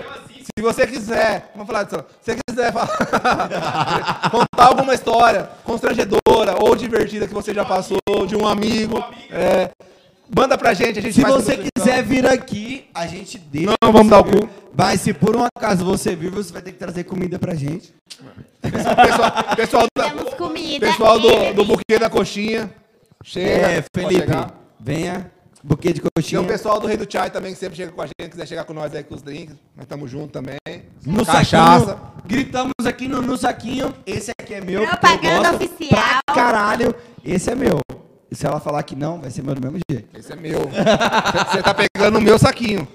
S2: se você quiser, vamos falar disso, se você quiser falar, contar alguma história constrangedora ou divertida que você já passou, de um amigo, é, manda pra gente, a gente
S1: Se
S2: faz
S1: você
S2: uma
S1: quiser vir aqui, a gente deixa.
S2: Não, vamos dar o cu.
S1: Vai, se por um acaso você vir, você vai ter que trazer comida pra gente.
S2: Pessoal, pessoal,
S6: Temos
S2: da,
S6: comida.
S2: pessoal
S6: e
S2: do,
S6: bebida.
S2: do buquê da coxinha, chega,
S1: É,
S2: pode
S1: Felipe,
S2: chegar.
S1: venha. Buquê de
S2: Tem
S1: coxinha.
S2: o pessoal do Rei do Chai também que sempre chega com a gente, quiser chegar com nós aí com os drinks, nós estamos juntos também.
S1: No
S2: Cachaça.
S1: saquinho. Gritamos aqui no, no saquinho. Esse aqui é meu. porque eu
S6: Propaganda
S1: gosto
S6: oficial.
S1: Pra caralho. Esse é meu. Se ela falar que não, vai ser meu do mesmo jeito.
S2: Esse é meu. Você tá pegando o meu saquinho.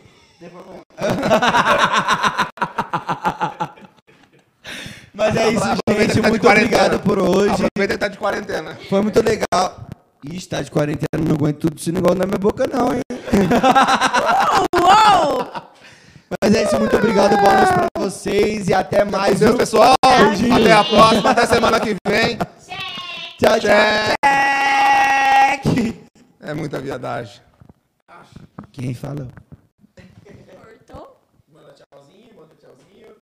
S1: Mas é isso,
S2: Aproveita
S1: gente.
S2: que tá de
S1: Muito
S2: quarentena.
S1: obrigado por hoje.
S2: Aproveita que tá de quarentena.
S1: Foi muito legal. Ih, está de quarentena, não aguento tudo esse negócio na minha boca, não, hein? Mas é isso, muito obrigado, boa noite pra vocês e até mais.
S2: Adeus,
S1: viu?
S2: pessoal. Até a próxima, até semana que vem.
S1: Tchau, tchau.
S2: Check. É muita viadagem.
S1: Quem falou?